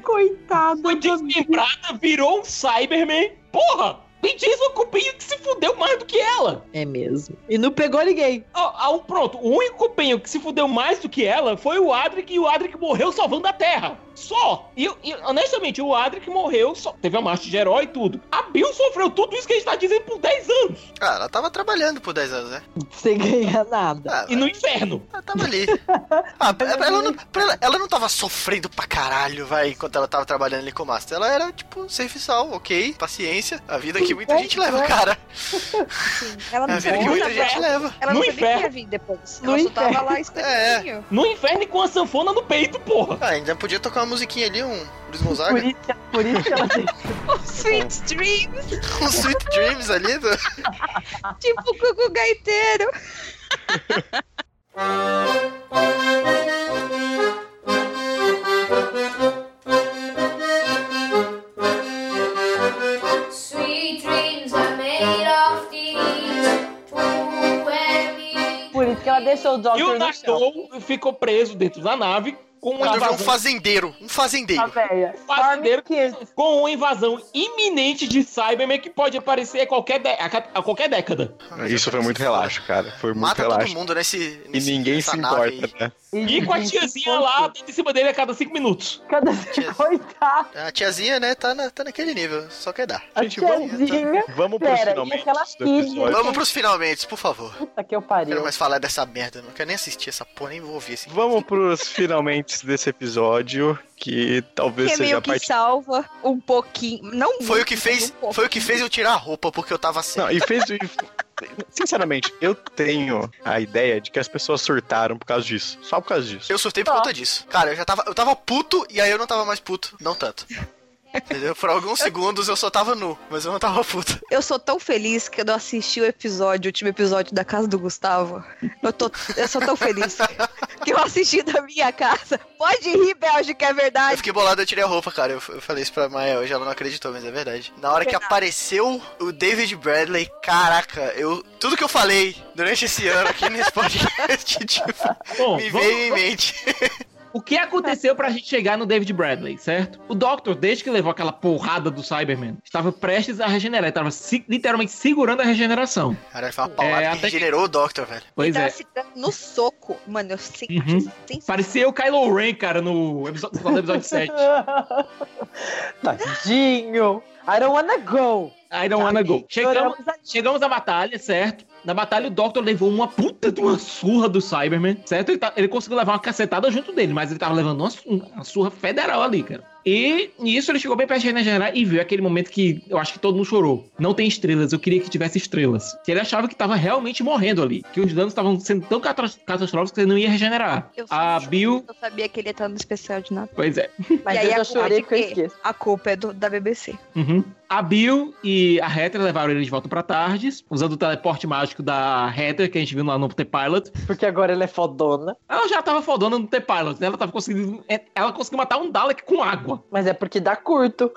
[SPEAKER 2] Coitado.
[SPEAKER 4] foi desmembrada, virou um Cyberman. Porra! Me diz o cupinho que se fudeu mais do que ela.
[SPEAKER 2] É mesmo. E não pegou ninguém.
[SPEAKER 4] Ah, ah, um- pronto, o único cupinho que se fudeu mais do que ela foi o Adric, e o Adric morreu salvando a Terra. Só. E, e, honestamente, o Adric morreu, só, teve a marcha de herói e tudo. A Bill sofreu tudo isso que a gente tá dizendo por 10 anos.
[SPEAKER 3] Ah, ela tava trabalhando por 10 anos, né?
[SPEAKER 2] Sem ganhar nada.
[SPEAKER 3] Ah,
[SPEAKER 4] E no inferno.
[SPEAKER 3] ela tava ali. Ah, pra- pra ela, não, pra ela, ela não tava sofrendo pra caralho, vai, enquanto ela tava trabalhando ali com o Master. Ela era, tipo, serviçal, ok, paciência. A vida que
[SPEAKER 1] é
[SPEAKER 3] muita gente
[SPEAKER 1] né?
[SPEAKER 3] leva, cara.
[SPEAKER 1] Tá
[SPEAKER 5] Ela
[SPEAKER 3] É
[SPEAKER 5] não
[SPEAKER 3] a vida que
[SPEAKER 5] sabia nada
[SPEAKER 3] muita
[SPEAKER 5] pra
[SPEAKER 3] gente leva.
[SPEAKER 5] Ela não
[SPEAKER 4] No
[SPEAKER 5] sabia que ia
[SPEAKER 4] inferno.
[SPEAKER 5] vir depois.
[SPEAKER 2] No
[SPEAKER 5] Ela só tava
[SPEAKER 2] inferno.
[SPEAKER 5] lá esperando.
[SPEAKER 4] No inferno e com a sanfona no peito, porra.
[SPEAKER 3] Ah, ainda podia tocar uma musiquinha ali, um Luiz
[SPEAKER 2] Por
[SPEAKER 3] Gonzaga.
[SPEAKER 2] isso, por isso que ela tem
[SPEAKER 5] Sweet
[SPEAKER 3] Tá
[SPEAKER 5] Dream,
[SPEAKER 3] um Sweet Dreams ali. do-
[SPEAKER 5] tipo o Gugu Gaiteiro.
[SPEAKER 8] Sweet dreams are made of these two and me.
[SPEAKER 2] Por isso que ela deixou o
[SPEAKER 4] E
[SPEAKER 2] Doctor no chão.
[SPEAKER 4] o Nardon ficou preso dentro da nave com uma
[SPEAKER 3] Quando eu vi um
[SPEAKER 4] vazão
[SPEAKER 3] fazendeiro, um
[SPEAKER 2] A
[SPEAKER 3] fazendeiro.
[SPEAKER 2] véia.
[SPEAKER 4] Fazendeiro.
[SPEAKER 2] Farm Kids.
[SPEAKER 4] com uma invasão iminente de Cybermen que pode aparecer a qualquer, dé- a ca- a qualquer década.
[SPEAKER 1] Isso foi muito relaxo, cara. Foi muito
[SPEAKER 3] Mata todo
[SPEAKER 1] relaxo.
[SPEAKER 3] mundo nesse.
[SPEAKER 1] E
[SPEAKER 3] nesse-
[SPEAKER 1] ninguém
[SPEAKER 3] nessa
[SPEAKER 1] se
[SPEAKER 3] nave
[SPEAKER 1] importa,
[SPEAKER 3] aí.
[SPEAKER 1] né?
[SPEAKER 4] E com a tiazinha lá dando em cima dele a cada cinco minutos.
[SPEAKER 2] Cada
[SPEAKER 3] Tia-
[SPEAKER 2] coitada.
[SPEAKER 3] A tiazinha, né, tá, na- tá naquele nível, só quer dar.
[SPEAKER 2] A
[SPEAKER 1] Gente,
[SPEAKER 3] né?
[SPEAKER 1] vamos-
[SPEAKER 3] Tá.
[SPEAKER 2] tiazinha.
[SPEAKER 1] Vamos pros
[SPEAKER 2] Pera, e
[SPEAKER 1] finalmente
[SPEAKER 2] aquela
[SPEAKER 1] do episódio.
[SPEAKER 3] Vamos pros finalmente, por favor. Não
[SPEAKER 2] Puta que eu
[SPEAKER 3] quero
[SPEAKER 2] pariu.
[SPEAKER 3] mais falar dessa merda, não quero nem assistir essa porra, nem vou ouvir esse.
[SPEAKER 1] Vamos pros finalmente desse episódio, que talvez
[SPEAKER 5] Que é
[SPEAKER 1] seja a
[SPEAKER 5] meio que
[SPEAKER 1] parte.
[SPEAKER 5] salva um pouquinho. Não
[SPEAKER 3] Foi o
[SPEAKER 5] muito,
[SPEAKER 3] que
[SPEAKER 5] mas
[SPEAKER 3] fez,
[SPEAKER 5] um pouco.
[SPEAKER 3] foi o que fez eu tirar a roupa porque eu tava sem.
[SPEAKER 1] Não, e fez. e- Sinceramente, eu tenho a ideia de que as pessoas surtaram por causa disso. Só por causa disso.
[SPEAKER 3] Eu surtei por
[SPEAKER 2] Tá.
[SPEAKER 3] conta disso. Cara, eu já tava, eu tava puto e aí eu não tava mais puto, não tanto. Entendeu? Por alguns segundos eu só tava nu, mas eu não tava puto.
[SPEAKER 5] Eu sou tão feliz que eu não assisti o episódio, o último episódio da Casa do Gustavo. Eu, tô, eu sou tão feliz. que eu assisti da minha casa. Pode rir, Bélgica, é verdade.
[SPEAKER 3] Eu fiquei bolado, eu tirei a roupa, cara. Eu, f- eu falei isso pra Maia hoje, ela não acreditou, mas é verdade. Na hora que
[SPEAKER 5] Verdade.
[SPEAKER 3] apareceu o David Bradley, caraca, eu. Tudo que eu falei durante esse ano aqui nesse podcast, tipo,
[SPEAKER 4] Tá Bom,
[SPEAKER 3] me
[SPEAKER 4] vamos-
[SPEAKER 3] veio em mente.
[SPEAKER 4] O que aconteceu pra gente chegar no David Bradley, certo? O Doctor, desde que levou aquela porrada do Cyberman, estava prestes a regenerar, estava se- literalmente segurando a regeneração.
[SPEAKER 3] Caralho, foi uma palavra
[SPEAKER 4] É,
[SPEAKER 3] que
[SPEAKER 4] até que-
[SPEAKER 3] regenerou o Doctor, velho.
[SPEAKER 4] Pois
[SPEAKER 5] Tava
[SPEAKER 4] é.
[SPEAKER 5] Tá se dando no soco. Mano, eu sei.
[SPEAKER 4] Uhum. Parecia o Kylo Ren, cara, no episódio, no episódio 7.
[SPEAKER 2] Tadinho. I don't wanna go.
[SPEAKER 4] I don't wanna go. Chegamos,
[SPEAKER 2] Choramos a-
[SPEAKER 4] chegamos à batalha, certo? Na batalha, o Doctor levou uma puta de uma surra do Cyberman, certo? Ele, tá- ele conseguiu levar uma cacetada junto dele, mas ele tava levando uma, su- uma surra federal ali, cara. E nisso ele chegou bem perto de regenerar e viu aquele momento que eu acho que todo mundo chorou. Não tem estrelas, eu queria que tivesse estrelas. Que ele achava que tava realmente morrendo ali. Que os danos estavam sendo tão catro- catastróficos que ele não ia regenerar.
[SPEAKER 5] Eu um
[SPEAKER 4] A Bill.
[SPEAKER 5] Eu sabia que ele ia estar no especial de Natal.
[SPEAKER 4] Pois é.
[SPEAKER 2] Mas
[SPEAKER 5] E aí
[SPEAKER 2] eu já
[SPEAKER 5] a culpa é
[SPEAKER 2] chorei
[SPEAKER 5] de
[SPEAKER 2] porque eu
[SPEAKER 5] quê?
[SPEAKER 2] esqueço.
[SPEAKER 5] A culpa é do- da BBC.
[SPEAKER 4] Uhum. A Bill e a Hatter levaram ele de volta pra Tardes, usando o teleporte mágico da Hatter, que a gente viu lá no T-Pilot.
[SPEAKER 2] Porque agora ela é fodona.
[SPEAKER 4] Ela já tava fodona no T-Pilot, né? Ela tava conseguindo. é, Ela conseguiu matar um Dalek com água.
[SPEAKER 2] Mas é porque dá curto.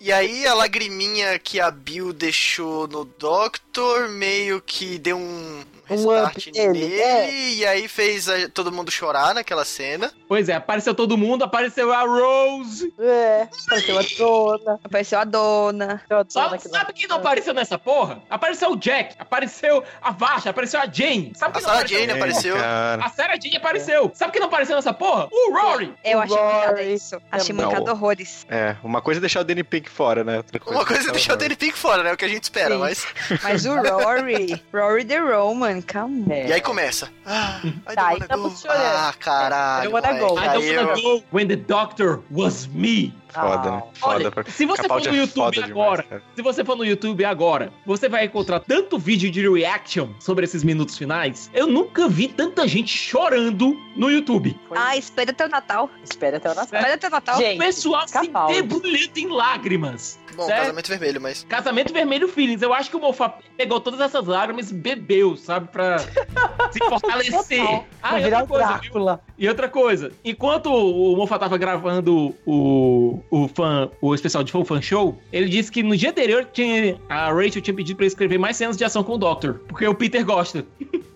[SPEAKER 3] E aí a lagriminha que a Bill deixou no Doctor meio que deu um restart
[SPEAKER 2] up
[SPEAKER 3] nele,
[SPEAKER 2] nele, é.
[SPEAKER 3] e aí fez a- todo mundo chorar naquela cena.
[SPEAKER 4] Pois é, apareceu todo mundo, apareceu a Rose.
[SPEAKER 2] É, pareceu a dona.
[SPEAKER 5] Apareceu a dona.
[SPEAKER 2] Pareceu a
[SPEAKER 4] Só,
[SPEAKER 2] dona que
[SPEAKER 4] sabe quem não
[SPEAKER 3] é.
[SPEAKER 4] apareceu nessa porra? Apareceu o Jack, apareceu a Vasha, apareceu a Jane. Sabe
[SPEAKER 3] A
[SPEAKER 4] quem não
[SPEAKER 3] Sarah
[SPEAKER 4] apareceu?
[SPEAKER 3] Jane apareceu.
[SPEAKER 1] Cara,
[SPEAKER 4] A Sarah Jane apareceu. Sabe quem não apareceu nessa porra? O Rory.
[SPEAKER 5] Eu achei mancada
[SPEAKER 2] Rory.
[SPEAKER 5] isso. Achei
[SPEAKER 1] Não.
[SPEAKER 5] mancada horrores.
[SPEAKER 1] é, uma coisa é deixar o Danny Pink fora, né? Outra
[SPEAKER 3] Uma coisa
[SPEAKER 1] é
[SPEAKER 3] é deixar o Danny Pink fora, né? O que a gente espera,
[SPEAKER 5] Sim.
[SPEAKER 3] mas.
[SPEAKER 5] Mas o Rory. Rory the Roman, calma.
[SPEAKER 2] É.
[SPEAKER 3] E aí começa. Ah, I
[SPEAKER 2] Tá,
[SPEAKER 3] don't
[SPEAKER 2] aí
[SPEAKER 3] wanna
[SPEAKER 2] tamo
[SPEAKER 3] go.
[SPEAKER 2] chorando.
[SPEAKER 3] Ah, caralho.
[SPEAKER 2] I wanna
[SPEAKER 3] moleque,
[SPEAKER 2] go.
[SPEAKER 4] I don't
[SPEAKER 3] aí eu-
[SPEAKER 4] wanna go when the doctor was me.
[SPEAKER 1] Foda,
[SPEAKER 2] Ah.
[SPEAKER 1] né? Foda.
[SPEAKER 4] Olha,
[SPEAKER 1] pra-
[SPEAKER 4] se você for
[SPEAKER 1] Capaldi
[SPEAKER 4] no
[SPEAKER 1] é
[SPEAKER 4] YouTube
[SPEAKER 1] foda demais,
[SPEAKER 4] agora,
[SPEAKER 1] cara.
[SPEAKER 4] se você for no YouTube agora, você vai encontrar tanto vídeo de reaction sobre esses minutos finais. Eu nunca vi tanta gente chorando no YouTube.
[SPEAKER 2] Foi-
[SPEAKER 5] Ah, espera até o Natal.
[SPEAKER 2] Espera até o Natal.
[SPEAKER 5] Espera até o Natal.
[SPEAKER 4] o
[SPEAKER 2] Gente,
[SPEAKER 4] Tá um pessoal
[SPEAKER 2] Capaldi.
[SPEAKER 4] se debulhando em lágrimas.
[SPEAKER 3] Bom,
[SPEAKER 4] Certo?
[SPEAKER 3] casamento vermelho, mas.
[SPEAKER 4] Casamento Vermelho Feelings. Eu acho que o Mofá pegou todas essas lágrimas e bebeu, sabe? Pra se fortalecer.
[SPEAKER 2] Total.
[SPEAKER 4] Ah,
[SPEAKER 2] Vai
[SPEAKER 4] e
[SPEAKER 2] virar
[SPEAKER 4] outra
[SPEAKER 2] o
[SPEAKER 4] coisa, viu?
[SPEAKER 2] Drácula.
[SPEAKER 4] E outra coisa, enquanto o Mofa tava gravando o, o, fan, o especial de Fan Fan Show, ele disse que no dia anterior tinha, a Rachel tinha pedido pra ele escrever mais cenas de ação com o Doctor, porque o Peter gosta.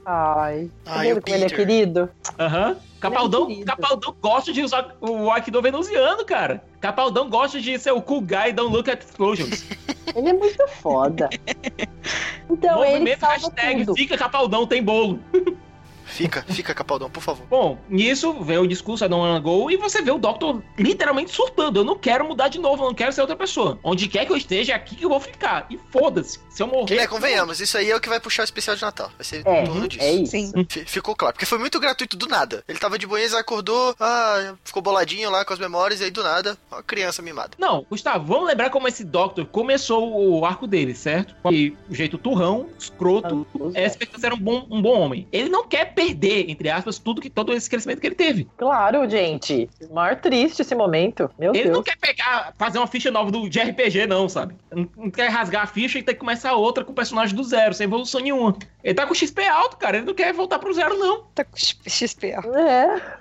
[SPEAKER 2] Ai. Tá
[SPEAKER 3] Ai,
[SPEAKER 2] vendo
[SPEAKER 3] o
[SPEAKER 2] como ele é
[SPEAKER 3] Peter.
[SPEAKER 2] querido?
[SPEAKER 4] Aham.
[SPEAKER 2] é
[SPEAKER 4] Capaldão,
[SPEAKER 2] querido.
[SPEAKER 4] Capaldão gosta de usar o Aikido venusiano, cara. Capaldão gosta de ser o cool guy, don't look at explosions.
[SPEAKER 2] Ele é muito foda. Então, ele
[SPEAKER 4] Movimento
[SPEAKER 2] salva
[SPEAKER 4] hashtag
[SPEAKER 2] tudo.
[SPEAKER 4] fica Capaldão, tem bolo.
[SPEAKER 3] Fica, fica, Capaldão, por favor.
[SPEAKER 4] Bom, nisso vem o discurso da Wanna Go e você vê o Doctor literalmente surtando. Eu não quero mudar de novo, eu não quero ser outra pessoa. Onde quer que eu esteja, é aqui que eu vou ficar. E foda-se. Se eu morrer.
[SPEAKER 3] Que, né, convenhamos, isso aí é o que vai puxar o especial de Natal. Vai ser
[SPEAKER 2] É,
[SPEAKER 3] em torno disso.
[SPEAKER 2] é isso.
[SPEAKER 5] Sim.
[SPEAKER 3] F- Ficou claro, porque foi muito gratuito do nada. Ele tava de banheiro, acordou, ah, ficou boladinho lá com as memórias, e aí do nada, uma criança mimada.
[SPEAKER 4] Não, Gustavo, vamos lembrar como esse Doctor começou o arco dele, certo? E o jeito turrão,
[SPEAKER 2] Ah,
[SPEAKER 4] escroto. É, se pensar era um bom, um bom homem. Ele não quer perder, entre aspas, tudo que todo esse crescimento que ele teve.
[SPEAKER 2] Claro, gente. Maior triste esse momento. Meu
[SPEAKER 4] Ele
[SPEAKER 2] Deus.
[SPEAKER 4] não quer pegar, fazer uma ficha nova do de RPG, não, sabe? Não, não quer rasgar a ficha e ter que começar outra com o personagem do zero, sem evolução nenhuma. Ele tá com XP alto, cara. Ele não quer voltar pro zero, não.
[SPEAKER 5] Tá com XP, ó.
[SPEAKER 2] É.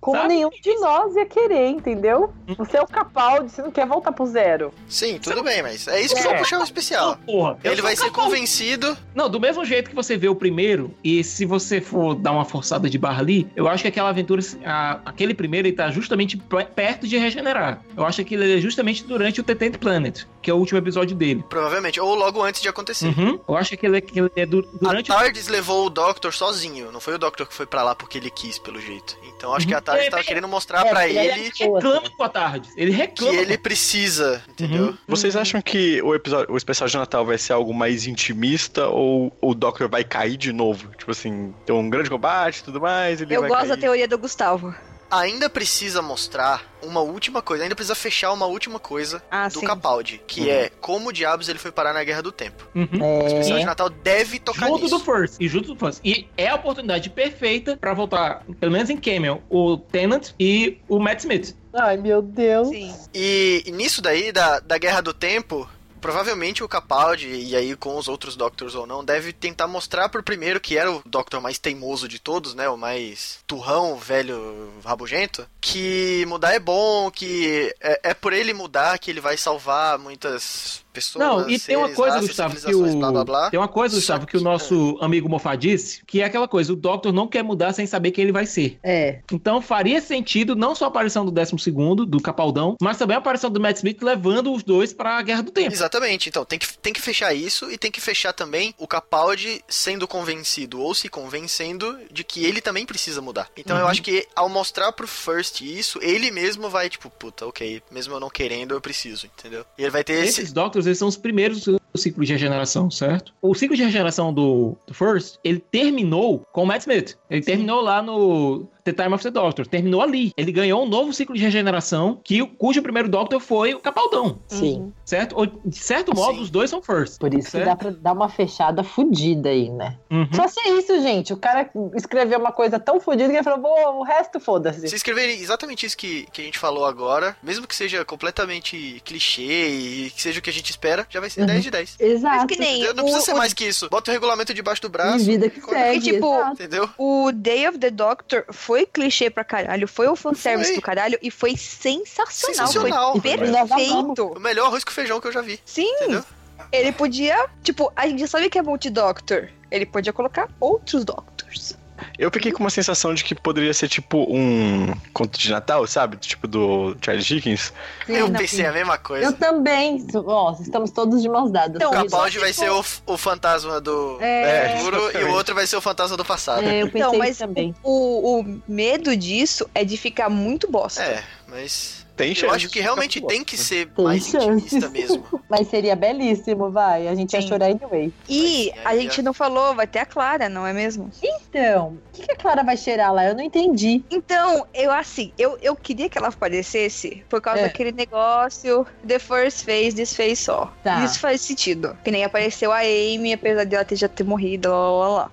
[SPEAKER 2] Como
[SPEAKER 4] Sabe?
[SPEAKER 2] nenhum de nós ia querer, entendeu? Você é o Capaldi, você não quer voltar pro zero.
[SPEAKER 3] Sim, tudo bem, mas é isso que vai
[SPEAKER 4] É.
[SPEAKER 3] puxar o
[SPEAKER 4] Não,
[SPEAKER 3] especial.
[SPEAKER 4] porra. Eu
[SPEAKER 3] Ele
[SPEAKER 4] sou
[SPEAKER 3] vai ser
[SPEAKER 4] capaz.
[SPEAKER 3] convencido.
[SPEAKER 4] Não, do mesmo jeito que você vê o primeiro, e se você for dar uma forçada de barra ali, eu acho que aquela aventura, a- aquele primeiro, ele tá justamente p- perto de regenerar. Eu acho que ele é justamente durante o The Tenth Planet, que é o último episódio dele.
[SPEAKER 3] Provavelmente, ou logo antes de acontecer.
[SPEAKER 4] Uhum. Eu acho que ele, é- que ele é du- durante
[SPEAKER 3] a
[SPEAKER 4] o.
[SPEAKER 3] Tardes levou o Doctor sozinho. Não foi o Doctor que foi pra lá porque ele quis, pelo jeito. Então acho que a Tardes
[SPEAKER 4] Ele-
[SPEAKER 3] tava querendo mostrar
[SPEAKER 2] É,
[SPEAKER 3] pra
[SPEAKER 2] ele-
[SPEAKER 3] ele
[SPEAKER 4] Reclama com a tarde. Ele
[SPEAKER 3] que
[SPEAKER 4] reclama.
[SPEAKER 3] ele precisa, entendeu?
[SPEAKER 4] Uhum.
[SPEAKER 1] Vocês acham que o, episódio, o especial de Natal vai ser algo mais intimista ou o Doctor vai cair de novo? Tipo assim, tem um grande combate e tudo mais, ele
[SPEAKER 5] Eu
[SPEAKER 1] vai
[SPEAKER 5] gosto
[SPEAKER 1] cair.
[SPEAKER 5] da teoria do Gustavo.
[SPEAKER 3] Ainda precisa mostrar uma última coisa, ainda precisa fechar uma última coisa
[SPEAKER 5] Ah,
[SPEAKER 3] do
[SPEAKER 2] Assim.
[SPEAKER 5] sim.
[SPEAKER 3] Capaldi, que é como diabos ele foi parar na Guerra do Tempo.
[SPEAKER 4] Uhum.
[SPEAKER 3] O especial
[SPEAKER 2] É.
[SPEAKER 3] de Natal deve tocar
[SPEAKER 4] Junto
[SPEAKER 3] nisso.
[SPEAKER 4] do First. E junto do First. E é a oportunidade perfeita pra voltar, pelo menos em Camel, o Tennant e o Matt Smith.
[SPEAKER 2] Ai, meu Deus.
[SPEAKER 5] Sim.
[SPEAKER 3] E, e nisso daí, da, da Guerra do Tempo, provavelmente o Capaldi, e aí com os outros Doctors ou não, deve tentar mostrar pro primeiro, que era o Doctor mais teimoso de todos, né? O mais turrão, velho, rabugento, que mudar é bom, que é, é por ele mudar que ele vai salvar muitas pessoas.
[SPEAKER 4] Não, e tem uma
[SPEAKER 3] seres,
[SPEAKER 4] coisa,
[SPEAKER 3] raças,
[SPEAKER 4] Gustavo, que
[SPEAKER 3] civilizações,
[SPEAKER 4] o.
[SPEAKER 3] blá, blá, blá.
[SPEAKER 4] Tem uma coisa, Gustavo, que o nosso amigo Mofá disse, que é aquela coisa, o Doctor não quer mudar sem saber quem ele vai ser.
[SPEAKER 2] É.
[SPEAKER 4] Então faria sentido não só a aparição do 12 segundo, do Capaldão, mas também a aparição do Matt Smith levando os dois pra Guerra do Tempo.
[SPEAKER 3] Exatamente, então tem que, tem que fechar isso e tem que fechar também o Capaldi sendo convencido ou se convencendo de que ele também precisa mudar. Então eu
[SPEAKER 4] Uhum.
[SPEAKER 3] acho que ao mostrar pro First isso, ele mesmo vai tipo, puta, ok, mesmo eu não querendo, eu preciso, entendeu? E ele vai ter esse.
[SPEAKER 4] Esses Doctors, eles são os primeiros do ciclo de regeneração, certo? O ciclo de regeneração do, do First, ele terminou com o Matt Smith. Ele terminou lá no The Time of the Doctor. Terminou ali. Ele ganhou um novo ciclo de regeneração, que, o- cujo primeiro Doctor foi o Capaldão.
[SPEAKER 2] Sim.
[SPEAKER 4] Certo? Ou, De certo modo, os dois são First.
[SPEAKER 2] Por isso que dá pra dar uma fechada fodida aí, né?
[SPEAKER 4] Uhum.
[SPEAKER 2] Só se é isso, gente. O cara escreveu uma coisa tão fodida que ele falou, "Vou- o resto foda-se.
[SPEAKER 3] Se escreverem exatamente isso que, que a gente falou agora, mesmo que seja completamente clichê e que seja o que a gente espera, já vai ser
[SPEAKER 2] Uhum.
[SPEAKER 3] 10 de 10.
[SPEAKER 2] Exato.
[SPEAKER 5] Mas que nem
[SPEAKER 3] Entendeu? Não
[SPEAKER 5] o-
[SPEAKER 3] precisa ser
[SPEAKER 5] o-
[SPEAKER 3] mais que isso. Bota o regulamento debaixo do braço.
[SPEAKER 2] E vida que
[SPEAKER 3] corre.
[SPEAKER 2] segue,
[SPEAKER 5] Porque, tipo,
[SPEAKER 2] exato.
[SPEAKER 3] Entendeu?
[SPEAKER 5] O Day of the Doctor foi clichê pra caralho, foi um fanservice
[SPEAKER 3] Foi.
[SPEAKER 5] do caralho e foi sensacional.
[SPEAKER 3] Sensacional,
[SPEAKER 5] foi
[SPEAKER 3] velho.
[SPEAKER 5] perfeito.
[SPEAKER 3] O melhor arroz com feijão que eu já vi.
[SPEAKER 5] Sim,
[SPEAKER 3] Entendeu?
[SPEAKER 5] ele podia. Tipo, a gente já sabe que é multi-doctor. Ele podia colocar outros doctors.
[SPEAKER 1] Eu fiquei com uma sensação de que poderia ser tipo um conto de Natal, sabe? Tipo do Charles Dickens.
[SPEAKER 3] eu
[SPEAKER 2] não,
[SPEAKER 3] pensei
[SPEAKER 2] sim.
[SPEAKER 3] a mesma coisa.
[SPEAKER 2] Eu também. Ó, estamos todos de mãos dadas.
[SPEAKER 5] Então,
[SPEAKER 3] o
[SPEAKER 2] Isso.
[SPEAKER 3] Capaldi vai ser o, f- o fantasma do
[SPEAKER 2] É,
[SPEAKER 3] do futuro e o
[SPEAKER 1] exatamente.
[SPEAKER 3] outro vai ser o fantasma do passado.
[SPEAKER 2] É, eu pensei
[SPEAKER 5] Então,
[SPEAKER 2] isso
[SPEAKER 5] mas
[SPEAKER 2] também.
[SPEAKER 5] O, o medo disso é de ficar muito bosta.
[SPEAKER 3] É, mas.
[SPEAKER 1] Tem
[SPEAKER 3] eu
[SPEAKER 1] chance
[SPEAKER 3] acho que
[SPEAKER 1] de
[SPEAKER 3] realmente
[SPEAKER 1] ficar tá com
[SPEAKER 3] tem que ser
[SPEAKER 2] Tem
[SPEAKER 3] mais
[SPEAKER 2] chances.
[SPEAKER 3] intimista mesmo.
[SPEAKER 2] Mas seria belíssimo, vai. A gente ia chorar anyway.
[SPEAKER 5] E
[SPEAKER 3] Mas,
[SPEAKER 5] a
[SPEAKER 3] aí, é
[SPEAKER 5] gente
[SPEAKER 3] ó.
[SPEAKER 5] não falou, vai ter a Clara, não é mesmo?
[SPEAKER 2] Então, o que, que a Clara vai cheirar lá? Eu não entendi.
[SPEAKER 5] Então, eu assim, eu, eu queria que ela aparecesse por
[SPEAKER 2] É.
[SPEAKER 5] causa daquele negócio The First Phase, This Phase só.
[SPEAKER 2] Tá.
[SPEAKER 5] Isso faz sentido. Que nem apareceu a Amy, apesar dela ter já ter morrido, lá, lá, lá. lá.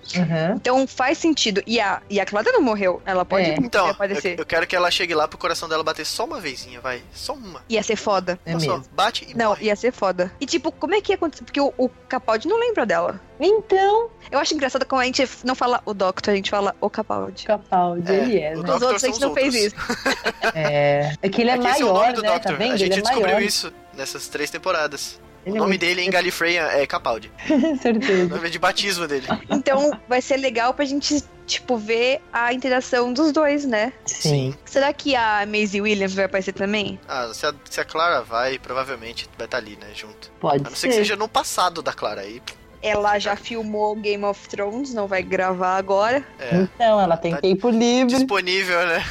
[SPEAKER 5] Então faz sentido. E a, e a Clara não morreu. Ela pode
[SPEAKER 2] É.
[SPEAKER 3] Então, eu,
[SPEAKER 5] aparecer.
[SPEAKER 3] eu quero que ela chegue lá pro coração dela bater só uma vezinha, vai. Só uma.
[SPEAKER 5] Ia ser foda.
[SPEAKER 2] É
[SPEAKER 3] Uma só.
[SPEAKER 2] mesmo.
[SPEAKER 3] Bate e
[SPEAKER 5] Não,
[SPEAKER 3] morre.
[SPEAKER 5] ia ser foda. E tipo, como é que ia acontecer? Porque o, o Capaldi não lembra dela.
[SPEAKER 2] Então,
[SPEAKER 5] Eu acho engraçado como a gente não fala o Doctor, a gente fala o Capaldi.
[SPEAKER 2] Capaldi,
[SPEAKER 3] É,
[SPEAKER 2] ele é,
[SPEAKER 3] o
[SPEAKER 2] né?
[SPEAKER 3] Doctor
[SPEAKER 5] Os outros a
[SPEAKER 3] são
[SPEAKER 5] gente
[SPEAKER 3] os
[SPEAKER 5] não
[SPEAKER 3] outros.
[SPEAKER 5] fez isso.
[SPEAKER 2] É. É que ele é,
[SPEAKER 3] que esse é o
[SPEAKER 2] maior,
[SPEAKER 3] nome do
[SPEAKER 2] né?
[SPEAKER 3] Doctor.
[SPEAKER 2] Tá vendo?
[SPEAKER 3] a gente
[SPEAKER 2] ele é
[SPEAKER 3] descobriu
[SPEAKER 2] maior.
[SPEAKER 3] isso nessas três temporadas.
[SPEAKER 2] Ele
[SPEAKER 3] o
[SPEAKER 2] é
[SPEAKER 3] nome
[SPEAKER 2] muito-
[SPEAKER 3] dele em Gallifrey é Capaldi. O
[SPEAKER 2] Certeza.
[SPEAKER 3] nome é de batismo dele.
[SPEAKER 5] Então vai ser legal pra gente, tipo, ver a interação dos dois, né?
[SPEAKER 2] Sim.
[SPEAKER 5] Será que a Maisie Williams vai aparecer também?
[SPEAKER 3] Ah, se a, se a Clara vai, provavelmente vai estar ali, né, junto.
[SPEAKER 2] Pode
[SPEAKER 3] A não ser
[SPEAKER 2] ser.
[SPEAKER 3] que seja no passado da Clara aí.
[SPEAKER 5] Ela já filmou Game of Thrones, não vai gravar agora.
[SPEAKER 3] É,
[SPEAKER 2] Então, ela tem tempo livre.
[SPEAKER 3] disponível, né?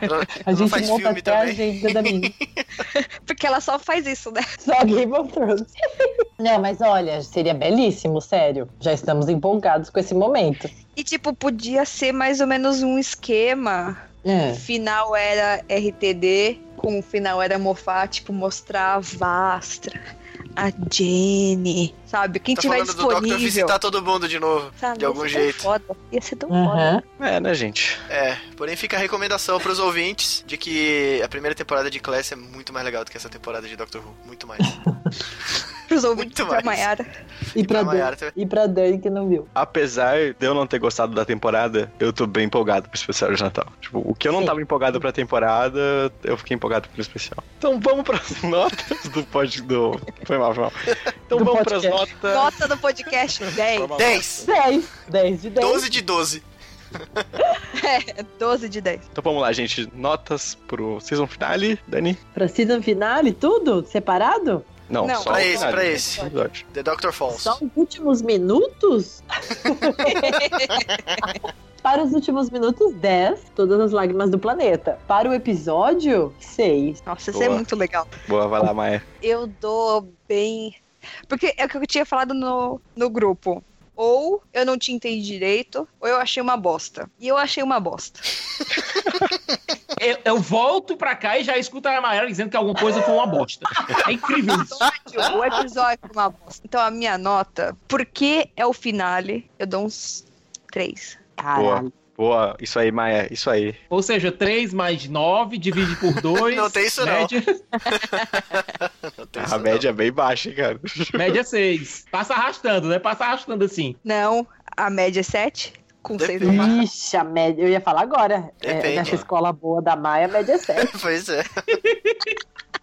[SPEAKER 3] Ela-
[SPEAKER 2] A
[SPEAKER 3] ela
[SPEAKER 2] gente
[SPEAKER 3] faz
[SPEAKER 2] monta
[SPEAKER 3] filme
[SPEAKER 2] até a
[SPEAKER 3] também.
[SPEAKER 2] agenda da minha.
[SPEAKER 5] Porque ela só faz isso, né?
[SPEAKER 2] Só Game of Thrones. Não, mas olha, seria belíssimo, sério. Já estamos empolgados com esse momento.
[SPEAKER 5] E, tipo, podia ser mais ou menos um esquema.
[SPEAKER 2] É.
[SPEAKER 5] Final era RTD, com o final era Mofá, tipo, mostrar a Vastra, a Jenny, sabe? Quem
[SPEAKER 3] Tá
[SPEAKER 5] tiver
[SPEAKER 3] falando do Doctor
[SPEAKER 5] disponível.
[SPEAKER 3] visitar todo mundo de novo,
[SPEAKER 5] sabe?
[SPEAKER 3] de algum
[SPEAKER 5] Ia ser tão
[SPEAKER 3] jeito.
[SPEAKER 5] Foda. Ia ser tão
[SPEAKER 2] Uhum.
[SPEAKER 5] foda.
[SPEAKER 2] Aham.
[SPEAKER 1] É, né, gente?
[SPEAKER 3] É, porém fica a recomendação pros ouvintes de que a primeira temporada de Class é muito mais legal do que essa temporada de Doctor Who. Muito mais.
[SPEAKER 5] Pros ouvintes
[SPEAKER 3] Muito
[SPEAKER 5] pra
[SPEAKER 3] mais.
[SPEAKER 5] Mayara.
[SPEAKER 2] E pra
[SPEAKER 3] pra Mayara
[SPEAKER 2] Dani.
[SPEAKER 3] também.
[SPEAKER 2] E pra Dani que não viu.
[SPEAKER 1] Apesar de eu não ter gostado da temporada, eu tô bem empolgado pro especial de Natal. Tipo, o que eu não
[SPEAKER 2] Sim.
[SPEAKER 1] tava empolgado pra temporada, eu fiquei empolgado pro especial. Então vamos pras notas do pod... do... Foi mal, foi mal. Então
[SPEAKER 2] Do
[SPEAKER 1] vamos pras
[SPEAKER 2] podcast.
[SPEAKER 1] notas...
[SPEAKER 5] Nota do podcast 10.
[SPEAKER 1] Vamos lá.
[SPEAKER 3] 10!
[SPEAKER 2] 10. 10 de 10.
[SPEAKER 3] 12 de 12.
[SPEAKER 5] É, 12 de 10.
[SPEAKER 1] Então vamos lá, gente. Notas pro season finale, Dani?
[SPEAKER 2] Pra season finale, tudo? Separado?
[SPEAKER 1] Não,
[SPEAKER 5] Não,
[SPEAKER 1] só
[SPEAKER 5] pra
[SPEAKER 1] o
[SPEAKER 3] esse,
[SPEAKER 1] finale,
[SPEAKER 3] pra
[SPEAKER 1] né?
[SPEAKER 3] esse.
[SPEAKER 1] Episódio.
[SPEAKER 3] The Doctor Falls.
[SPEAKER 2] Só os últimos minutos? Para os últimos minutos, 10. Todas as lágrimas do planeta. Para o episódio, 6.
[SPEAKER 5] Nossa, isso é
[SPEAKER 1] Boa.
[SPEAKER 5] muito legal.
[SPEAKER 1] Boa, vai lá, Maia.
[SPEAKER 5] Eu dou bem. Porque é o que eu tinha falado no, no grupo. Ou eu não te entendi direito, ou eu achei uma bosta. E eu achei uma bosta.
[SPEAKER 4] Eu, eu volto pra cá e já escuto a Mayara dizendo que alguma coisa foi uma bosta. É incrível isso.
[SPEAKER 5] episódio, Tipo, o episódio foi uma bosta. Então a é minha nota, porque é o finale, eu dou uns três.
[SPEAKER 2] Caralho.
[SPEAKER 1] Boa, isso aí, Maia, isso aí.
[SPEAKER 4] Ou seja, 3 mais 9 divide por 2.
[SPEAKER 1] Não tem isso não. a média é bem baixa, hein, cara.
[SPEAKER 4] Média 6. Passa arrastando, né? Passa arrastando assim.
[SPEAKER 5] Não, a média é 7. Com seis
[SPEAKER 2] Depende. Ixi, a média. Eu ia falar agora. É,
[SPEAKER 1] Depende.
[SPEAKER 2] nessa escola boa da Maia, a média é 7.
[SPEAKER 3] pois é.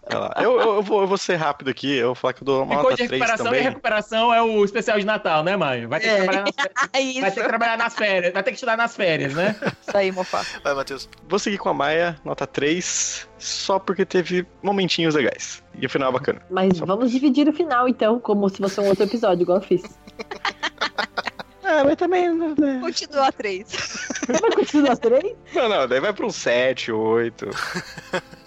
[SPEAKER 1] Olha lá. Eu, eu, eu vou, eu vou ser rápido aqui, eu vou falar que eu dou uma
[SPEAKER 4] Ficou
[SPEAKER 1] nota
[SPEAKER 4] É de
[SPEAKER 1] 3
[SPEAKER 4] recuperação e
[SPEAKER 1] também.
[SPEAKER 4] recuperação é o especial de Natal, né, Maio? Vai ter que,
[SPEAKER 1] É.
[SPEAKER 4] trabalhar, nas férias, vai ter que trabalhar nas férias, vai ter que estudar nas férias, né?
[SPEAKER 5] Isso aí, Mofá.
[SPEAKER 3] Vai, Matheus.
[SPEAKER 1] Vou seguir com a Maia, nota 3, só porque teve momentinhos legais. E o final é bacana.
[SPEAKER 2] Mas vamos dividir o final, então, como se fosse um outro episódio, igual eu fiz.
[SPEAKER 1] Ah, mas também.
[SPEAKER 5] Continua a 3.
[SPEAKER 2] Vai continuar três?
[SPEAKER 1] Não, não, daí vai pra um 7, 8.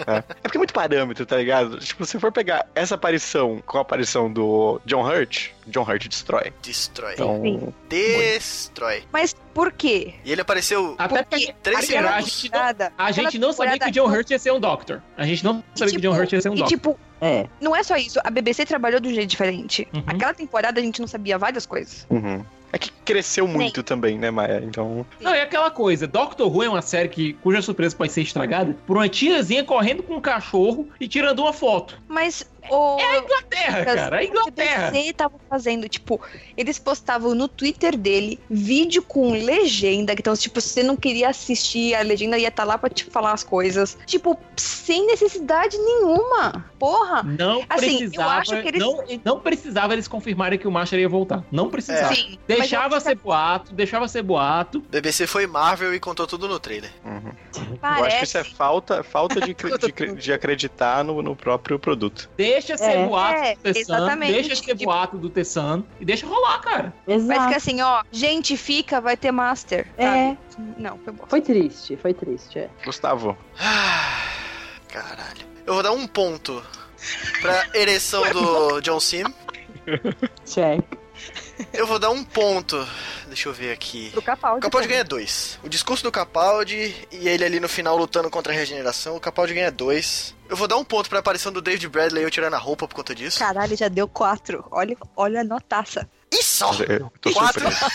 [SPEAKER 1] É. é porque é muito parâmetro, tá ligado? Tipo, se for pegar essa aparição com a aparição do John Hurt, John Hurt destrói.
[SPEAKER 3] Destrói.
[SPEAKER 1] Então,
[SPEAKER 5] Sim.
[SPEAKER 3] Destrói.
[SPEAKER 5] Mas por quê?
[SPEAKER 3] E ele apareceu
[SPEAKER 2] Ah,
[SPEAKER 4] Até porque
[SPEAKER 3] três
[SPEAKER 5] aquela
[SPEAKER 3] segundos.
[SPEAKER 5] temporada-
[SPEAKER 4] a gente não sabia que o John Hurt ia ser um Doctor. A gente não sabia que o John Hurt ia ser um
[SPEAKER 5] E
[SPEAKER 4] Doctor.
[SPEAKER 5] tipo,
[SPEAKER 2] É.
[SPEAKER 5] não é só isso. A BBC trabalhou de um jeito diferente.
[SPEAKER 4] Uhum.
[SPEAKER 5] Aquela temporada a gente não sabia várias coisas.
[SPEAKER 1] Uhum. É que cresceu muito também, né, Maia? Então.
[SPEAKER 4] Não, é aquela coisa, Doctor Who é uma série que, cuja surpresa pode ser estragada por uma tiazinha correndo com um cachorro e tirando uma foto.
[SPEAKER 5] Mas o... É a
[SPEAKER 4] Inglaterra, cara, é a Inglaterra.
[SPEAKER 5] O BBC tava fazendo, tipo, eles postavam no Twitter dele vídeo com legenda, que então, tipo, se você não queria assistir, a legenda ia estar lá pra te falar as coisas. Tipo, sem necessidade nenhuma. Porra.
[SPEAKER 4] Não
[SPEAKER 5] Assim, eu
[SPEAKER 4] precisava.
[SPEAKER 5] acho que eles-
[SPEAKER 4] não, não precisava eles confirmarem que o Marshall ia voltar. Não precisava.
[SPEAKER 5] É. Sim, mas
[SPEAKER 4] deixava ser boato, deixava ser boato.
[SPEAKER 3] BBC foi Marvel e contou tudo no trailer.
[SPEAKER 1] uhum. Eu acho que isso é falta, falta de, cre- de cre- de acreditar no, no próprio produto.
[SPEAKER 4] Deixa ser
[SPEAKER 5] É.
[SPEAKER 4] boato
[SPEAKER 5] É,
[SPEAKER 4] do Tessan.
[SPEAKER 5] exatamente.
[SPEAKER 4] Deixa ser boato do Tessan. E deixa rolar, cara.
[SPEAKER 5] Mas que assim, ó, gente fica, vai ter master.
[SPEAKER 2] É.
[SPEAKER 5] sabe? Não, foi bom.
[SPEAKER 2] Foi triste, foi triste, é.
[SPEAKER 1] Gustavo.
[SPEAKER 3] Ah, Caralho. Eu vou dar um ponto pra ereção do John Sim.
[SPEAKER 2] Check.
[SPEAKER 3] Eu vou dar um ponto. Deixa eu ver aqui.
[SPEAKER 5] Pro Capaldi.
[SPEAKER 3] O Capaldi ganha dois. O discurso do Capaldi e ele ali no final lutando contra a regeneração. O Capaldi ganha dois. Eu vou dar um ponto pra aparição do David Bradley eu tirando a roupa por conta disso.
[SPEAKER 5] Caralho, já deu quatro. Olha, olha a notaça.
[SPEAKER 3] Isso!
[SPEAKER 1] Eu tô
[SPEAKER 3] Quatro.
[SPEAKER 1] surpreso.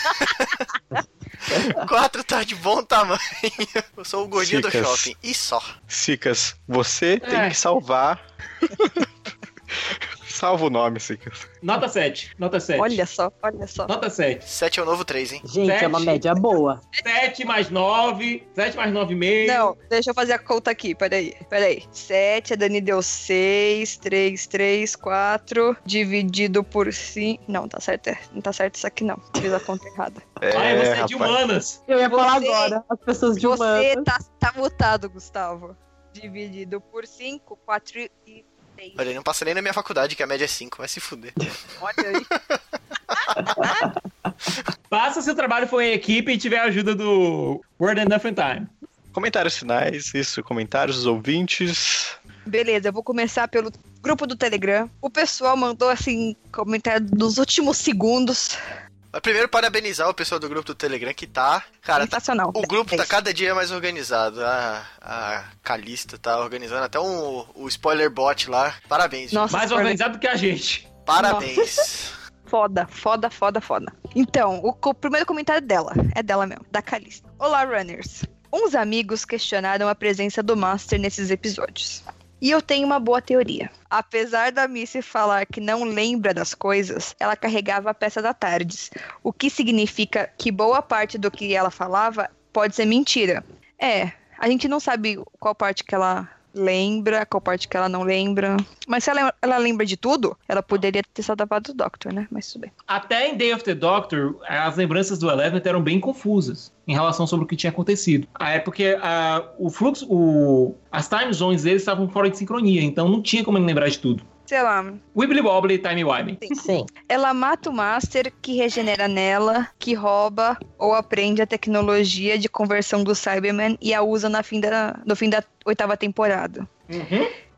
[SPEAKER 3] Quatro tá de bom tamanho. Eu sou o gordinho do
[SPEAKER 1] Chicas.
[SPEAKER 3] shopping. E só.
[SPEAKER 1] Sicas, você tem que salvar. Salva o nome, Sicas.
[SPEAKER 4] Nota 7. Nota 7.
[SPEAKER 5] Olha só, olha só.
[SPEAKER 4] Nota 7.
[SPEAKER 3] 7 é o novo 3, hein?
[SPEAKER 2] Gente, é uma
[SPEAKER 4] Sete.
[SPEAKER 2] média boa.
[SPEAKER 4] 7 mais 9. 7 mais 9,5.
[SPEAKER 5] Não, deixa eu fazer a conta aqui, peraí, peraí. 7, a Dani deu 6, 3, 3, 4, dividido por 5. Não, tá certo, é- não tá certo isso aqui não. Fiz a conta errada.
[SPEAKER 1] É,
[SPEAKER 4] Olha, você é de
[SPEAKER 1] rapaz.
[SPEAKER 4] humanas.
[SPEAKER 2] Eu ia falar
[SPEAKER 5] Você-
[SPEAKER 2] agora. As pessoas de
[SPEAKER 5] Você
[SPEAKER 2] humanas.
[SPEAKER 5] tá, tá mutado, Gustavo. Dividido por 5, 4 e 6.
[SPEAKER 3] Olha, ele não passa nem na minha faculdade, que a média é 5, vai se fuder.
[SPEAKER 5] Olha aí.
[SPEAKER 4] Passa se o trabalho for em equipe e tiver a ajuda do Word and Nothing Time.
[SPEAKER 1] Comentários finais, isso, comentários dos ouvintes.
[SPEAKER 5] Beleza, eu vou começar pelo grupo do Telegram. O pessoal mandou, assim, comentário dos últimos segundos.
[SPEAKER 3] Mas primeiro, parabenizar o pessoal do grupo do Telegram que tá. Cara, tá-
[SPEAKER 5] Sensacional.
[SPEAKER 3] o grupo tá
[SPEAKER 5] Dez.
[SPEAKER 3] cada dia mais organizado. A, a Calista tá organizando até um, o spoiler bot lá. Parabéns, gente.
[SPEAKER 5] Nossa,
[SPEAKER 4] Mais
[SPEAKER 5] Word and
[SPEAKER 4] organizado que a gente.
[SPEAKER 3] Parabéns.
[SPEAKER 5] Foda, foda, foda, foda. Então, o co- primeiro comentário dela. É dela mesmo, da Calista. Olá, runners. Uns amigos questionaram a presença do Master nesses episódios. E eu tenho uma boa teoria. Apesar da Missy falar que não lembra das coisas, ela carregava a peça da Tardes, o que significa que boa parte do que ela falava pode ser mentira. É, a gente não sabe qual parte que ela lembra, qual parte que ela não lembra. Mas se ela, ela lembra de tudo, ela poderia ter salvado o Doctor, né? Mas tudo bem.
[SPEAKER 4] Até em Day of the Doctor, as lembranças do Eleven eram bem confusas em relação sobre o que tinha acontecido. Ah, É porque ah, o fluxo, o- as time zones deles estavam fora de sincronia, então não tinha como ele lembrar de tudo.
[SPEAKER 5] Sei lá,
[SPEAKER 4] Wibbly Wobbly Time Wimey.
[SPEAKER 2] Sim.
[SPEAKER 5] ela mata o Master, que regenera nela, que rouba ou aprende a tecnologia de conversão do Cyberman e a usa na fim da, no fim da oitava temporada.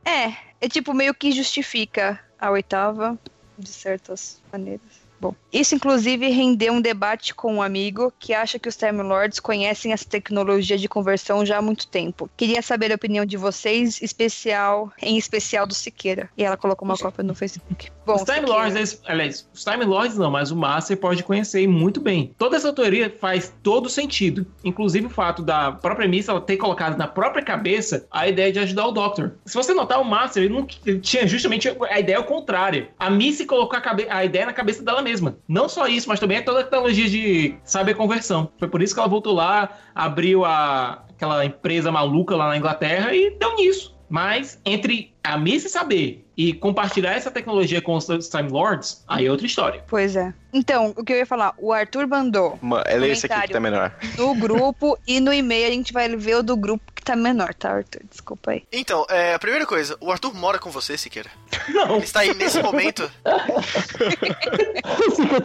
[SPEAKER 5] É, é tipo meio que justifica a oitava, de certas maneiras. Bom, isso inclusive rendeu um debate com um amigo que acha que os Time Lords conhecem essa tecnologia de conversão já há muito tempo. Queria saber a opinião de vocês, especial, em especial do Siqueira. E ela colocou uma cópia no Facebook. Bom,
[SPEAKER 4] os Time Lords, né? eles- aliás, os Time Lords não, mas o Master pode conhecer muito bem. Toda essa teoria faz todo sentido. Inclusive o fato da própria Miss ela ter colocado na própria cabeça a ideia de ajudar o Doctor. Se você notar, o Master ele não ele tinha justamente a ideia contrária. A Miss colocou a, cabe- a ideia na cabeça dela mesma. Não só isso, mas também é toda a tecnologia de saber conversão. Foi por isso que ela voltou lá, abriu a, aquela empresa maluca lá na Inglaterra e deu nisso. Mas entre a Missy saber e compartilhar essa tecnologia com os Time Lords, aí é outra história.
[SPEAKER 5] Pois é. Então, o que eu ia falar? O Arthur mandou
[SPEAKER 1] Mano, é esse aqui que tá
[SPEAKER 5] Comentário.
[SPEAKER 1] melhor.
[SPEAKER 5] no grupo e no e-mail a gente vai ver o do grupo que tá menor, tá, Arthur? Desculpa aí.
[SPEAKER 3] Então, é, a primeira coisa, o Arthur mora com você, Siqueira.
[SPEAKER 4] Não.
[SPEAKER 3] Ele está aí nesse momento.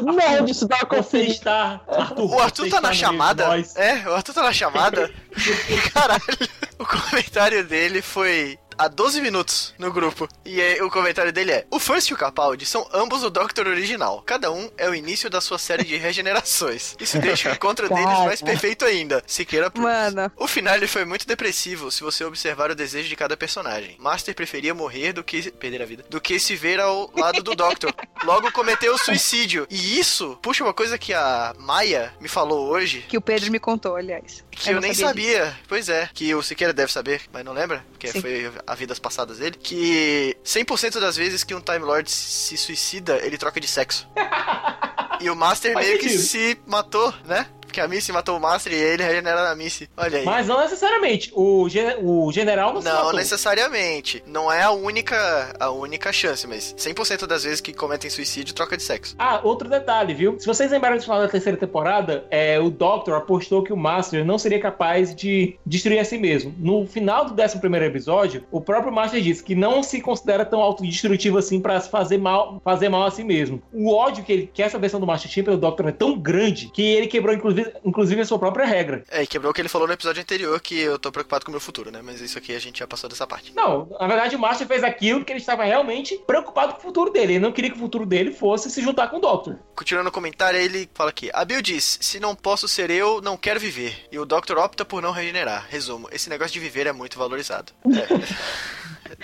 [SPEAKER 2] Não, disso dá uma
[SPEAKER 4] Você está.
[SPEAKER 3] o Arthur tá na chamada? É, o Arthur tá na chamada? Caralho, o comentário dele foi há 12 minutos no grupo. E aí, o comentário dele é: O First e o Capaldi são ambos o Doctor original. Cada um é o início da sua série de regenerações. Isso deixa o encontro deles mais
[SPEAKER 5] Cara.
[SPEAKER 3] perfeito ainda. Siqueira Prus.
[SPEAKER 5] Mano.
[SPEAKER 3] O final ele foi muito depressivo se você observar o desejo de cada personagem. Master preferia morrer do que perder a vida, do que se ver ao lado do Doctor. Logo cometeu suicídio. E isso, puxa, uma coisa que a Maia me falou hoje,
[SPEAKER 5] Que o Pedro me contou, aliás.
[SPEAKER 3] que eu,
[SPEAKER 5] não
[SPEAKER 3] nem
[SPEAKER 5] disso.
[SPEAKER 3] sabia. Pois é, que o Siqueira deve saber, mas não lembra, porque
[SPEAKER 5] Sim.
[SPEAKER 3] foi a vidas passadas dele, que 100% das vezes que um Time Lord se suicida, ele troca de sexo. e o Master
[SPEAKER 4] Faz
[SPEAKER 3] meio que
[SPEAKER 4] sentido.
[SPEAKER 3] se matou, né? Porque a Missy matou o Master e ele regenera na Missy. Olha aí.
[SPEAKER 4] Mas não necessariamente. O, gen- o general não, se
[SPEAKER 3] Não
[SPEAKER 4] matou.
[SPEAKER 3] necessariamente. Não é a única a única chance, mas 100% das vezes que cometem suicídio troca de sexo.
[SPEAKER 4] Ah, outro detalhe, viu? Se vocês lembrarem do final da terceira temporada, é, o Doctor apostou que o Master não seria capaz de destruir a si mesmo. No final do 11 episódio, o próprio Master disse que não se considera tão autodestrutivo assim pra se fazer mal, fazer mal a si mesmo. O ódio que ele que essa versão do Master tinha pelo Doctor é tão grande que ele quebrou inclusive, inclusive a sua própria regra.
[SPEAKER 3] É, e quebrou o que ele falou no episódio anterior, que eu tô preocupado com o meu futuro, né? Mas isso aqui a gente já passou dessa parte.
[SPEAKER 4] Não, na verdade o Master fez aquilo porque ele estava realmente preocupado com o futuro dele. Ele não queria que o futuro dele fosse se juntar com o Doctor.
[SPEAKER 3] Continuando o comentário, ele fala aqui: A Bill diz: Se não posso ser eu, não quero viver. E o Doctor opta por não regenerar. Resumo: Esse negócio de viver é muito valorizado. É. É,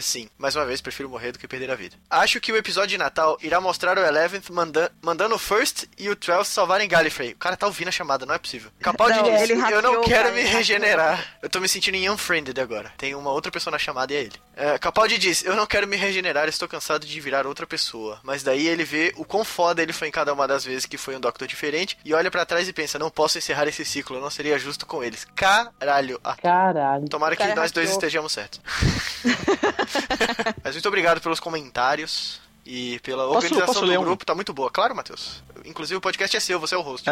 [SPEAKER 3] Sim, mais uma vez, prefiro morrer do que perder a vida. Acho que o episódio de Natal irá mostrar o Eleventh manda mandando o First e o Twelfth salvarem Gallifrey. O cara tá ouvindo a chamada, não é possível. Capaldi
[SPEAKER 5] Não,
[SPEAKER 3] diz:
[SPEAKER 5] ele
[SPEAKER 3] Eu não
[SPEAKER 5] hackeou,
[SPEAKER 3] quero
[SPEAKER 5] cara,
[SPEAKER 3] me
[SPEAKER 5] ele hackeou.
[SPEAKER 3] regenerar. Eu tô me sentindo em Unfriended agora. Tem uma outra pessoa na chamada e é ele. É, Capaldi diz: Eu não quero me regenerar, estou cansado de virar outra pessoa. Mas daí ele vê o quão foda ele foi em cada uma das vezes que foi um Doctor diferente e olha pra trás e pensa: Não posso encerrar esse ciclo, eu não seria justo com eles. Caralho. Ah,
[SPEAKER 2] Caralho.
[SPEAKER 3] Tomara que
[SPEAKER 2] Cara,
[SPEAKER 3] nós dois
[SPEAKER 2] hackeou.
[SPEAKER 3] estejamos certos. Mas muito obrigado pelos comentários e pela
[SPEAKER 1] Posso-
[SPEAKER 3] organização
[SPEAKER 1] posso ler
[SPEAKER 3] do
[SPEAKER 1] um?
[SPEAKER 3] grupo, tá muito boa. Claro, Matheus. Inclusive o podcast é seu, você é o host.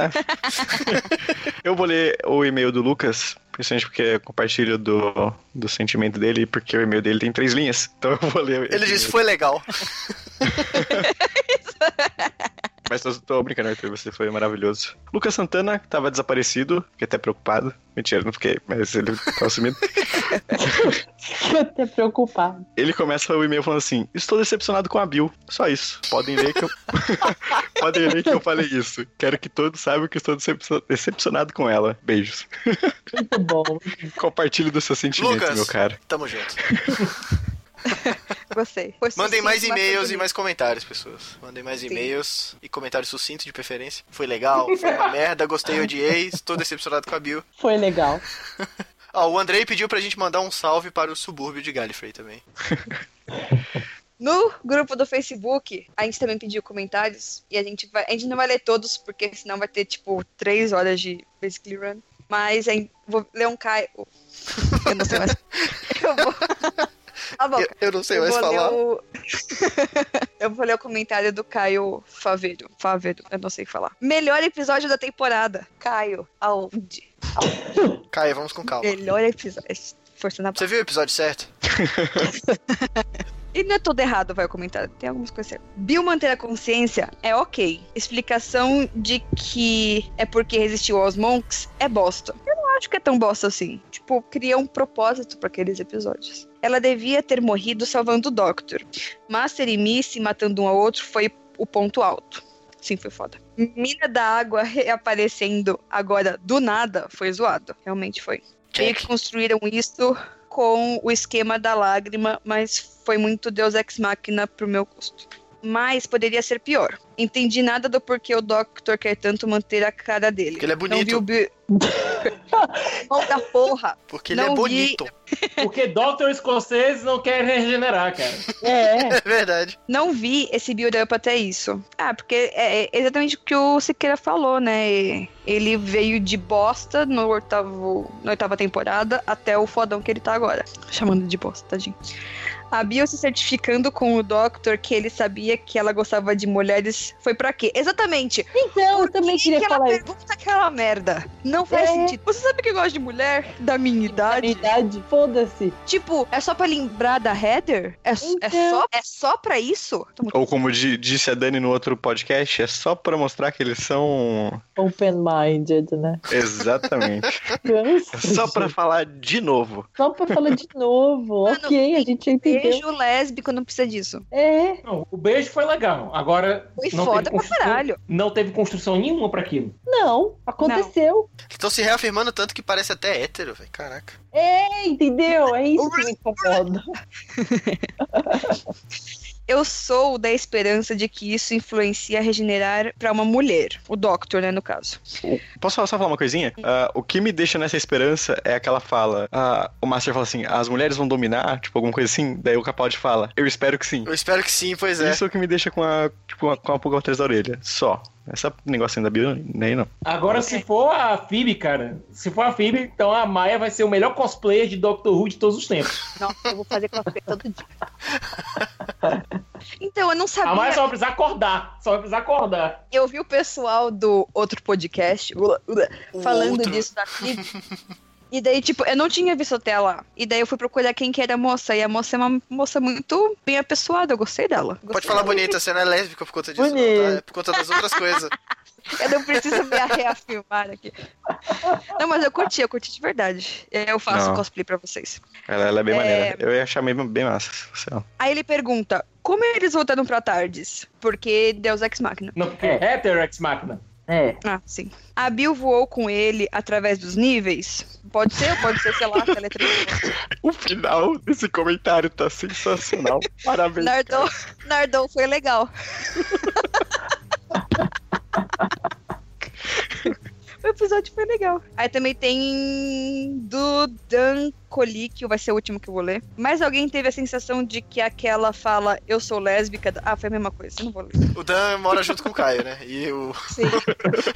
[SPEAKER 1] Eu vou ler o e-mail do Lucas, principalmente porque compartilho do, do sentimento dele, porque o e-mail dele tem três linhas. Então eu vou ler.
[SPEAKER 3] Ele disse: Foi legal.
[SPEAKER 1] Mas eu tô brincando, Arthur, você foi maravilhoso. Lucas Santana, que tava desaparecido, fiquei até preocupado. Mentira, não fiquei, mas ele tava sumido.
[SPEAKER 2] Fico até tá preocupado.
[SPEAKER 1] Ele começa o e-mail falando assim: Estou decepcionado com a Bill. Só isso. Podem ler que eu. Podem ler que eu falei isso. Quero que todos saibam que estou decepcio- decepcionado com ela. Beijos.
[SPEAKER 2] Muito bom.
[SPEAKER 1] Compartilhe dos seus sentimentos,
[SPEAKER 3] Lucas.
[SPEAKER 1] meu cara.
[SPEAKER 3] Tamo junto.
[SPEAKER 5] Gostei. Foi
[SPEAKER 3] Mandem
[SPEAKER 5] sucinto,
[SPEAKER 3] mais
[SPEAKER 5] mas foi
[SPEAKER 3] e-mails e
[SPEAKER 5] bonito.
[SPEAKER 3] mais comentários, pessoas. Mandem mais
[SPEAKER 5] Sim.
[SPEAKER 3] e-mails e comentários sucintos de preferência. Foi legal, foi uma merda, gostei, odiei, estou decepcionado com a Bill.
[SPEAKER 2] Foi legal.
[SPEAKER 3] Ó, o Andrei pediu pra gente mandar um salve para o subúrbio de Gallifrey também.
[SPEAKER 5] No grupo do Facebook, a gente também pediu comentários e a gente vai. A gente não vai ler todos, porque senão vai ter tipo três horas de basically run. Mas aí, vou ler um Caio. Eu não sei mais. Eu vou. Tá bom,
[SPEAKER 3] Eu, eu não sei
[SPEAKER 5] eu
[SPEAKER 3] mais
[SPEAKER 5] vou ler
[SPEAKER 3] falar.
[SPEAKER 5] o- eu vou ler o comentário do Caio Faveiro. Faveiro, eu não sei falar. Melhor episódio da temporada. Caio, aonde?
[SPEAKER 3] Caia, vamos com calma.
[SPEAKER 5] Melhor episódio. Forçando a barra.
[SPEAKER 3] Você viu o episódio certo?
[SPEAKER 5] E não é todo errado, vai o comentário. Tem algumas coisas certas. Bill manter a consciência é ok. Explicação de que é porque resistiu aos monks é bosta. Eu não acho que é tão bosta assim. Tipo, cria um propósito pra aqueles episódios. Ela devia ter morrido salvando o Doctor. Master e Missy matando um ao outro foi o ponto alto. Sim, foi foda. Mina da Água reaparecendo agora do nada foi zoado. Realmente foi. Meio que construíram isso com o esquema da lágrima, mas foi muito Deus Ex Machina pro meu gosto. Mas poderia ser pior. Entendi nada do porquê o Doctor quer tanto manter a cara dele.
[SPEAKER 3] Porque ele é
[SPEAKER 5] Não vi
[SPEAKER 3] bonito.
[SPEAKER 5] o bi... Mão da porra.
[SPEAKER 3] Porque ele é
[SPEAKER 5] Não vi-
[SPEAKER 3] bonito.
[SPEAKER 10] Porque Doctor Escocês não quer regenerar, cara.
[SPEAKER 2] É.
[SPEAKER 3] verdade.
[SPEAKER 5] Não vi esse build-up até isso. Ah, porque é é exatamente o que o Siqueira falou, né? Ele veio de bosta no oitavo, na oitava temporada até o fodão que ele tá agora. Chamando de bosta, tadinho. A Bill se certificando com o Doctor que ele sabia que ela gostava de mulheres foi pra quê? Exatamente.
[SPEAKER 2] Então, eu também queria
[SPEAKER 5] que ela
[SPEAKER 2] falar isso.
[SPEAKER 5] pergunta aquela merda? Não faz
[SPEAKER 2] É.
[SPEAKER 5] sentido. Você sabe que eu gosto de mulher da minha idade?
[SPEAKER 2] minha idade, foda-se.
[SPEAKER 5] Tipo, é só pra lembrar da Heather? É,
[SPEAKER 2] Então.
[SPEAKER 5] é, só, é só pra isso? Tô muito
[SPEAKER 1] Ou como di- disse a Dani no outro podcast, é só pra mostrar que eles são.
[SPEAKER 2] Open-minded, né?
[SPEAKER 1] Exatamente. É só pra falar de novo.
[SPEAKER 2] Só pra falar de novo. ok, a gente já entendeu.
[SPEAKER 5] Beijo lésbico, não precisa disso.
[SPEAKER 2] É.
[SPEAKER 10] Não, o beijo foi legal. Agora.
[SPEAKER 5] Foi foda pra
[SPEAKER 10] construção-
[SPEAKER 5] caralho.
[SPEAKER 10] Não teve construção nenhuma pra aquilo.
[SPEAKER 2] Não, aconteceu.
[SPEAKER 3] Estão se reafirmando tanto que parece até hétero, velho. Caraca.
[SPEAKER 2] É, entendeu? É isso que me incomoda.
[SPEAKER 5] Eu sou da esperança de que isso influencia a regenerar pra uma mulher. O Doctor, né, no caso.
[SPEAKER 1] Posso só falar uma coisinha? Ah, o que me deixa nessa esperança é aquela fala. ah, o Master fala assim: as mulheres vão dominar, tipo, alguma coisa assim. Daí o Capaldi fala: eu espero que sim.
[SPEAKER 3] Eu espero que sim, pois é.
[SPEAKER 1] Isso é o que me deixa com a, tipo, uma- com a pulga atrás da orelha. Só. Essa negocinho da Bia, nem não.
[SPEAKER 10] Agora, se for a Phoebe, cara, se for a Phoebe, então a Maia vai ser o melhor cosplayer de Doctor Who de todos os tempos.
[SPEAKER 5] Nossa, eu vou fazer cosplay todo dia. Então, eu não sabia.
[SPEAKER 10] A Maia só vai precisar acordar. Só vai precisar acordar.
[SPEAKER 5] Eu vi o pessoal do outro podcast ula, ula, falando disso da Phoebe. E daí, tipo, eu não tinha visto até lá. E daí eu fui procurar quem que era a moça. E a moça é uma moça muito bem apessoada. Eu gostei dela.
[SPEAKER 3] Pode falar bonita, você não é lésbica por conta disso, não, tá? É por conta das outras coisas.
[SPEAKER 5] Eu não preciso me reafirmar aqui. Não, mas eu curti, eu curti de verdade. Eu faço
[SPEAKER 1] Não.
[SPEAKER 5] cosplay pra vocês.
[SPEAKER 1] Ela, ela é bem
[SPEAKER 5] É.
[SPEAKER 1] maneira. Eu ia achar bem, bem massa. sei lá.
[SPEAKER 5] Aí ele pergunta, como eles voltaram pra Tardes? Porque Deus Ex Machina.
[SPEAKER 10] Não, porque é hétero ex máquina.
[SPEAKER 2] É.
[SPEAKER 5] Ah, sim. A Bill voou com ele através dos níveis? Pode ser, ou pode ser, sei lá, é teletransporte.
[SPEAKER 1] O final desse comentário tá sensacional. Parabéns.
[SPEAKER 5] Nardou, Nardou foi legal. O episódio foi legal. Aí também tem do Dan Colli, que vai ser o último que eu vou ler. Mas alguém teve a sensação de que aquela fala eu sou lésbica. Ah, foi a mesma coisa, eu não vou ler.
[SPEAKER 3] O Dan mora junto com o Caio, né? E o.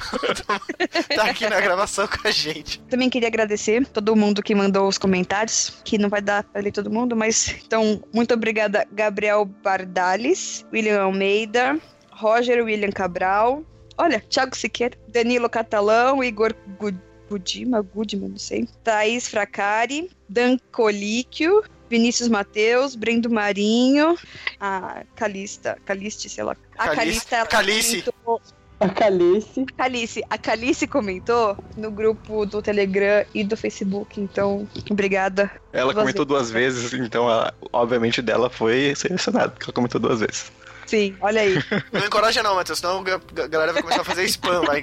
[SPEAKER 3] tá aqui na gravação com a gente.
[SPEAKER 5] Também queria agradecer todo mundo que mandou os comentários, que não vai dar pra ler todo mundo, mas então, muito obrigada, Gabriel Bardales, William Almeida, Roger William Cabral, olha, Thiago Siqueira, Danilo Catalão, Igor Gu- Gudima, Gudima, não sei, Thaís Fracari, Dan Colíquio, Vinícius Mateus, Brendo Marinho, a Calista, Caliste, sei lá. A
[SPEAKER 3] Calice-
[SPEAKER 5] Calista, ela
[SPEAKER 3] Calice.
[SPEAKER 5] comentou-
[SPEAKER 2] A Calice.
[SPEAKER 5] Calice, a Calice comentou no grupo do Telegram e do Facebook, então obrigada.
[SPEAKER 1] Ela
[SPEAKER 5] Você-
[SPEAKER 1] comentou duas vezes, então, ela- obviamente, dela foi selecionada, porque ela comentou duas vezes.
[SPEAKER 5] Sim, olha aí.
[SPEAKER 3] Não encoraja não, Matheus, senão a galera vai começar a fazer spam lá.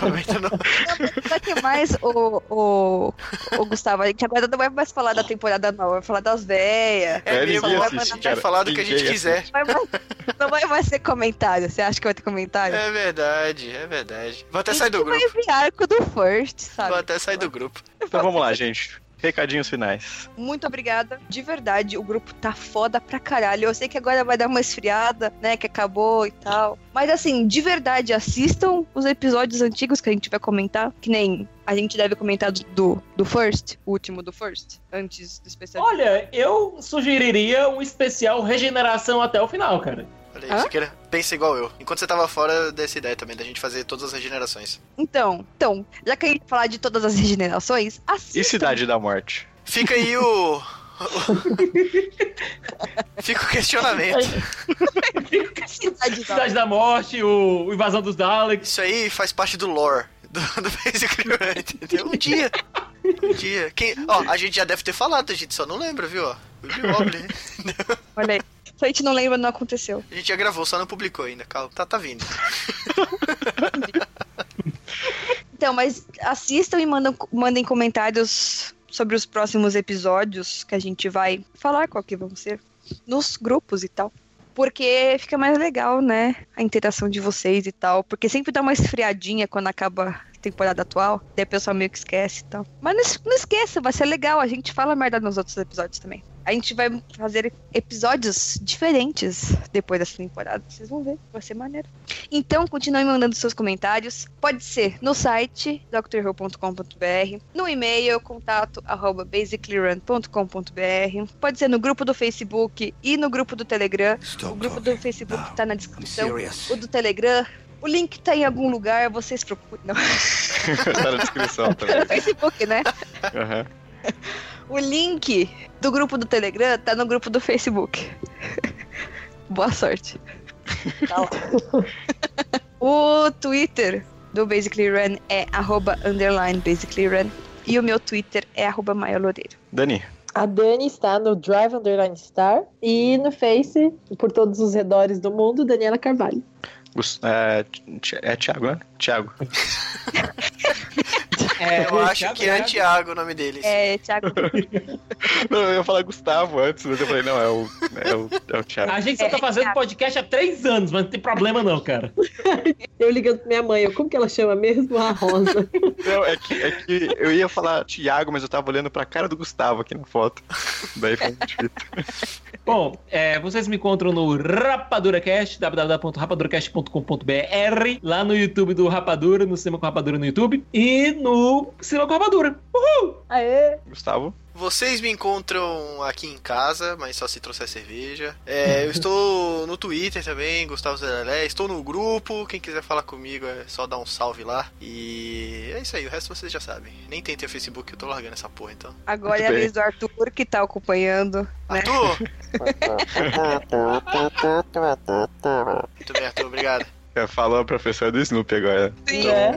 [SPEAKER 3] Comenta não.
[SPEAKER 5] Só que mais o, o, o Gustavo, a gente agora não vai mais falar da temporada nova, vai falar das véias.
[SPEAKER 3] É,
[SPEAKER 5] Não
[SPEAKER 3] mesmo,
[SPEAKER 5] vai
[SPEAKER 3] a
[SPEAKER 5] mais-
[SPEAKER 3] gente vai falar do que a gente quiser.
[SPEAKER 5] não vai mais- Não vai mais ter comentário. Você acha que vai ter comentário?
[SPEAKER 3] É verdade, é verdade. Vou até sair do
[SPEAKER 5] Vai
[SPEAKER 3] grupo.
[SPEAKER 5] vir arco do first, sabe?
[SPEAKER 3] Vou até sair do grupo.
[SPEAKER 1] Então vamos lá, gente. Recadinhos finais.
[SPEAKER 5] Muito obrigada. De verdade, o grupo tá foda pra caralho. Eu sei que agora vai dar uma esfriada, né? Que acabou e tal. Mas assim, de verdade, assistam os episódios antigos que a gente vai comentar. Que nem a gente deve comentar do, do, do First, o último do First, antes do especial.
[SPEAKER 10] Olha, eu sugeriria um especial regeneração até o final, cara.
[SPEAKER 3] Olha aí, Siqueira, pensa igual eu. Enquanto você tava fora dessa ideia também, da gente fazer todas as regenerações.
[SPEAKER 5] Então, então, já que a gente vai falar de todas as regenerações,
[SPEAKER 1] E Cidade da Morte?
[SPEAKER 3] Fica aí o. o- Fica o questionamento.
[SPEAKER 5] Cidade da-
[SPEAKER 10] Cidade da Morte, o, o Invasão dos Daleks.
[SPEAKER 3] Isso aí faz parte do lore do, do Basic Run, entendeu? Um dia. Um dia. Quem, ó, a gente já deve ter falado, a gente só não lembra, viu? ó? O Bibi Wobbler.
[SPEAKER 5] Olha aí. Se a gente não lembra, não aconteceu.
[SPEAKER 3] A gente já gravou, só não publicou ainda. Calma, tá, tá vindo.
[SPEAKER 5] Então, mas assistam e mandam, mandem comentários sobre os próximos episódios que a gente vai falar qual que vão ser nos grupos e tal. Porque fica mais legal, né? A interação de vocês e tal. Porque sempre dá uma esfriadinha quando acaba a temporada atual. Daí o pessoal meio que esquece e tal. Mas não, es- não esqueça, vai ser legal. A gente fala merda nos outros episódios também. A gente vai fazer episódios diferentes depois dessa temporada. Vocês vão ver, vai ser maneiro. Então, continuem mandando seus comentários. Pode ser no site drwho.com.br, no e-mail contato arroba basicallyrun.com.br, pode ser no grupo do Facebook e no grupo do Telegram. o grupo do Facebook tá na descrição.
[SPEAKER 11] serious.
[SPEAKER 5] O do Telegram. O link tá em algum lugar, vocês procuram. Não,
[SPEAKER 1] tá na descrição também.
[SPEAKER 5] no Facebook, né?
[SPEAKER 1] Aham.
[SPEAKER 5] O link do grupo do Telegram tá no grupo do Facebook. Boa sorte. o Twitter do Basically Run é arroba underline Basically Run. E o meu Twitter é arroba Maia Loureiro.
[SPEAKER 1] Dani,
[SPEAKER 2] A Dani está no Drive Underline Star e no Face, por todos os redores do mundo, Daniela Carvalho.
[SPEAKER 1] Gus- é, Ti- é Thiago, né? Thiago.
[SPEAKER 3] eu acho que é Thiago o nome dele.
[SPEAKER 5] É, Thiago.
[SPEAKER 1] Não, eu ia falar Gustavo antes, mas eu falei, não, é o, é o, é o Thiago.
[SPEAKER 4] A gente só tá fazendo podcast há três anos, mas não tem problema não, cara.
[SPEAKER 2] Eu ligando pra minha mãe, eu, como que ela chama mesmo? A Rosa.
[SPEAKER 1] Não, é que, é que eu ia falar Thiago, mas eu tava olhando pra cara do Gustavo aqui na foto. Daí foi muito difícil.
[SPEAKER 4] Bom, é, vocês me encontram no RapaduraCast, www.rapaduracast.com.br, lá no YouTube do Rapadura, no Cinema com Rapadura no YouTube e no Cinema com Rapadura. Uhul!
[SPEAKER 2] Aê!
[SPEAKER 1] Gustavo.
[SPEAKER 3] Vocês me encontram aqui em casa, mas só se trouxer cerveja. É, eu estou no Twitter também, Gustavo Zeralé. Estou no grupo. Quem quiser falar comigo é só dar um salve lá. E é isso aí, o resto vocês já sabem. Nem tentei o Facebook, eu tô largando essa porra então.
[SPEAKER 5] Agora é a
[SPEAKER 3] Muito bem.
[SPEAKER 5] vez do Arthur que tá acompanhando. Né?
[SPEAKER 3] Muito bem, Arthur, obrigado.
[SPEAKER 1] É, Falou a professora do Snoopy agora.
[SPEAKER 2] Né?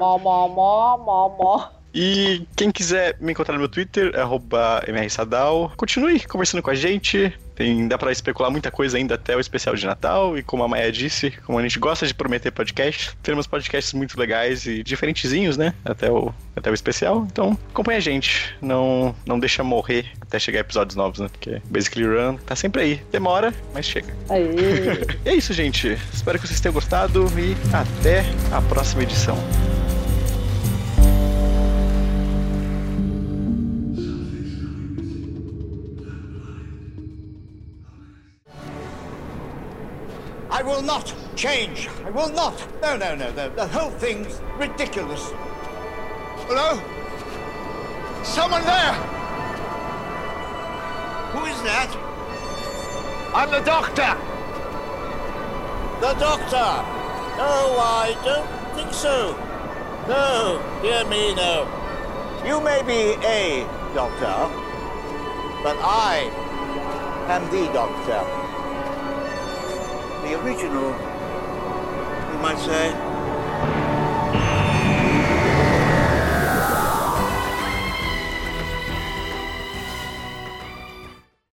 [SPEAKER 2] mó, mó, mó, mó, mó.
[SPEAKER 1] E quem quiser me encontrar no meu Twitter, é arroba mrsadal, continue conversando com a gente. Tem, dá pra especular muita coisa ainda até o especial de Natal. E como a Maia disse, como a gente gosta de prometer podcast, teremos podcasts muito legais e diferentezinhos, né? Até o, até o especial. Então, acompanha a gente. Não, não deixa morrer até chegar episódios novos, né? Porque Basically Run tá sempre aí. Demora, mas chega.
[SPEAKER 2] Aê!
[SPEAKER 1] E é isso, gente. Espero que vocês tenham gostado e até a próxima edição.
[SPEAKER 9] I will not change. I will not. No, no, no. The, the whole thing's ridiculous. Hello? Someone there! Who is that? I'm the doctor! The doctor! No, I don't think so. No, dear me, no. You may be a doctor, but I am the doctor the original, you might say.